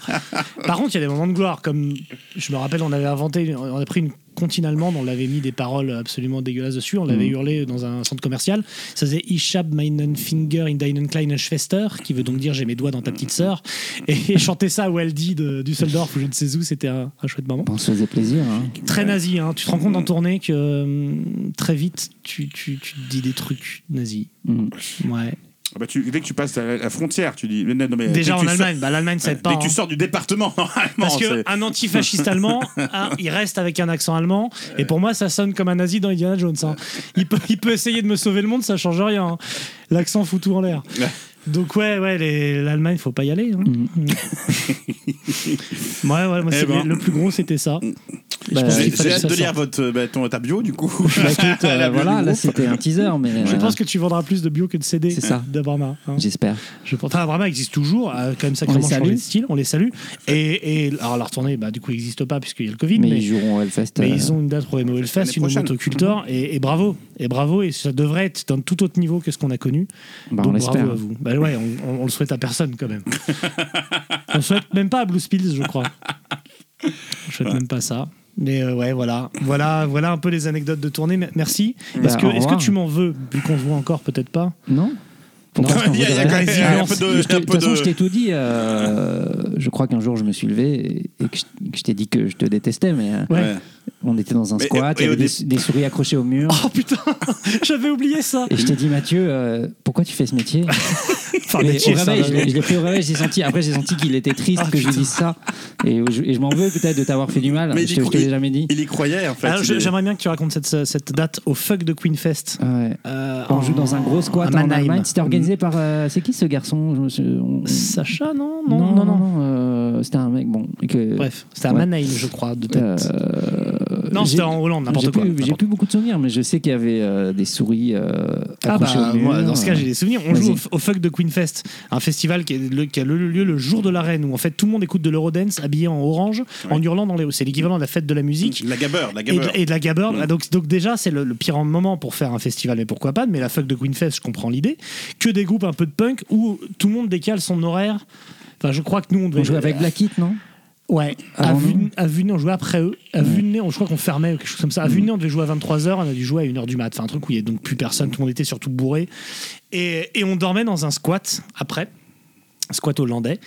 Speaker 1: Par contre, il y a des moments de gloire. Comme je me rappelle, on avait inventé, on a pris une comptine allemande, on l'avait mis des paroles absolument dégueulasses dessus, on l'avait hurlé dans un centre commercial. Ça faisait Ich hab meinen Finger in deinen kleinen Schwester, qui veut donc dire j'ai mes doigts dans ta petite sœur. Et chanter ça à Waldi de Düsseldorf ou je ne sais où, c'était un, un chouette moment.
Speaker 8: On se faisait plaisir. hein.
Speaker 1: Très nazi, hein. tu te rends compte en tournée que hum, très vite tu, tu, tu te dis des trucs nazis.
Speaker 8: Mm.
Speaker 1: Ouais.
Speaker 2: Ah Bah, tu... Dès que tu passes la, la frontière, tu dis Non, mais- dès
Speaker 1: Déjà en
Speaker 2: que Euh, tu sors-
Speaker 1: Allemagne, bah, l'Allemagne ça
Speaker 2: Dès
Speaker 1: aide pas.
Speaker 2: que tu
Speaker 1: hein.
Speaker 2: sors du département, normalement.
Speaker 1: Parce
Speaker 2: c'est-
Speaker 1: qu'un antifasciste allemand, hein, il reste avec un accent allemand. Et pour moi, ça sonne comme un nazi dans Indiana Jones. hein. Il, peut, il peut essayer de me sauver le monde, ça change rien. hein. L'accent fout tout en l'air.
Speaker 2: Ouais.
Speaker 1: Donc ouais, ouais, les- l'Allemagne, faut pas y aller. hein.
Speaker 8: Mm.
Speaker 1: ouais, ouais, moi,
Speaker 2: Eh
Speaker 1: c'est-
Speaker 2: ben.
Speaker 1: le plus gros, c'était ça. Et je
Speaker 8: Bah,
Speaker 1: pense
Speaker 2: J'ai
Speaker 1: qu'il fallait
Speaker 2: j'ai
Speaker 1: que
Speaker 2: hâte
Speaker 1: ça
Speaker 2: de lire
Speaker 1: sorte.
Speaker 2: votre, bah, ton, ta bio, du coup.
Speaker 8: Bah, écoute, euh,
Speaker 2: La bio
Speaker 8: voilà,
Speaker 2: du
Speaker 8: là
Speaker 2: groupe.
Speaker 8: c'était un teaser, mais
Speaker 1: Je
Speaker 8: euh,
Speaker 1: pense que tu vendras plus de bio que de CD
Speaker 8: C'est ça.
Speaker 1: d'Abrama. hein.
Speaker 8: j'espère.
Speaker 1: Je pense. Enfin, Abrama existe toujours, a quand même sacrément
Speaker 8: salue.
Speaker 1: changé de style. On les salue. Et, et- alors la retournée, bah, du coup, n'existe pas puisqu'il y a le Covid.
Speaker 8: Mais
Speaker 1: mais-
Speaker 8: ils joueront au Hellfest.
Speaker 1: Mais
Speaker 8: euh,
Speaker 1: ils ont une date pour les Noël
Speaker 2: l'année
Speaker 1: Fest, une au
Speaker 2: prochaine.
Speaker 8: Mhm.
Speaker 1: Motocultor, et, et bravo, et bravo, et ça devrait être d'un tout autre niveau que ce qu'on a connu.
Speaker 8: bah, on
Speaker 1: Donc bravo
Speaker 8: l'espère.
Speaker 1: à vous. Bah ouais, on, on- on le souhaite à personne quand même. on souhaite même pas à Blue Spills, je crois. On souhaite même pas ça. Mais euh, ouais, voilà, voilà, voilà un peu les anecdotes de tournée. Me- Merci. Est-ce
Speaker 8: Bah,
Speaker 1: que,
Speaker 8: au
Speaker 1: est-ce que
Speaker 8: revoir.
Speaker 1: tu m'en veux, vu qu'on se voit encore, peut-être pas
Speaker 8: Non
Speaker 1: Non,
Speaker 8: Pourquoi est-ce qu'on
Speaker 2: il y a-
Speaker 8: voudrait-
Speaker 2: il y a- il y a un peu de-
Speaker 8: Je t'ai-
Speaker 2: un
Speaker 8: De
Speaker 2: peu
Speaker 8: toute façon,
Speaker 2: de-
Speaker 8: je t'ai tout dit. euh, Je crois qu'un jour, je me suis levé et et que je- que je t'ai dit que je te détestais, mais euh,
Speaker 2: Ouais.
Speaker 8: on était dans un
Speaker 2: Mais-
Speaker 8: squat,
Speaker 2: et-
Speaker 8: il y
Speaker 2: et au
Speaker 8: avait des
Speaker 2: dé-
Speaker 8: des souris accrochées au mur.
Speaker 1: Oh putain, j'avais oublié ça.
Speaker 8: Et je t'ai dit, Mathieu, euh, pourquoi tu fais ce métier Mais
Speaker 1: métier,
Speaker 8: au
Speaker 1: ça
Speaker 8: réveil,
Speaker 1: va,
Speaker 8: je l'ai- je l'ai pris au réveil, j'ai senti, après j'ai senti qu'il était triste
Speaker 1: Ah,
Speaker 8: que je lui dise ça. Et je, et je m'en veux peut-être de t'avoir fait du mal,
Speaker 2: Mais
Speaker 8: je
Speaker 2: il
Speaker 8: te,
Speaker 2: y
Speaker 8: je te l'ai
Speaker 2: croit-
Speaker 8: jamais dit.
Speaker 2: Il y croyait, en fait.
Speaker 1: Alors,
Speaker 2: il
Speaker 1: je-
Speaker 2: est-
Speaker 1: J'aimerais bien que tu racontes cette, cette date au fuck de Queen Fest.
Speaker 8: Ouais.
Speaker 1: Euh,
Speaker 8: On joue dans un gros
Speaker 1: à
Speaker 8: squat en
Speaker 1: Mannheim. Mm.
Speaker 8: Allemagne. C'était organisé par. euh, c'est qui ce garçon Je me suis- on-
Speaker 1: Sacha, non non, non, Euh, non.
Speaker 8: euh, c'était un mec, bon. et que-
Speaker 1: Bref, c'était à
Speaker 8: Ouais.
Speaker 1: Mannheim, je crois, de tête.
Speaker 8: Euh,
Speaker 1: Non,
Speaker 8: j'ai-
Speaker 1: c'était en Hollande, n'importe
Speaker 8: j'ai
Speaker 1: quoi.
Speaker 8: plus- J'ai
Speaker 1: N'importe
Speaker 8: plus beaucoup de souvenirs, mais je sais qu'il y avait euh, des souris euh,
Speaker 1: Ah
Speaker 8: accrochées
Speaker 1: bah,
Speaker 8: au mur. euh,
Speaker 1: moi, dans ce cas, j'ai des souvenirs. On joue
Speaker 8: Vas-y.
Speaker 1: au, au fuck de Queen Fest, un festival qui, est le- qui a le- lieu le jour de la reine, où en fait tout le monde écoute de l'eurodance habillé en orange, en hurlant dans les hauts. C'est l'équivalent de la fête de la musique.
Speaker 2: La gabeur, la
Speaker 1: Et de,
Speaker 2: gabeur.
Speaker 1: et de la gabber.
Speaker 2: Mm.
Speaker 1: Bah, donc, donc déjà, c'est le, le pire moment pour faire un festival, mais pourquoi pas. Mais la fuck de Queen Fest, je comprends l'idée. Que des groupes un peu de punk où tout le monde décale son horaire. Enfin, je crois que nous, on devait
Speaker 8: On jouait avec Black Kit, non
Speaker 1: Ouais, à
Speaker 8: Avant
Speaker 1: vue,
Speaker 8: nous.
Speaker 1: à vue de nez, on jouait après eux. À vue de nez, on, je crois qu'on fermait ou quelque chose comme ça. À vue de nez, on devait jouer à 23h, on a dû jouer à 1h du mat. Enfin, un truc où il n'y a donc plus personne, tout le monde était surtout bourré. Et, et on dormait dans un squat après. un Squat hollandais.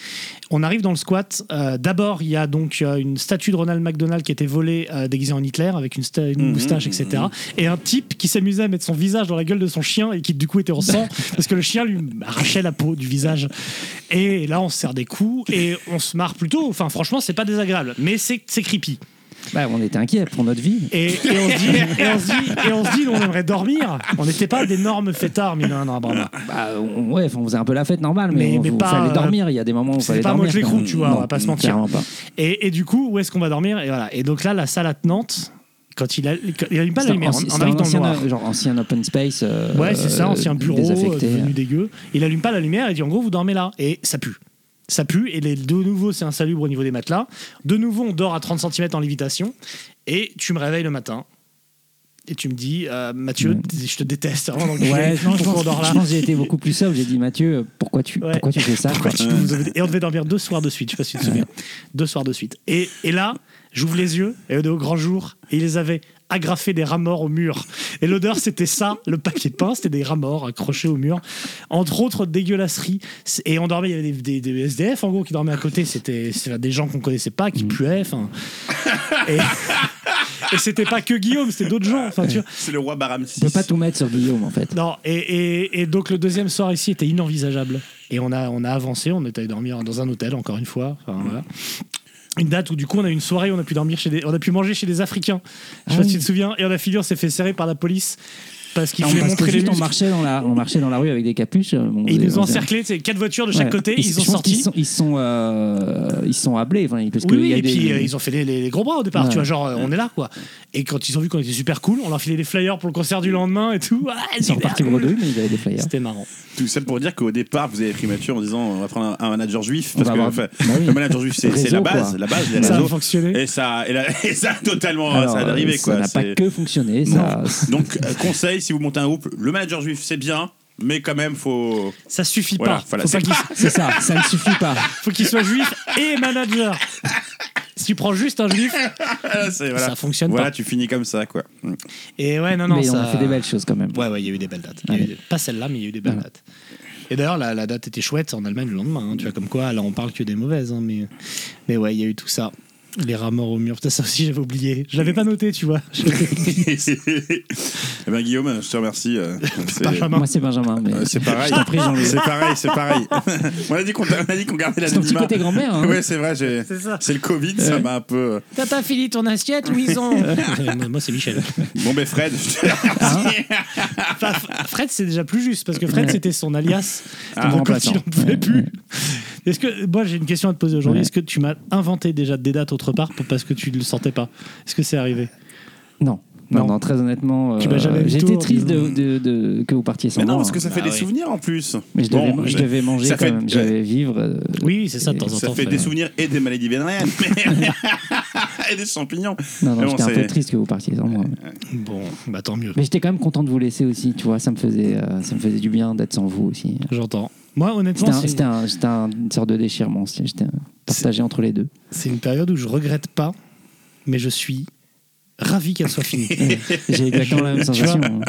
Speaker 1: On arrive dans le squat. euh, D'abord, il y a donc euh, une statue de Ronald McDonald qui était volée euh, déguisée en Hitler avec une, sta- une moustache, etc. Et un type qui s'amusait à mettre son visage dans la gueule de son chien et qui du coup était en sang parce que le chien lui arrachait la peau du visage. Et là, on se serre des coups et on se marre plutôt. Enfin, franchement, c'est pas désagréable, mais c'est c'est creepy.
Speaker 8: Bah, on était inquiets pour notre vie.
Speaker 1: Et, et on se dit, et on se dit, et on se dit, nous, on aimerait dormir. On n'était pas d'énormes fêtards, mais non, non, bravo.
Speaker 8: Bah, on, ouais, enfin, on faisait un peu la fête normale, mais,
Speaker 1: Mais-
Speaker 8: on
Speaker 1: mais
Speaker 8: on
Speaker 1: pas,
Speaker 8: fallait
Speaker 1: euh,
Speaker 8: dormir. Il y a des moments où il
Speaker 1: c'était
Speaker 8: fallait
Speaker 1: pas
Speaker 8: dormir.
Speaker 1: Motley
Speaker 8: quand
Speaker 1: Crue,
Speaker 8: même.
Speaker 1: tu vois, on va pas se mentir.
Speaker 8: clairement pas.
Speaker 1: Et, et du coup, où est-ce qu'on va dormir Et voilà. Et donc là, la salle attenante, quand il a, quand il allume pas la
Speaker 8: C'était
Speaker 1: lumière,
Speaker 8: un-
Speaker 1: on- on
Speaker 8: c'était
Speaker 1: arrive dans
Speaker 8: un
Speaker 1: le
Speaker 8: ancien,
Speaker 1: noir.
Speaker 8: genre ancien open space. euh,
Speaker 1: Ouais, c'est ça,
Speaker 8: euh,
Speaker 1: ancien bureau euh,
Speaker 8: désaffecté. hein.
Speaker 1: devenu dégueu. Il allume pas la lumière et dit en gros, vous dormez là. Et ça pue. Ça pue. Et les, de nouveau, c'est insalubre au niveau des matelas. De nouveau, on dort à 30 cm en lévitation. Et tu me réveilles le matin. Et tu me dis, euh, Mathieu,
Speaker 8: Mm.
Speaker 1: je te déteste. Vraiment, donc,
Speaker 8: Ouais, non, je
Speaker 1: pourquoi
Speaker 8: pense,
Speaker 1: on dort là
Speaker 8: je pense que j'ai été beaucoup plus sobre. J'ai dit, Mathieu, euh, pourquoi tu,
Speaker 1: Ouais.
Speaker 8: pourquoi tu fais ça
Speaker 1: Pourquoi tu nous avais- Et on devait dormir deux soirs de suite, je sais pas si tu te souviens. Deux soirs de suite. Et, et là, j'ouvre les yeux, et au grand jour, et ils les avaient agrafés des rats morts au mur. Et l'odeur, c'était ça, le papier peint, c'était des rats morts accrochés au mur. Entre autres dégueulasseries. C'est- Et on dormait, il y avait des, des- des SDF en gros qui dormaient à côté, c'était c'était des gens qu'on connaissait pas, qui puaient. enfin. Et, et c'était pas que Guillaume, c'était d'autres gens. Enfin, tu vois.
Speaker 2: C'est le roi Baram VI.
Speaker 8: On peut pas tout mettre sur Guillaume, en fait.
Speaker 1: Non, et, et- et donc le deuxième soir ici était inenvisageable. Et on a, on a avancé, on est allé dormir dans un hôtel, encore une fois. Enfin, voilà. Une date où du coup on a eu une soirée, on a pu dormir chez des, on a pu manger chez des Africains. Je sais pas
Speaker 8: Ah oui.
Speaker 1: si tu te souviens. Et on a fini, on s'est fait serrer par la police parce qu'ils
Speaker 8: Non,
Speaker 1: voulaient
Speaker 8: parce que
Speaker 1: montrer les
Speaker 8: juste, on
Speaker 1: muscles.
Speaker 8: marchait dans la, on marchait dans la rue avec des capuches. euh, bon,
Speaker 1: Et ils
Speaker 8: on-
Speaker 1: nous ont
Speaker 8: on-
Speaker 1: encerclés, c'est quatre voitures de chaque
Speaker 8: Ouais.
Speaker 1: côté,
Speaker 8: Ils-
Speaker 1: ils ont
Speaker 8: je pense qu'ils
Speaker 1: sorti.
Speaker 8: sont, ils sont, euh, ils sont appelés, enfin, parce
Speaker 1: Oui,
Speaker 8: qu'il
Speaker 1: oui,
Speaker 8: y a
Speaker 1: et
Speaker 8: des-
Speaker 1: puis euh, ils ont fait les, les- les gros bras au départ,
Speaker 8: Ouais.
Speaker 1: tu vois, genre euh, on est là quoi. Et quand ils ont vu qu'on était super cool, on leur filait des flyers pour le concert du lendemain et tout. Ah,
Speaker 8: ils sont
Speaker 1: super
Speaker 8: repartis hein. pour
Speaker 1: cool.
Speaker 8: deux, mais il y avait des flyers.
Speaker 1: C'était marrant.
Speaker 2: Tout ça pour dire qu'au départ, vous avez pris Mathieu en disant on va prendre un, un manager juif.
Speaker 8: On
Speaker 2: Parce que
Speaker 8: va avoir-
Speaker 2: enfin,
Speaker 8: Bah oui.
Speaker 2: le manager juif, c'est c'est
Speaker 8: Réseau,
Speaker 2: la base.
Speaker 8: quoi.
Speaker 2: La base des
Speaker 1: Ça a
Speaker 2: réseaux.
Speaker 1: fonctionné.
Speaker 2: Et ça, et la- et ça a totalement
Speaker 8: Alors, euh,
Speaker 2: ça a dérivé.
Speaker 8: ça
Speaker 2: quoi.
Speaker 8: n'a pas
Speaker 2: C'est-
Speaker 8: que fonctionné. Ça,
Speaker 2: Donc, euh, conseil, si vous montez un groupe, le manager juif, c'est bien, mais quand même, faut.
Speaker 1: Ça suffit
Speaker 2: Voilà,
Speaker 1: pas.
Speaker 2: voilà,
Speaker 1: Faut pas
Speaker 2: c'est
Speaker 1: qu'ils-
Speaker 8: c'est ça, ça ne suffit pas.
Speaker 1: faut qu'il soit juif et manager. Si tu prends juste un juif,
Speaker 2: Ah, c'est- voilà.
Speaker 1: Ça fonctionne
Speaker 2: Voilà,
Speaker 1: pas.
Speaker 2: tu finis comme ça, quoi. Mm.
Speaker 1: et ouais, non, non,
Speaker 8: mais
Speaker 1: ça...
Speaker 8: on a fait des belles choses quand même.
Speaker 1: Ouais, ouais, il y a eu des belles dates. Il y a eu
Speaker 8: Ouais.
Speaker 1: des- Pas celle-là, mais il y a eu des belles
Speaker 8: Ouais.
Speaker 1: dates. Et d'ailleurs, la, la date était chouette en Allemagne le lendemain. hein. Tu vois, comme quoi, là, on parle que des mauvaises. hein, mais... mais ouais, il y a eu tout ça. Les rats morts au mur, Putain, ça aussi, j'avais oublié. Je l'avais pas noté, tu vois. Je-
Speaker 2: eh ben, Guillaume, je te remercie. euh, c'est-
Speaker 1: Benjamin.
Speaker 8: Moi, c'est Benjamin. Mais...
Speaker 2: euh, C'est pareil,
Speaker 8: Je t'en prie, Jean-Louis.
Speaker 2: c'est pareil, c'est pareil. on a dit qu'on on a dit qu'on gardait la
Speaker 8: C'est ton petit côté grand-mère, hein.
Speaker 2: Ouais, c'est vrai, j'ai-
Speaker 1: C'est ça.
Speaker 2: c'est le Covid, ça m'a un peu. euh,
Speaker 1: T'as pas fini ton assiette, Louison Moi, moi, c'est Michel.
Speaker 2: Bon, ben Fred, je te remercie.
Speaker 1: Enfin, Bah, F- Fred, c'est déjà plus juste parce que Fred,
Speaker 8: Ouais.
Speaker 1: c'était son alias.
Speaker 2: Ah,
Speaker 1: donc quand
Speaker 8: remplaçant.
Speaker 1: il n'en pouvait plus. Est-ce que moi j'ai une question à te poser aujourd'hui
Speaker 8: Ouais.
Speaker 1: Est-ce que tu m'as inventé déjà des dates autre part pour- parce que tu ne le sentais pas Est-ce que c'est arrivé
Speaker 8: Non. Non,
Speaker 1: Non.
Speaker 8: non, très honnêtement, euh,
Speaker 1: Tu m'as jamais vu
Speaker 8: j'étais
Speaker 1: tour,
Speaker 8: triste de,
Speaker 1: disons.
Speaker 8: de- de- que vous partiez sans
Speaker 2: Mais non,
Speaker 8: moi,
Speaker 2: parce que
Speaker 8: hein.
Speaker 2: ça fait
Speaker 1: Bah
Speaker 2: des
Speaker 1: oui.
Speaker 2: souvenirs en plus.
Speaker 8: Mais je,
Speaker 2: Bon,
Speaker 8: devais, je devais manger
Speaker 2: ça
Speaker 8: quand
Speaker 2: fait-
Speaker 8: même, je devais vivre. euh,
Speaker 1: Oui, c'est ça de temps en
Speaker 2: Ça
Speaker 1: temps.
Speaker 2: fait
Speaker 1: Fred.
Speaker 2: des souvenirs et des maladies vénériennes. et des champignons.
Speaker 8: Non, non,
Speaker 2: Mais bon,
Speaker 8: j'étais un peu
Speaker 2: c'est-
Speaker 8: triste que vous partiez sans moi.
Speaker 1: Bon, bah tant mieux.
Speaker 8: Mais j'étais quand même content de vous laisser aussi, tu vois, ça me faisait, euh, ça me faisait du bien d'être sans vous aussi.
Speaker 1: J'entends. Moi, honnêtement,
Speaker 8: C'était un-
Speaker 1: c'est-
Speaker 8: c'était un- c'était un- une sorte de déchirement, c'était- j'étais euh, partagé entre les deux.
Speaker 1: c'est une période où je regrette pas, mais je suis ravi qu'elle soit finie.
Speaker 8: J'ai exactement la même
Speaker 1: Tu
Speaker 8: sensation. hein.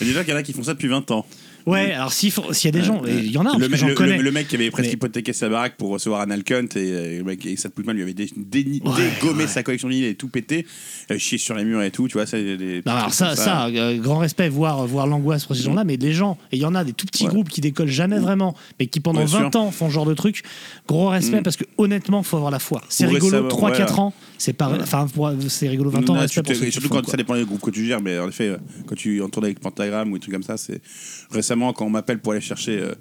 Speaker 2: Il y a déjà qu'il y en a qui font ça depuis 20 ans.
Speaker 1: ouais, alors s'il faut- s'il y a des gens, il
Speaker 8: Ah
Speaker 1: y en a, hein, parce
Speaker 2: Euh, le,
Speaker 1: que
Speaker 2: mec-
Speaker 1: j'en
Speaker 2: le-
Speaker 1: connais.
Speaker 2: le- le mec qui avait presque
Speaker 1: Mais-
Speaker 2: hypothéqué sa baraque pour recevoir un Alcunt et, euh, le mec, et Sad Pullman lui avait dé- déni-
Speaker 1: Ouais,
Speaker 2: dégommé
Speaker 1: ouais.
Speaker 2: sa collection de livres et tout pété, euh, chier sur les murs et tout, tu vois. Ça, des- des-
Speaker 1: Non, alors ça,
Speaker 2: comme
Speaker 1: ça, euh, grand respect, voir, voir l'angoisse pour ces gens-là, mais les gens, et il y en a des tout petits
Speaker 2: Ouais. Mm.
Speaker 1: groupes qui décollent jamais vraiment, mais qui pendant
Speaker 2: Bien sûr.
Speaker 1: 20 ans font ce genre de truc, gros respect, parce que honnêtement, faut avoir la foi. C'est
Speaker 2: Pour
Speaker 1: rigolo,
Speaker 2: récemment,
Speaker 1: 3-4
Speaker 2: voilà.
Speaker 1: ans, c'est pas, enfin, pour- c'est rigolo 20 ans,
Speaker 2: Non,
Speaker 1: respect
Speaker 2: tu
Speaker 1: pour
Speaker 2: te-
Speaker 1: ceux qui
Speaker 2: surtout
Speaker 1: font,
Speaker 2: quand
Speaker 1: quoi.
Speaker 2: ça dépend des groupes que tu gères, mais en effet, euh, quand tu entournes avec Pentagram ou des trucs comme ça, c'est récemment quand on m'appelle pour aller chercher euh,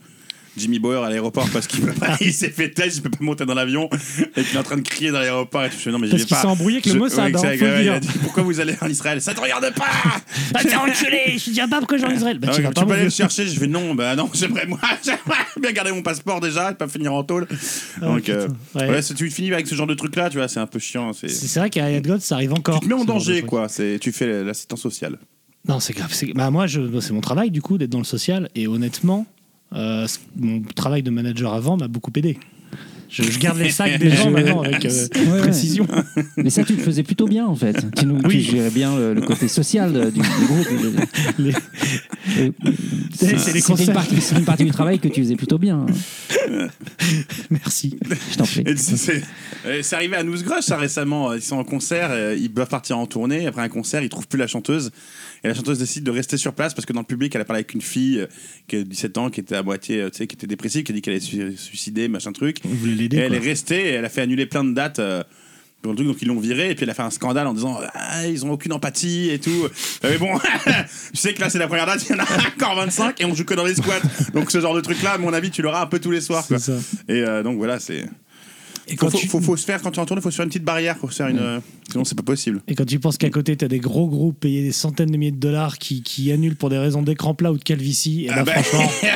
Speaker 2: Jimmy Bauer à l'aéroport parce qu'il peut pas- il s'est fait test, il peut pas monter dans l'avion et qu'il est en train de crier dans l'aéroport et tout. Je fais, non, mais j'y
Speaker 1: Parce
Speaker 2: vais
Speaker 1: qu'il
Speaker 2: pas.
Speaker 1: s'est embrouillé avec le
Speaker 2: Je-
Speaker 1: Mossad,
Speaker 2: ouais,
Speaker 1: hein,
Speaker 2: exact,
Speaker 1: faut le
Speaker 2: ouais, il a
Speaker 1: dire.
Speaker 2: dit, pourquoi vous allez en Israël Ça te regarde pas
Speaker 1: Bah, t'es enculé, je te dis pas pourquoi j'ai en Israël. Bah,
Speaker 2: Ah
Speaker 1: tu
Speaker 2: ouais,
Speaker 1: vas
Speaker 2: Tu
Speaker 1: pas
Speaker 2: peux aller
Speaker 1: mourir.
Speaker 2: le chercher Je fais non, bah non, j'aimerais moi, j'aimerais bien garder mon passeport déjà et pas finir en tôle. Donc,
Speaker 1: Ah, putain,
Speaker 2: euh,
Speaker 1: ouais.
Speaker 2: ouais, si tu finis avec ce genre de truc là, tu vois, c'est un peu chiant. c'est-
Speaker 1: C'est c'est vrai qu'à Riot God, ça arrive encore.
Speaker 2: Tu te mets
Speaker 1: ce genre
Speaker 2: en
Speaker 1: de
Speaker 2: danger,
Speaker 1: truc.
Speaker 2: quoi. C'est- Tu fais l'assistance sociale.
Speaker 1: Non, c'est grave. c'est- Bah, moi, je... c'est mon travail, du coup, d'être dans le social. Et honnêtement, euh, ce- mon travail de manager avant m'a beaucoup aidé. Je, je garde les sacs des gens maintenant avec euh,
Speaker 8: Ouais, ouais.
Speaker 1: précision.
Speaker 8: Mais ça, tu le faisais plutôt bien, en fait. Tu, nous, tu gérais bien le, le côté social de- du, du groupe.
Speaker 1: Les-
Speaker 8: Euh,
Speaker 1: C'est- c'est les
Speaker 8: c'était
Speaker 1: concerts.
Speaker 8: une, partie- c'était une partie du travail que tu faisais plutôt bien. hein.
Speaker 1: Merci.
Speaker 8: Je t'en prie.
Speaker 2: Et C'est c'est- euh, c'est arrivé à Noosegrush, ça récemment. Ils sont en concert, euh, ils doivent partir en tournée. Après un concert, ils trouvent plus la chanteuse. Et la chanteuse décide de rester sur place parce que dans le public, elle a parlé avec une fille euh, qui a 17 ans, qui était à moitié, euh, tu sais, qui était dépressive, qui a dit qu'elle allait se su- suicider, machin truc.
Speaker 1: Vous voulez
Speaker 2: Et
Speaker 1: l'aider
Speaker 2: elle
Speaker 1: quoi.
Speaker 2: est restée et elle a fait annuler plein de dates. euh, pour le truc, donc ils l'ont virée et puis elle a fait un scandale en disant Ah, ils ont aucune empathie et tout. Ah, Mais bon, tu sais que là c'est la première date, il y en a encore 25 et on joue que dans les squats. Donc ce genre de truc là, à mon avis, tu l'auras un peu tous les soirs. quoi.
Speaker 1: C'est ça.
Speaker 2: Et euh, donc voilà, c'est.
Speaker 1: Et
Speaker 2: Faut,
Speaker 1: quand,
Speaker 2: faut-
Speaker 1: tu, Mm.
Speaker 2: faut- faut se faire quand tu es en tournée, faut se faire une petite barrière, faut se faire une. euh, Sinon c'est pas possible.
Speaker 1: et quand tu penses qu'à côté, t'as des gros groupes payés des centaines de milliers de dollars qui, qui annulent pour des raisons d'écran plat ou de calvitie, et bah,
Speaker 2: Ah bah,
Speaker 1: franchement,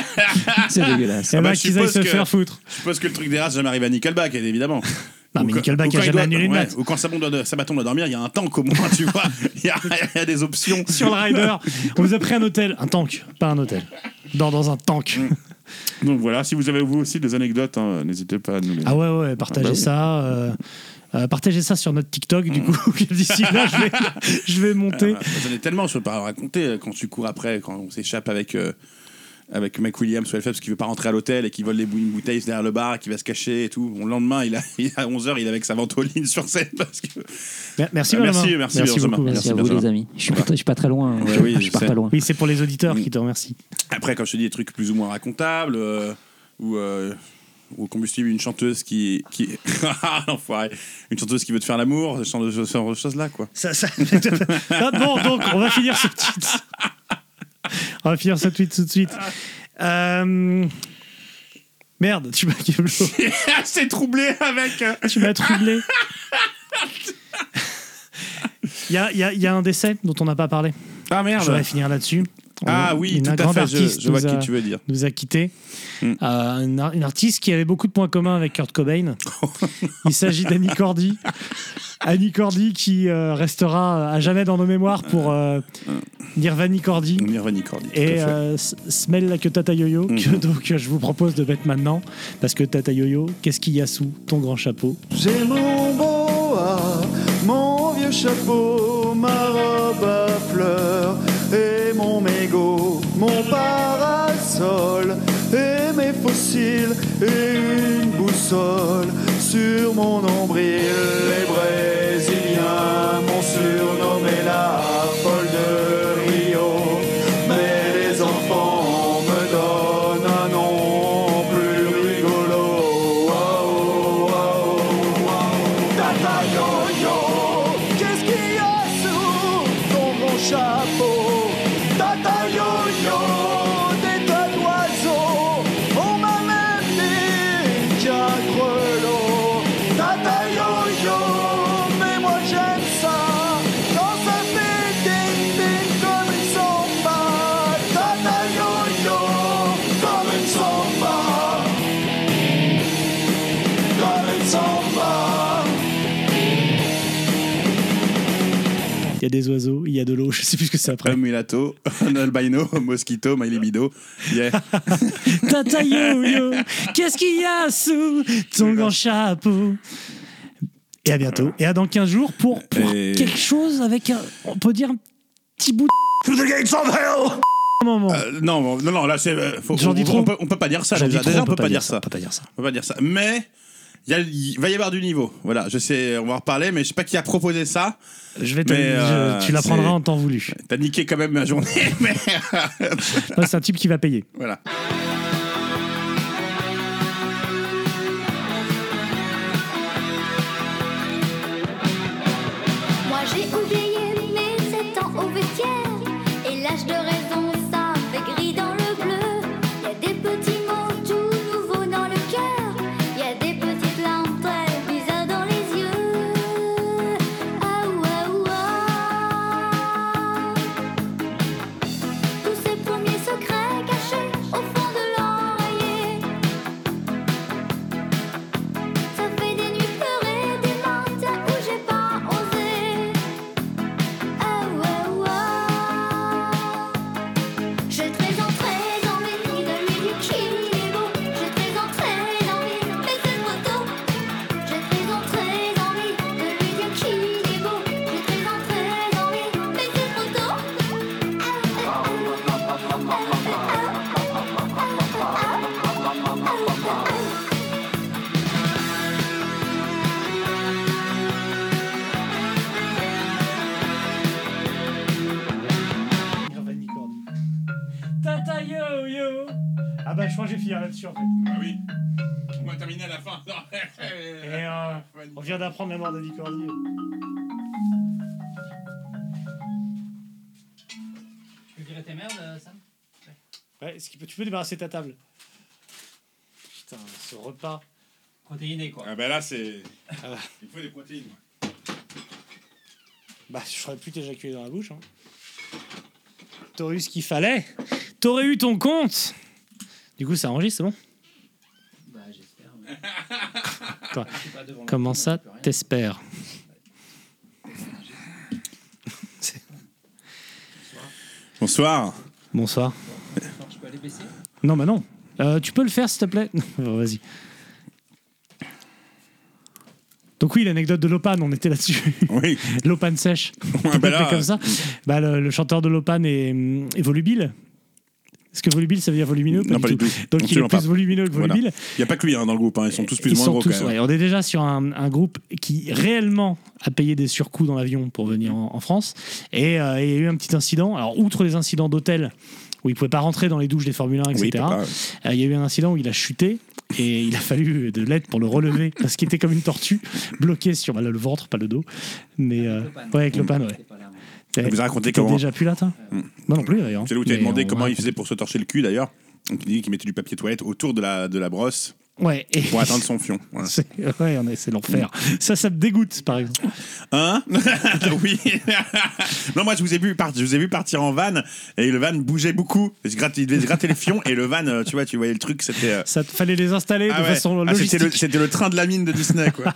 Speaker 8: C'est dégueulasse.
Speaker 1: eh
Speaker 2: bah,
Speaker 1: bah,
Speaker 2: je
Speaker 1: qu'ils aillent
Speaker 2: suppose
Speaker 1: se
Speaker 2: que-
Speaker 1: faire foutre.
Speaker 2: je suppose que le truc des races jamais arrivé à Nickelback, évidemment.
Speaker 1: Non,
Speaker 2: Ou
Speaker 1: mais
Speaker 2: quand-
Speaker 1: Nickelback
Speaker 2: ou
Speaker 1: a
Speaker 2: quand il
Speaker 1: jamais
Speaker 2: doit-
Speaker 1: annulé une
Speaker 2: ouais,
Speaker 1: date.
Speaker 2: Ou quand Sabaton doit, Sabaton doit dormir, il y a un tank au moins, tu vois. Il y, a- il y a des options.
Speaker 1: Sur le rider, on vous a pris un hôtel, un tank, pas un hôtel. Dans, dans un tank.
Speaker 9: Donc voilà, si vous avez vous aussi des anecdotes, hein, n'hésitez pas à nous les
Speaker 1: Ah ouais, ouais, partagez
Speaker 9: bah oui.
Speaker 1: ça. euh, euh, partagez ça sur notre TikTok,
Speaker 2: Mm.
Speaker 1: du coup. D'ici là, je vais, je vais monter.
Speaker 2: Ah, J'en ai tellement, je peux pas raconter euh, quand tu cours après, quand on s'échappe avec. euh, avec Mac Williams ou Phelps qui veut pas rentrer à l'hôtel et qui vole les bou- une bouteille derrière le bar, qui va se cacher et tout. Bon, le lendemain, il a, il a 11h, il est avec sa ventoline sur scène parce que.
Speaker 1: Mer- Merci,
Speaker 2: Ah, merci,
Speaker 1: Benjamin.
Speaker 2: merci,
Speaker 1: merci
Speaker 2: Benjamin.
Speaker 1: beaucoup.
Speaker 8: Merci,
Speaker 2: Merci,
Speaker 8: à vous,
Speaker 2: Benjamin.
Speaker 8: les amis. Je suis, pas, je suis pas très loin. hein.
Speaker 2: Ouais,
Speaker 8: je,
Speaker 2: oui,
Speaker 8: je
Speaker 2: je
Speaker 8: pars
Speaker 2: sais.
Speaker 8: pas loin.
Speaker 1: Oui, c'est pour les auditeurs
Speaker 2: Mm.
Speaker 1: qui te remercient.
Speaker 2: Après, comme je te dis, des trucs plus ou moins racontables, euh, ou euh, au combustible, une chanteuse qui. qui... Ah, l'enfoiré. Une chanteuse qui veut te faire l'amour, ce genre de, ce genre de choses-là, quoi.
Speaker 1: Ça, ça... Ah bon, donc, on va finir ce tweet. On va finir ce tweet tout de suite. Euh, Merde, tu m'as
Speaker 2: C'est troublé avec. euh,
Speaker 1: tu m'as troublé. Il y a, il y a- il y a un décès dont on n'a pas parlé.
Speaker 2: Ah
Speaker 1: Je voudrais
Speaker 2: merde
Speaker 1: finir là-dessus.
Speaker 2: Ah
Speaker 1: On-
Speaker 2: oui,
Speaker 1: une
Speaker 2: tout à
Speaker 1: grande
Speaker 2: fait, je,
Speaker 1: artiste euh,
Speaker 2: je vois
Speaker 1: nous a-
Speaker 2: qui tu veux dire.
Speaker 1: nous a quittés.
Speaker 2: Mm.
Speaker 1: Euh, une, ar- une artiste qui avait beaucoup de points communs avec Kurt Cobain. Il s'agit d'Annie Cordy. Annie Cordy qui euh, restera à jamais dans nos mémoires pour euh, Nirvana Cordy.
Speaker 2: Nirvana Cordy. Mm. tout à
Speaker 1: Et
Speaker 2: fait.
Speaker 1: euh, S- Smell Like a Tata Yo-Yo, que
Speaker 2: Mhm.
Speaker 1: donc euh, je vous propose de mettre maintenant, parce que Tata Yo-Yo, qu'est-ce qu'il y a sous ton grand chapeau
Speaker 10: J'ai mon boa, mon vieux chapeau, ma robe à fleurs et mon mégot, mon parasol et mes fossiles et une boussole sur mon nombril. Les Brésiliens m'ont surnommé la folle de Rio, mais les enfants me donnent un nom plus rigolo. Waouh, waouh, waouh. Tata yo-yo, qu'est-ce qu'il y a sous ton bon chapeau Tata yo-yo, des tas d'oiseaux, on m'a même dit qu'il y a un grelot. Tata yo-yo, mais moi j'aime ça, quand ça fait ding ding comme une samba. Tata yo-yo, comme une samba.
Speaker 1: Il y a des oiseaux, il y a de l'eau, je sais plus ce que c'est après.
Speaker 2: Un mulatto, un albino, un mosquito, my libido. Yeah.
Speaker 1: Tata Yo-Yo, qu'est-ce qu'il y a sous ton grand chapeau Et à bientôt. Et à dans 15 jours pour, pour
Speaker 2: Et-
Speaker 1: quelque chose avec un, on peut dire, un petit bout de moment.
Speaker 2: Euh, non, bon, non, non, là, c'est. euh, faut-
Speaker 1: J'en dis
Speaker 2: on-
Speaker 1: trop.
Speaker 2: On peut, on peut pas dire ça.
Speaker 1: J'en
Speaker 2: Déjà,
Speaker 1: dis trop,
Speaker 2: Déjà, on peut pas dire ça.
Speaker 1: On peut pas dire ça.
Speaker 2: On peut pas dire ça. Mais. il y a- Il va y avoir du niveau. Voilà, je sais, on va en reparler, mais je sais pas qui a proposé ça.
Speaker 1: Je vais te,
Speaker 2: Mais,
Speaker 1: je-
Speaker 2: euh,
Speaker 1: tu l'apprendras
Speaker 2: c'est-
Speaker 1: en temps voulu.
Speaker 2: T'as niqué quand même ma journée, mais
Speaker 1: Moi, c'est un type qui va payer.
Speaker 2: voilà.
Speaker 10: Moi j'ai oublié mes 7 ans au vestiaire Et l'âge de raison ça fait gris dans le bleu Y a des petits mots tout Ah,
Speaker 1: yo-yo. Ah bah je crois que j'ai fini là-dessus en fait.
Speaker 2: Ah oui. On va terminer à la fin.
Speaker 1: Et euh, on vient d'apprendre la mort d'Eddie Cordy.
Speaker 7: Tu dirais tes merdes, Sam
Speaker 1: Ouais, est-ce que tu peux débarrasser ta table Putain, ce repas.
Speaker 7: Protéiné, quoi.
Speaker 2: Ah bah là, c'est.
Speaker 1: Ah.
Speaker 2: Il faut des protéines. ouais.
Speaker 1: Bah, je ferais plus t'éjaculer dans la bouche. Hein. T'aurais eu ce qu'il fallait. T'aurais eu ton compte. Du coup, ça enregistre, c'est bon
Speaker 7: Bah, j'espère. mais
Speaker 1: Toi,
Speaker 7: je suis pas devant le
Speaker 1: Comment
Speaker 7: micro,
Speaker 1: ça,
Speaker 7: donc je peux rien.
Speaker 1: t'espères
Speaker 2: Bonsoir.
Speaker 1: Bonsoir.
Speaker 7: Attends, Je peux aller baisser
Speaker 1: Non, bah non. Euh, tu peux le faire, s'il te plaît Bon, Vas-y. Donc oui, l'anecdote de Lopan, on était là-dessus.
Speaker 2: Oui.
Speaker 1: Lopan sèche.
Speaker 2: Ah bah
Speaker 1: Peut-être
Speaker 2: là,
Speaker 1: comme ça. Bah, le, le chanteur de Lopan est, hum, est volubile. Est-ce que volubile, ça veut dire volumineux
Speaker 2: Non, pas du tout.
Speaker 1: Donc il est
Speaker 2: Absolument
Speaker 1: plus
Speaker 2: pas.
Speaker 1: volumineux que
Speaker 2: Voilà.
Speaker 1: volubile.
Speaker 2: Il n'y a pas que lui hein, dans le groupe. hein. Ils sont tous plus ou
Speaker 1: Ils
Speaker 2: moins
Speaker 1: sont
Speaker 2: gros
Speaker 1: tous-
Speaker 2: quand
Speaker 1: ouais,
Speaker 2: même.
Speaker 1: on est déjà sur un, un groupe qui réellement a payé des surcoûts dans l'avion pour venir en, en France. Et euh, il y a eu un petit incident. Alors, outre les incidents d'hôtel où il pouvait pas rentrer dans les douches des Formule 1, etc.,
Speaker 2: Oui,
Speaker 1: euh,
Speaker 2: papa, ouais.
Speaker 1: il y a eu un incident où il a chuté et il a fallu de l'aide pour le relever parce qu'il était comme une tortue, bloqué sur bah, là, le ventre, pas le dos. Mais euh,
Speaker 7: Lopan.
Speaker 1: ouais, avec le pan, ouais.
Speaker 7: T'es pas là, moi.
Speaker 2: Il vous a raconté
Speaker 1: T'es
Speaker 2: comment. Hmm.
Speaker 1: déjà plus là, toi Moi non plus, d'ailleurs.
Speaker 2: C'est là où tu as
Speaker 1: Mais
Speaker 2: demandé
Speaker 1: on-
Speaker 2: comment il faisait pour se torcher le cul d'ailleurs. Donc il dit qu'il mettait du papier toilette autour de la, de la brosse
Speaker 1: Ouais, et-
Speaker 2: pour atteindre son Hmm. fion. Voilà.
Speaker 1: C'est- ouais, on est- c'est l'enfer. Ça, ça me dégoûte, par exemple.
Speaker 2: Hein Oui. non, moi, je vous, ai vu partir, je vous ai vu partir en van et le van bougeait beaucoup. Il se grattait- il devait se gratter les fions et le van, euh, tu vois, tu voyais le truc, c'était. euh,
Speaker 1: Ça te fallait les installer
Speaker 2: ah
Speaker 1: de
Speaker 2: ouais.
Speaker 1: façon
Speaker 2: Ah, c'était
Speaker 1: logistique.
Speaker 2: le, c'était le train de la mine de Disney, quoi.